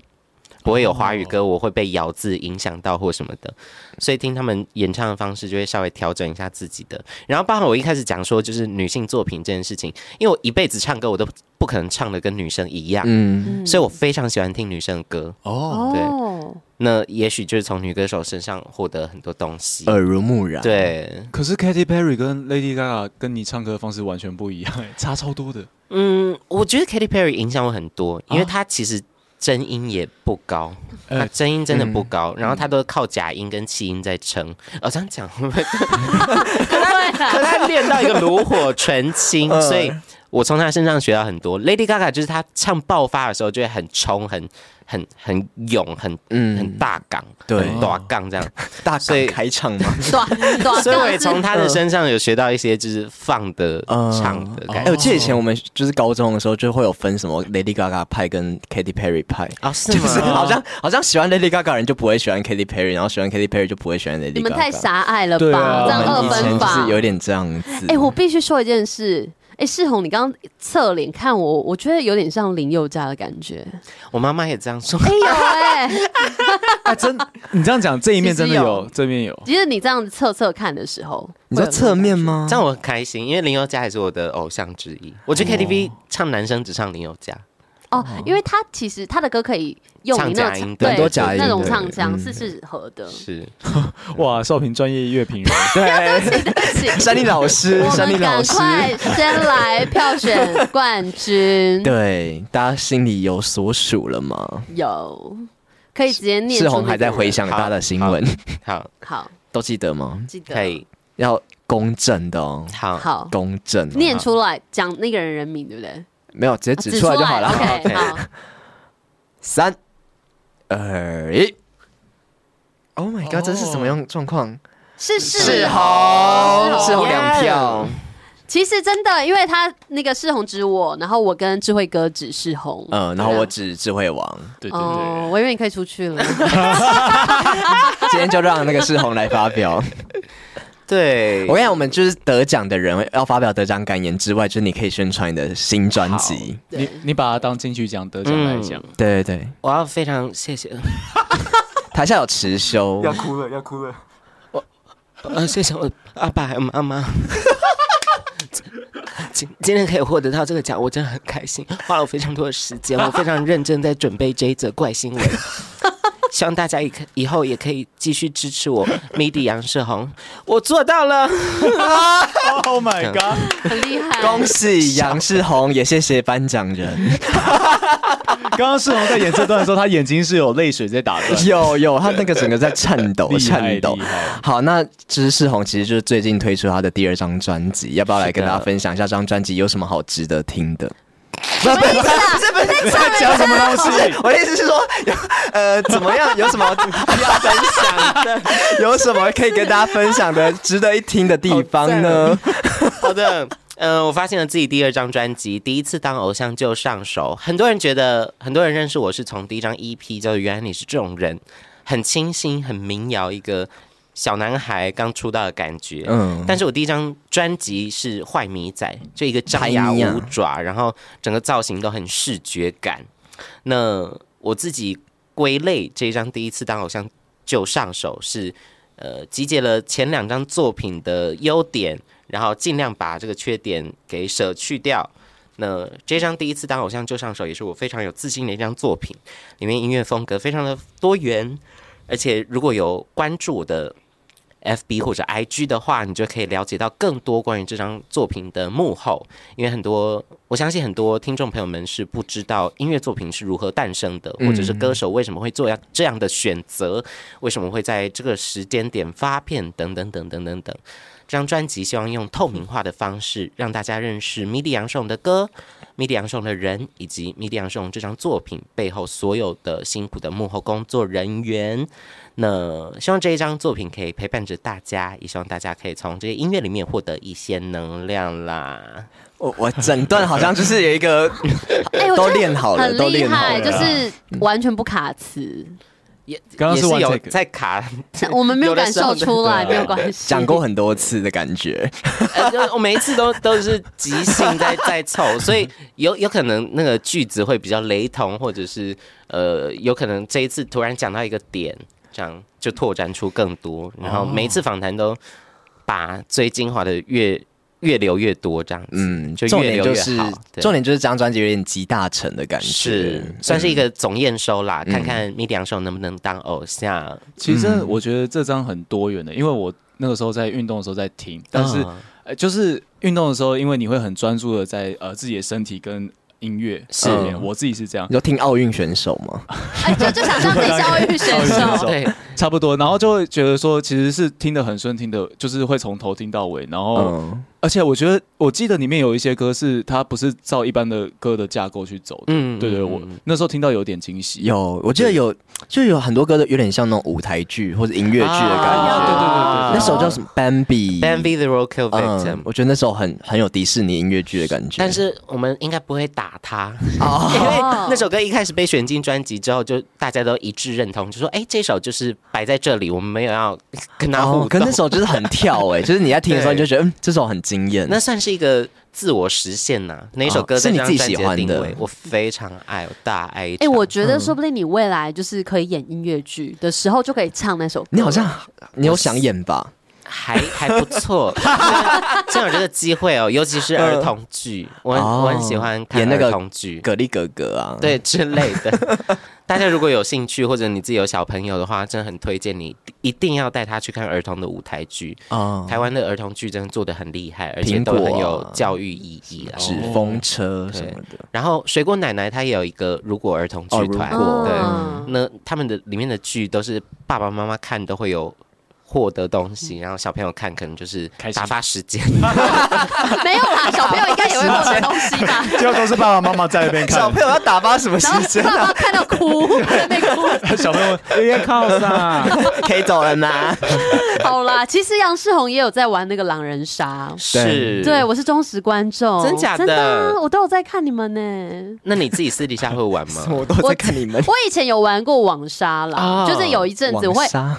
[SPEAKER 4] 不会有华语歌我会被咬字影响到或什么的，所以听他们演唱的方式就会稍微调整一下自己的。然后包含我一开始讲说就是女性作品这件事情，因为我一辈子唱歌我都不可能唱的跟女生一样，
[SPEAKER 3] 嗯，
[SPEAKER 1] 嗯
[SPEAKER 4] 所以我非常喜欢听女生的歌。
[SPEAKER 2] 哦，
[SPEAKER 4] 对
[SPEAKER 1] 哦，
[SPEAKER 4] 那也许就是从女歌手身上获得很多东西，
[SPEAKER 3] 耳濡目染。
[SPEAKER 4] 对。
[SPEAKER 2] 可是 Katy Perry 跟 Lady Gaga 跟你唱歌的方式完全不一样，哎差超多的。
[SPEAKER 4] 嗯，我觉得 Katy Perry 影响我很
[SPEAKER 3] 哦
[SPEAKER 4] 多，因为她其实真音也不高，
[SPEAKER 2] 呃
[SPEAKER 4] 她真音真的不高，
[SPEAKER 3] 嗯
[SPEAKER 4] 然后她都靠假音跟气音在撑。哦，这
[SPEAKER 3] (laughs)
[SPEAKER 4] 样讲会不会？
[SPEAKER 1] 对啦
[SPEAKER 4] (laughs) 可她练到一个炉火纯青，
[SPEAKER 3] (laughs) 嗯
[SPEAKER 4] 所以我从他身上学到很多。Lady Gaga 就是她唱爆发的时候就会很冲、很很很勇、很
[SPEAKER 3] 嗯
[SPEAKER 4] 很大杠、
[SPEAKER 3] 对
[SPEAKER 4] 很大杠这样。
[SPEAKER 3] 大
[SPEAKER 4] 所以
[SPEAKER 3] 港开唱吗？
[SPEAKER 5] 短短
[SPEAKER 4] 所以我也
[SPEAKER 5] 杠
[SPEAKER 4] 从
[SPEAKER 5] 是
[SPEAKER 4] 他
[SPEAKER 1] 嗯
[SPEAKER 4] 的身上有学到一些就是放的、
[SPEAKER 3] 嗯
[SPEAKER 4] 唱的
[SPEAKER 3] 哎、
[SPEAKER 4] 感觉
[SPEAKER 3] 我记得以前我们就是高中的时候，就会有分什么 Lady Gaga 派跟 Katy Perry 派。
[SPEAKER 4] 啊，是
[SPEAKER 3] 就
[SPEAKER 4] 吗？
[SPEAKER 3] 是 (laughs) 好像好像喜欢 Lady Gaga 的人就不会喜欢 Katy Perry，然后喜欢 Katy Perry 就不会喜欢 Lady Gaga。
[SPEAKER 5] 你们太狭隘了吧？
[SPEAKER 2] 对啊
[SPEAKER 5] 这样
[SPEAKER 3] 我
[SPEAKER 5] 二
[SPEAKER 3] 们以
[SPEAKER 5] 分
[SPEAKER 3] 前就
[SPEAKER 5] 法
[SPEAKER 3] 是。有点这样子。
[SPEAKER 5] 哎、我必须说一件事。哎、世宏，你刚刚侧脸看我，我觉得有点像林宥嘉的感觉。
[SPEAKER 4] 我妈妈也这样
[SPEAKER 5] (laughs)
[SPEAKER 4] 说。
[SPEAKER 5] 哎、有哎、
[SPEAKER 2] 啊，真你这样讲，这一面真的
[SPEAKER 5] 其实
[SPEAKER 2] 有
[SPEAKER 5] 有，
[SPEAKER 2] 这面有。
[SPEAKER 5] 其实你这样子侧侧看的时候，
[SPEAKER 3] 你说
[SPEAKER 5] 会有
[SPEAKER 3] 侧面吗？
[SPEAKER 4] 这样我很开心，因为林宥嘉也是我的偶像之一。我去 KTV 唱男生只唱林宥嘉，
[SPEAKER 5] 哦，因为他其实他的歌可以用你那
[SPEAKER 4] 唱假音
[SPEAKER 5] 种
[SPEAKER 4] 对
[SPEAKER 5] 对
[SPEAKER 4] 很多
[SPEAKER 3] 假音
[SPEAKER 5] 那种
[SPEAKER 3] 对
[SPEAKER 5] 唱腔
[SPEAKER 3] 嗯
[SPEAKER 5] 是适合的。
[SPEAKER 4] 是
[SPEAKER 2] 哇，少平专业乐评人，
[SPEAKER 5] (laughs)
[SPEAKER 3] 对，山地老师
[SPEAKER 5] 我，
[SPEAKER 3] 山地
[SPEAKER 5] 们
[SPEAKER 3] 老
[SPEAKER 5] 赶
[SPEAKER 3] 师，
[SPEAKER 5] 快先来票选冠军，
[SPEAKER 3] 对，大家心里有所属了吗？
[SPEAKER 5] 有可以直接念出那个
[SPEAKER 3] 世
[SPEAKER 5] 人。
[SPEAKER 3] 宏还在回想
[SPEAKER 4] 好
[SPEAKER 3] 他的新闻，
[SPEAKER 4] (laughs) 好，
[SPEAKER 5] 好，
[SPEAKER 3] 都记得吗？
[SPEAKER 5] 记得
[SPEAKER 4] 可以，啊
[SPEAKER 3] 要公正的哦，
[SPEAKER 4] 好，
[SPEAKER 5] 好
[SPEAKER 3] 公正哦、
[SPEAKER 4] 啊
[SPEAKER 5] 念出来，讲那个人人名，对不对？
[SPEAKER 3] 没有直接指出来就好了。
[SPEAKER 5] 哦指出来 OK，
[SPEAKER 4] 好
[SPEAKER 5] 好，
[SPEAKER 3] 三二一，Oh my god，这是什么
[SPEAKER 2] 哦
[SPEAKER 3] 样状况？
[SPEAKER 5] 是
[SPEAKER 3] 世
[SPEAKER 5] 是
[SPEAKER 3] 宏，
[SPEAKER 1] 哦
[SPEAKER 5] 世
[SPEAKER 3] 世宏
[SPEAKER 5] 宏
[SPEAKER 3] 两票，
[SPEAKER 5] 其实真的，因为他那个世宏指我，然后我跟智慧哥指世宏，
[SPEAKER 3] 嗯，
[SPEAKER 2] 啊
[SPEAKER 3] 然后我
[SPEAKER 5] 对
[SPEAKER 3] 指智慧王，
[SPEAKER 2] (laughs) 对对
[SPEAKER 5] 啊哦，
[SPEAKER 2] 对，
[SPEAKER 5] 我以为你可以出去
[SPEAKER 1] (laughs)
[SPEAKER 5] 了。
[SPEAKER 3] 今天就让那个世宏来发
[SPEAKER 2] (laughs)
[SPEAKER 3] 表。
[SPEAKER 4] 对，
[SPEAKER 3] 我跟你讲，我们就是得奖的人要发表得奖感言之外，就是你可以宣传你的新专辑。
[SPEAKER 2] 你你把它当金曲奖得奖来讲，
[SPEAKER 3] 对对对，
[SPEAKER 4] 我要非常谢谢，
[SPEAKER 3] 台下有持修，
[SPEAKER 2] 哭了要哭了，
[SPEAKER 4] 呃，谢谢我阿爸还有妈 (laughs) 妈。今今天可以获得到这个奖，我真的很开心，花了我非常多的时间，我非常认真在准备这一则怪新闻。 (laughs) 希望大家以可以后也可以继续支持我米底杨世宏，我做到了。
[SPEAKER 2] Oh my god！
[SPEAKER 5] 很厉害，
[SPEAKER 1] (laughs)
[SPEAKER 3] 恭喜杨世宏，也谢谢颁奖
[SPEAKER 2] (laughs)
[SPEAKER 3] 人。
[SPEAKER 2] 刚刚世宏在演这段的时候，他眼睛是有泪水在 (laughs) 打转，
[SPEAKER 3] 有有，他那个整个在颤抖，
[SPEAKER 2] 厉害
[SPEAKER 3] 颤抖
[SPEAKER 2] 厉。害。
[SPEAKER 3] 好，那知世宏其实就是最近推出他的第二张专辑，要不要来跟大家分享一下这张专辑有什么好值得听的？不是不是不
[SPEAKER 5] 啊
[SPEAKER 3] 是不是，
[SPEAKER 2] 在讲什么东西？
[SPEAKER 3] 我的意思是说，有呃，怎么样？有什么要分享的？有什么可以跟大家分享的、值得一听的地方呢？
[SPEAKER 4] (laughs) 好的，嗯、我发现了自己第二张专辑，第一次当偶像就上手。很多人觉得，很多人认识我是从第一张 EP 叫《原来你是这种人》，很清新、很民谣，一个小男孩刚出道的感觉。
[SPEAKER 3] 嗯，
[SPEAKER 4] 但是我第一张专辑是《坏米仔》，就一个张牙
[SPEAKER 3] 坏米啊
[SPEAKER 4] 舞爪，然后整个造型都很视觉感。那我自己归类这一张第一次当偶像就上手是，呃，集结了前两张作品的优点，然后尽量把这个缺点给舍去掉。那这张第一次当偶像就上手，也是我非常有自信的一张作品，里面音乐风格非常的多元，而且如果有关注我的 FB 或者 IG 的话，你就可以了解到更多关于这张作品的幕后。因为很多，我相信很多听众朋友们是不知道音乐作品是如何诞生的，或者是歌手为什么会做这样的选择，为什么会在这个时间点发片，等等等等等等。这张专辑希望用透明化的方式，让大家认识米 i 杨颂的歌、米 i 杨颂的人，以及米 i 杨颂这张作品背后所有的辛苦的幕后工作人员。那希望这一张作品可以陪伴着大家，也希望大家可以从这些音乐里面获得一些能量啦。
[SPEAKER 3] 我我整段好像就是有一个
[SPEAKER 5] 哎，我
[SPEAKER 3] 都
[SPEAKER 5] 觉得
[SPEAKER 3] 练好了，
[SPEAKER 5] 很
[SPEAKER 3] 都
[SPEAKER 5] 厉
[SPEAKER 3] 练好
[SPEAKER 5] 害，
[SPEAKER 3] 了，
[SPEAKER 5] 就是完全不卡词，
[SPEAKER 4] 也
[SPEAKER 2] 刚刚
[SPEAKER 4] 也
[SPEAKER 2] 是
[SPEAKER 4] 是
[SPEAKER 2] one
[SPEAKER 4] 有
[SPEAKER 2] take
[SPEAKER 4] 在卡，
[SPEAKER 5] 我们没有
[SPEAKER 4] 有的
[SPEAKER 5] 感
[SPEAKER 4] 时候
[SPEAKER 5] 受出来，
[SPEAKER 2] 对
[SPEAKER 5] 没有关系。
[SPEAKER 3] 讲过很多次的感觉。
[SPEAKER 4] 呃就我每一次都都是即兴在在凑，所以有 (laughs) 有可能那个句子会比较雷同，或者是呃，有可能这一次突然讲到一个点，这样就拓展出更多。然
[SPEAKER 2] 哦
[SPEAKER 4] 后每一次访谈都把最精华的越越留越多，这样子，
[SPEAKER 3] 嗯，
[SPEAKER 4] 就
[SPEAKER 3] 重
[SPEAKER 4] 越
[SPEAKER 3] 点
[SPEAKER 4] 留
[SPEAKER 3] 就
[SPEAKER 4] 越
[SPEAKER 3] 是
[SPEAKER 4] 好。对
[SPEAKER 3] 重点就是这张专辑有点集大成的感觉，
[SPEAKER 4] 是算是一
[SPEAKER 3] 嗯
[SPEAKER 4] 个总验收啦，看看米良手能不能当偶
[SPEAKER 3] 嗯
[SPEAKER 4] 像。
[SPEAKER 2] 其实真的我觉得这张很多元的，因为我那个时候在运动的时候在听，但是
[SPEAKER 4] 嗯
[SPEAKER 2] 呃，就是运动的时候，因为你会很专注的在呃自己的身体跟音乐上面。
[SPEAKER 3] 嗯
[SPEAKER 2] 我自己是这样
[SPEAKER 3] 你，说听奥运选手吗？
[SPEAKER 5] 哎，就就想象等一下奥运选
[SPEAKER 2] 奥运
[SPEAKER 5] (laughs)
[SPEAKER 2] 选
[SPEAKER 5] 手
[SPEAKER 2] 手，
[SPEAKER 4] 对，
[SPEAKER 2] 差不多，然后就会觉得说其实是听得很顺，听的就是会从头听到尾，然后、
[SPEAKER 3] 嗯，
[SPEAKER 2] 而且我觉得，我记得里面有一些歌是它不是照一般的歌的架构去走的。
[SPEAKER 4] 嗯
[SPEAKER 2] 对对，我那时候听到有点惊喜。 (laughs)
[SPEAKER 3] 有，我记得有，就有很多歌都有点像那种舞台剧或者音乐剧的
[SPEAKER 5] 哎
[SPEAKER 3] 感觉。
[SPEAKER 2] 啊对对对对对
[SPEAKER 3] 那首叫什么？Bambi。
[SPEAKER 4] Bambi the Royal Kill
[SPEAKER 3] 嗯
[SPEAKER 4] Victim，、，
[SPEAKER 3] 我觉得那首很很有迪士尼音乐剧的感觉。 (laughs) 哦
[SPEAKER 4] 但是我们应该不会打他，因为那首歌一开始被选进专辑之后，就大家都一致认同，就说：“哎、这首就是摆在这里，我们没有要 (laughs) 跟他互
[SPEAKER 3] 哦，可
[SPEAKER 4] 动。
[SPEAKER 3] 那首就是很跳哎、就是你在听的时候你就觉得，嗯，这首很惊艳。
[SPEAKER 4] 那算是一个自我实现呐、那一首歌
[SPEAKER 3] 哦是
[SPEAKER 4] 在
[SPEAKER 3] 你
[SPEAKER 4] 这
[SPEAKER 3] 自
[SPEAKER 4] 张
[SPEAKER 3] 己
[SPEAKER 4] 专辑
[SPEAKER 3] 喜欢
[SPEAKER 4] 定
[SPEAKER 3] 的
[SPEAKER 4] 位，我非常爱，我大爱一
[SPEAKER 1] 哎、
[SPEAKER 4] 场。
[SPEAKER 1] 我觉得说不定你未来就是可以演音乐剧的时候，就可以唱那首歌。哦
[SPEAKER 3] 你好像你有想演吧？
[SPEAKER 4] 还还不错，
[SPEAKER 3] (laughs)
[SPEAKER 4] 真有这个机会哦，尤其是儿童剧，我很
[SPEAKER 3] 哦
[SPEAKER 4] 我很喜欢看
[SPEAKER 3] 演那个
[SPEAKER 4] 儿童剧，
[SPEAKER 3] 蛤蜊哥哥啊，，
[SPEAKER 4] 对之类的。
[SPEAKER 3] (laughs)
[SPEAKER 4] 大家如果有兴趣，或者你自己有小朋友的话，真的很推荐你一定要带他去看儿童的舞台剧。
[SPEAKER 3] 哦，
[SPEAKER 4] 台湾的儿童剧真的做的很厉害，而且
[SPEAKER 3] 苹
[SPEAKER 4] 都
[SPEAKER 3] 果啊哦
[SPEAKER 4] 很有教育意义啦。
[SPEAKER 3] 纸风车什么的，
[SPEAKER 4] 然后水果奶奶她也有一个如果儿童剧团，
[SPEAKER 3] 哦如果
[SPEAKER 4] 对，那他们的里面的剧都是爸爸妈妈看都会有。获得东
[SPEAKER 3] 嗯
[SPEAKER 4] 西，然后小朋友看可能就是
[SPEAKER 2] 开心
[SPEAKER 4] 打发时间，
[SPEAKER 1] (laughs) 没有
[SPEAKER 4] (laughs)
[SPEAKER 1] 啦，小朋友应该也会获得东西吧。
[SPEAKER 2] 结果都是爸爸妈妈在那边看，
[SPEAKER 3] 友要打发什么
[SPEAKER 4] 啊
[SPEAKER 1] (laughs) 然后爸爸看到哭，在那
[SPEAKER 4] (laughs)
[SPEAKER 1] 边哭。
[SPEAKER 2] 小朋 (laughs) 友别靠上， (laughs)
[SPEAKER 3] 可以走了吗？
[SPEAKER 1] 好啦，其实杨世宏也有在玩那个狼人杀。
[SPEAKER 4] 是，
[SPEAKER 1] 对，我是忠实观众，
[SPEAKER 4] 真假的
[SPEAKER 1] 真啊我都有在看你们呢。
[SPEAKER 4] 那你自己私底下会玩
[SPEAKER 3] (laughs)
[SPEAKER 4] 吗？
[SPEAKER 3] 我都在看你们。
[SPEAKER 4] 哎
[SPEAKER 1] 我以前有玩过网杀啦，
[SPEAKER 4] 哦
[SPEAKER 1] 就是有一阵子
[SPEAKER 3] 网
[SPEAKER 1] 会，
[SPEAKER 3] 杀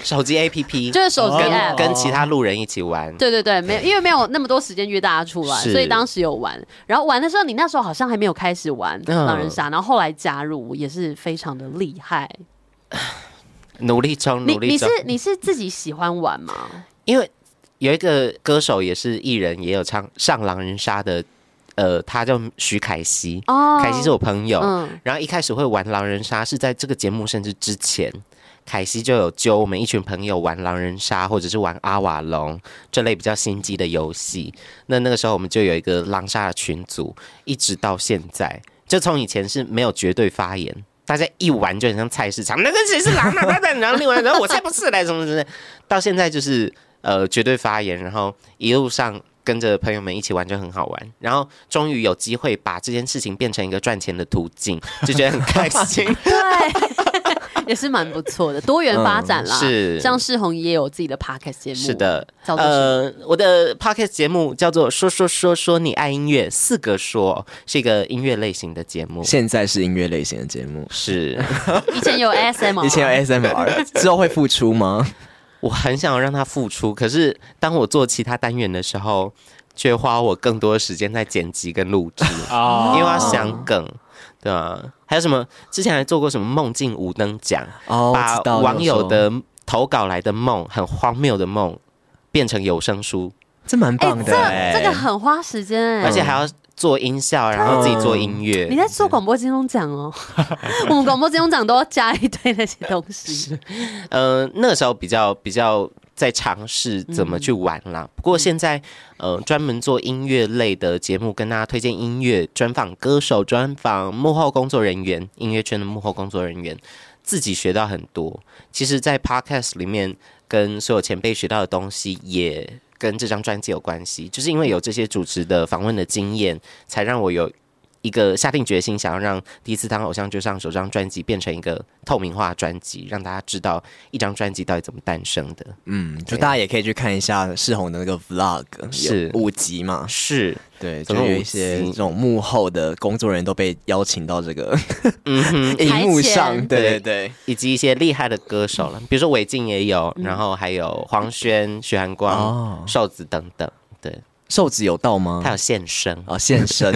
[SPEAKER 4] 手机 APP
[SPEAKER 1] 就是手机
[SPEAKER 2] 哦
[SPEAKER 1] app，
[SPEAKER 4] 跟其他路人一起玩，
[SPEAKER 1] 对对对，没有，因为没有那么多时间约大家出来，
[SPEAKER 4] 哎是
[SPEAKER 1] 所以当时有玩。然后玩的时候，你那时候好像还没有开始玩
[SPEAKER 4] 嗯
[SPEAKER 1] 狼人杀，然后后来加入也是非常的厉害。
[SPEAKER 4] 努力中，
[SPEAKER 1] 你
[SPEAKER 4] 努
[SPEAKER 1] 你
[SPEAKER 4] 力
[SPEAKER 1] 是
[SPEAKER 4] 中。
[SPEAKER 1] 你是自己喜欢玩吗？
[SPEAKER 4] 因为有一个歌手也是艺人，也有唱上狼人杀的，呃，他叫徐凯熙，
[SPEAKER 1] 哦
[SPEAKER 4] 凯熙是我朋友。
[SPEAKER 1] 嗯
[SPEAKER 4] 然后一开始会玩狼人杀是在这个节目甚至之前，凯西就有揪我们一群朋友玩狼人杀或者是玩阿瓦隆这类比较心机的游戏。那那个时候我们就有一个狼杀的群组，一直到现在，就从以前是没有绝对发言。大家一玩就很像菜市场，那个谁是狼啊？他在然后另外然后我才不是嘞，什么什么的。到现在就是呃绝对发言，然后一路上跟着朋友们一起玩就很好玩，然后终于有机会把这件事情变成一个赚钱的途径，就觉得很开心。
[SPEAKER 1] 对，也是蛮不错的，多元发展啦。
[SPEAKER 4] 嗯是
[SPEAKER 1] 像世宏也有自己的 podcast 节目，
[SPEAKER 4] (laughs) 是， (laughs) 的，
[SPEAKER 1] 叫做什么
[SPEAKER 4] 呃，我的 podcast 节目叫做“说说说说你爱音乐”，四个说是一个音乐类型的节目，
[SPEAKER 3] 现在是音乐类型的节目，
[SPEAKER 4] 是
[SPEAKER 1] 以前有 SM，
[SPEAKER 3] 以前有 SMR，之后会复出吗？
[SPEAKER 4] 我很想要让它付出，可是当我做其他单元的时候，却花我更多的时间在剪辑跟录制。
[SPEAKER 2] 啊
[SPEAKER 4] 因为要
[SPEAKER 3] 哦
[SPEAKER 4] 想梗，对啊，还有什么？之前还做过什么梦境五等奖，
[SPEAKER 3] 哦，我知
[SPEAKER 4] 把
[SPEAKER 3] 道
[SPEAKER 4] 网友
[SPEAKER 3] 有
[SPEAKER 4] 的投稿来的梦，很荒谬的梦，变成有声书，
[SPEAKER 3] 说这蛮
[SPEAKER 1] 哎、
[SPEAKER 3] 棒的哎，
[SPEAKER 1] 这这个很花时间哎、
[SPEAKER 4] 而且还要做音效，然后自己做音乐。
[SPEAKER 1] 嗯你在做广播金钟奖哦，我们广播金钟奖都要加一堆那些东西。
[SPEAKER 4] 呃，那个时候比较比较在尝试怎么去玩啦。不过现在，呃，专门做音乐类的节目，跟大家推荐音乐，专访歌手，专访幕后工作人员，音乐圈的幕后工作人员，自己学到很多。其实，在 podcast 里面，跟所有前辈学到的东西也。跟这张专辑有关系，就是因为有这些主持的访问的经验，才让我有一个下定决心，想要让第一次当偶像就上手这张专辑变成一个透明化专辑，让大家知道一张专辑到底怎么诞生的。
[SPEAKER 3] 嗯，就大家也可以去看一下世宏的那个 vlog，
[SPEAKER 4] 是
[SPEAKER 3] 有五集嘛，
[SPEAKER 4] 是，
[SPEAKER 3] 对，就
[SPEAKER 4] 总共
[SPEAKER 3] 有
[SPEAKER 4] 五
[SPEAKER 3] 一些
[SPEAKER 4] 集
[SPEAKER 3] 这种幕后的工作人员都被邀请到这个
[SPEAKER 4] 嗯哼，
[SPEAKER 3] (laughs) 荧幕
[SPEAKER 1] 台
[SPEAKER 3] 上，
[SPEAKER 1] 前
[SPEAKER 3] 对对对，
[SPEAKER 4] 以及一些厉害的歌手了，比如说韦静也有，然后还有黄轩、徐寒
[SPEAKER 3] 哦
[SPEAKER 4] 光、瘦子等等。对，
[SPEAKER 3] 瘦子有到吗
[SPEAKER 4] 他？有现身。
[SPEAKER 3] 哦，现身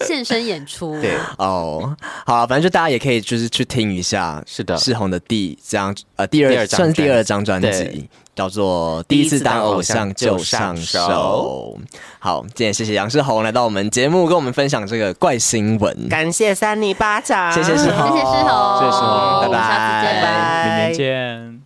[SPEAKER 1] 现身演出。
[SPEAKER 4] 对，
[SPEAKER 3] 哦，好啊，反正就大家也可以就是去听一下
[SPEAKER 4] 是的
[SPEAKER 3] 世宏的第这张呃第
[SPEAKER 4] 第
[SPEAKER 3] 二
[SPEAKER 4] 二张
[SPEAKER 3] 算是第
[SPEAKER 4] 专
[SPEAKER 3] 二张专辑
[SPEAKER 4] 对，
[SPEAKER 3] 叫做《第一次当偶像就
[SPEAKER 4] 第
[SPEAKER 3] 上
[SPEAKER 4] 一次当偶像就上
[SPEAKER 3] 手》。好，今天谢谢杨世宏来到我们节目，跟我们分享这个怪新闻。
[SPEAKER 4] 感谢三尼巴掌，
[SPEAKER 3] 谢谢世宏，
[SPEAKER 1] 谢谢世宏，
[SPEAKER 2] 谢谢世宏
[SPEAKER 1] 我们
[SPEAKER 3] 拜拜
[SPEAKER 1] 下次见，
[SPEAKER 3] 拜拜
[SPEAKER 2] 明年见。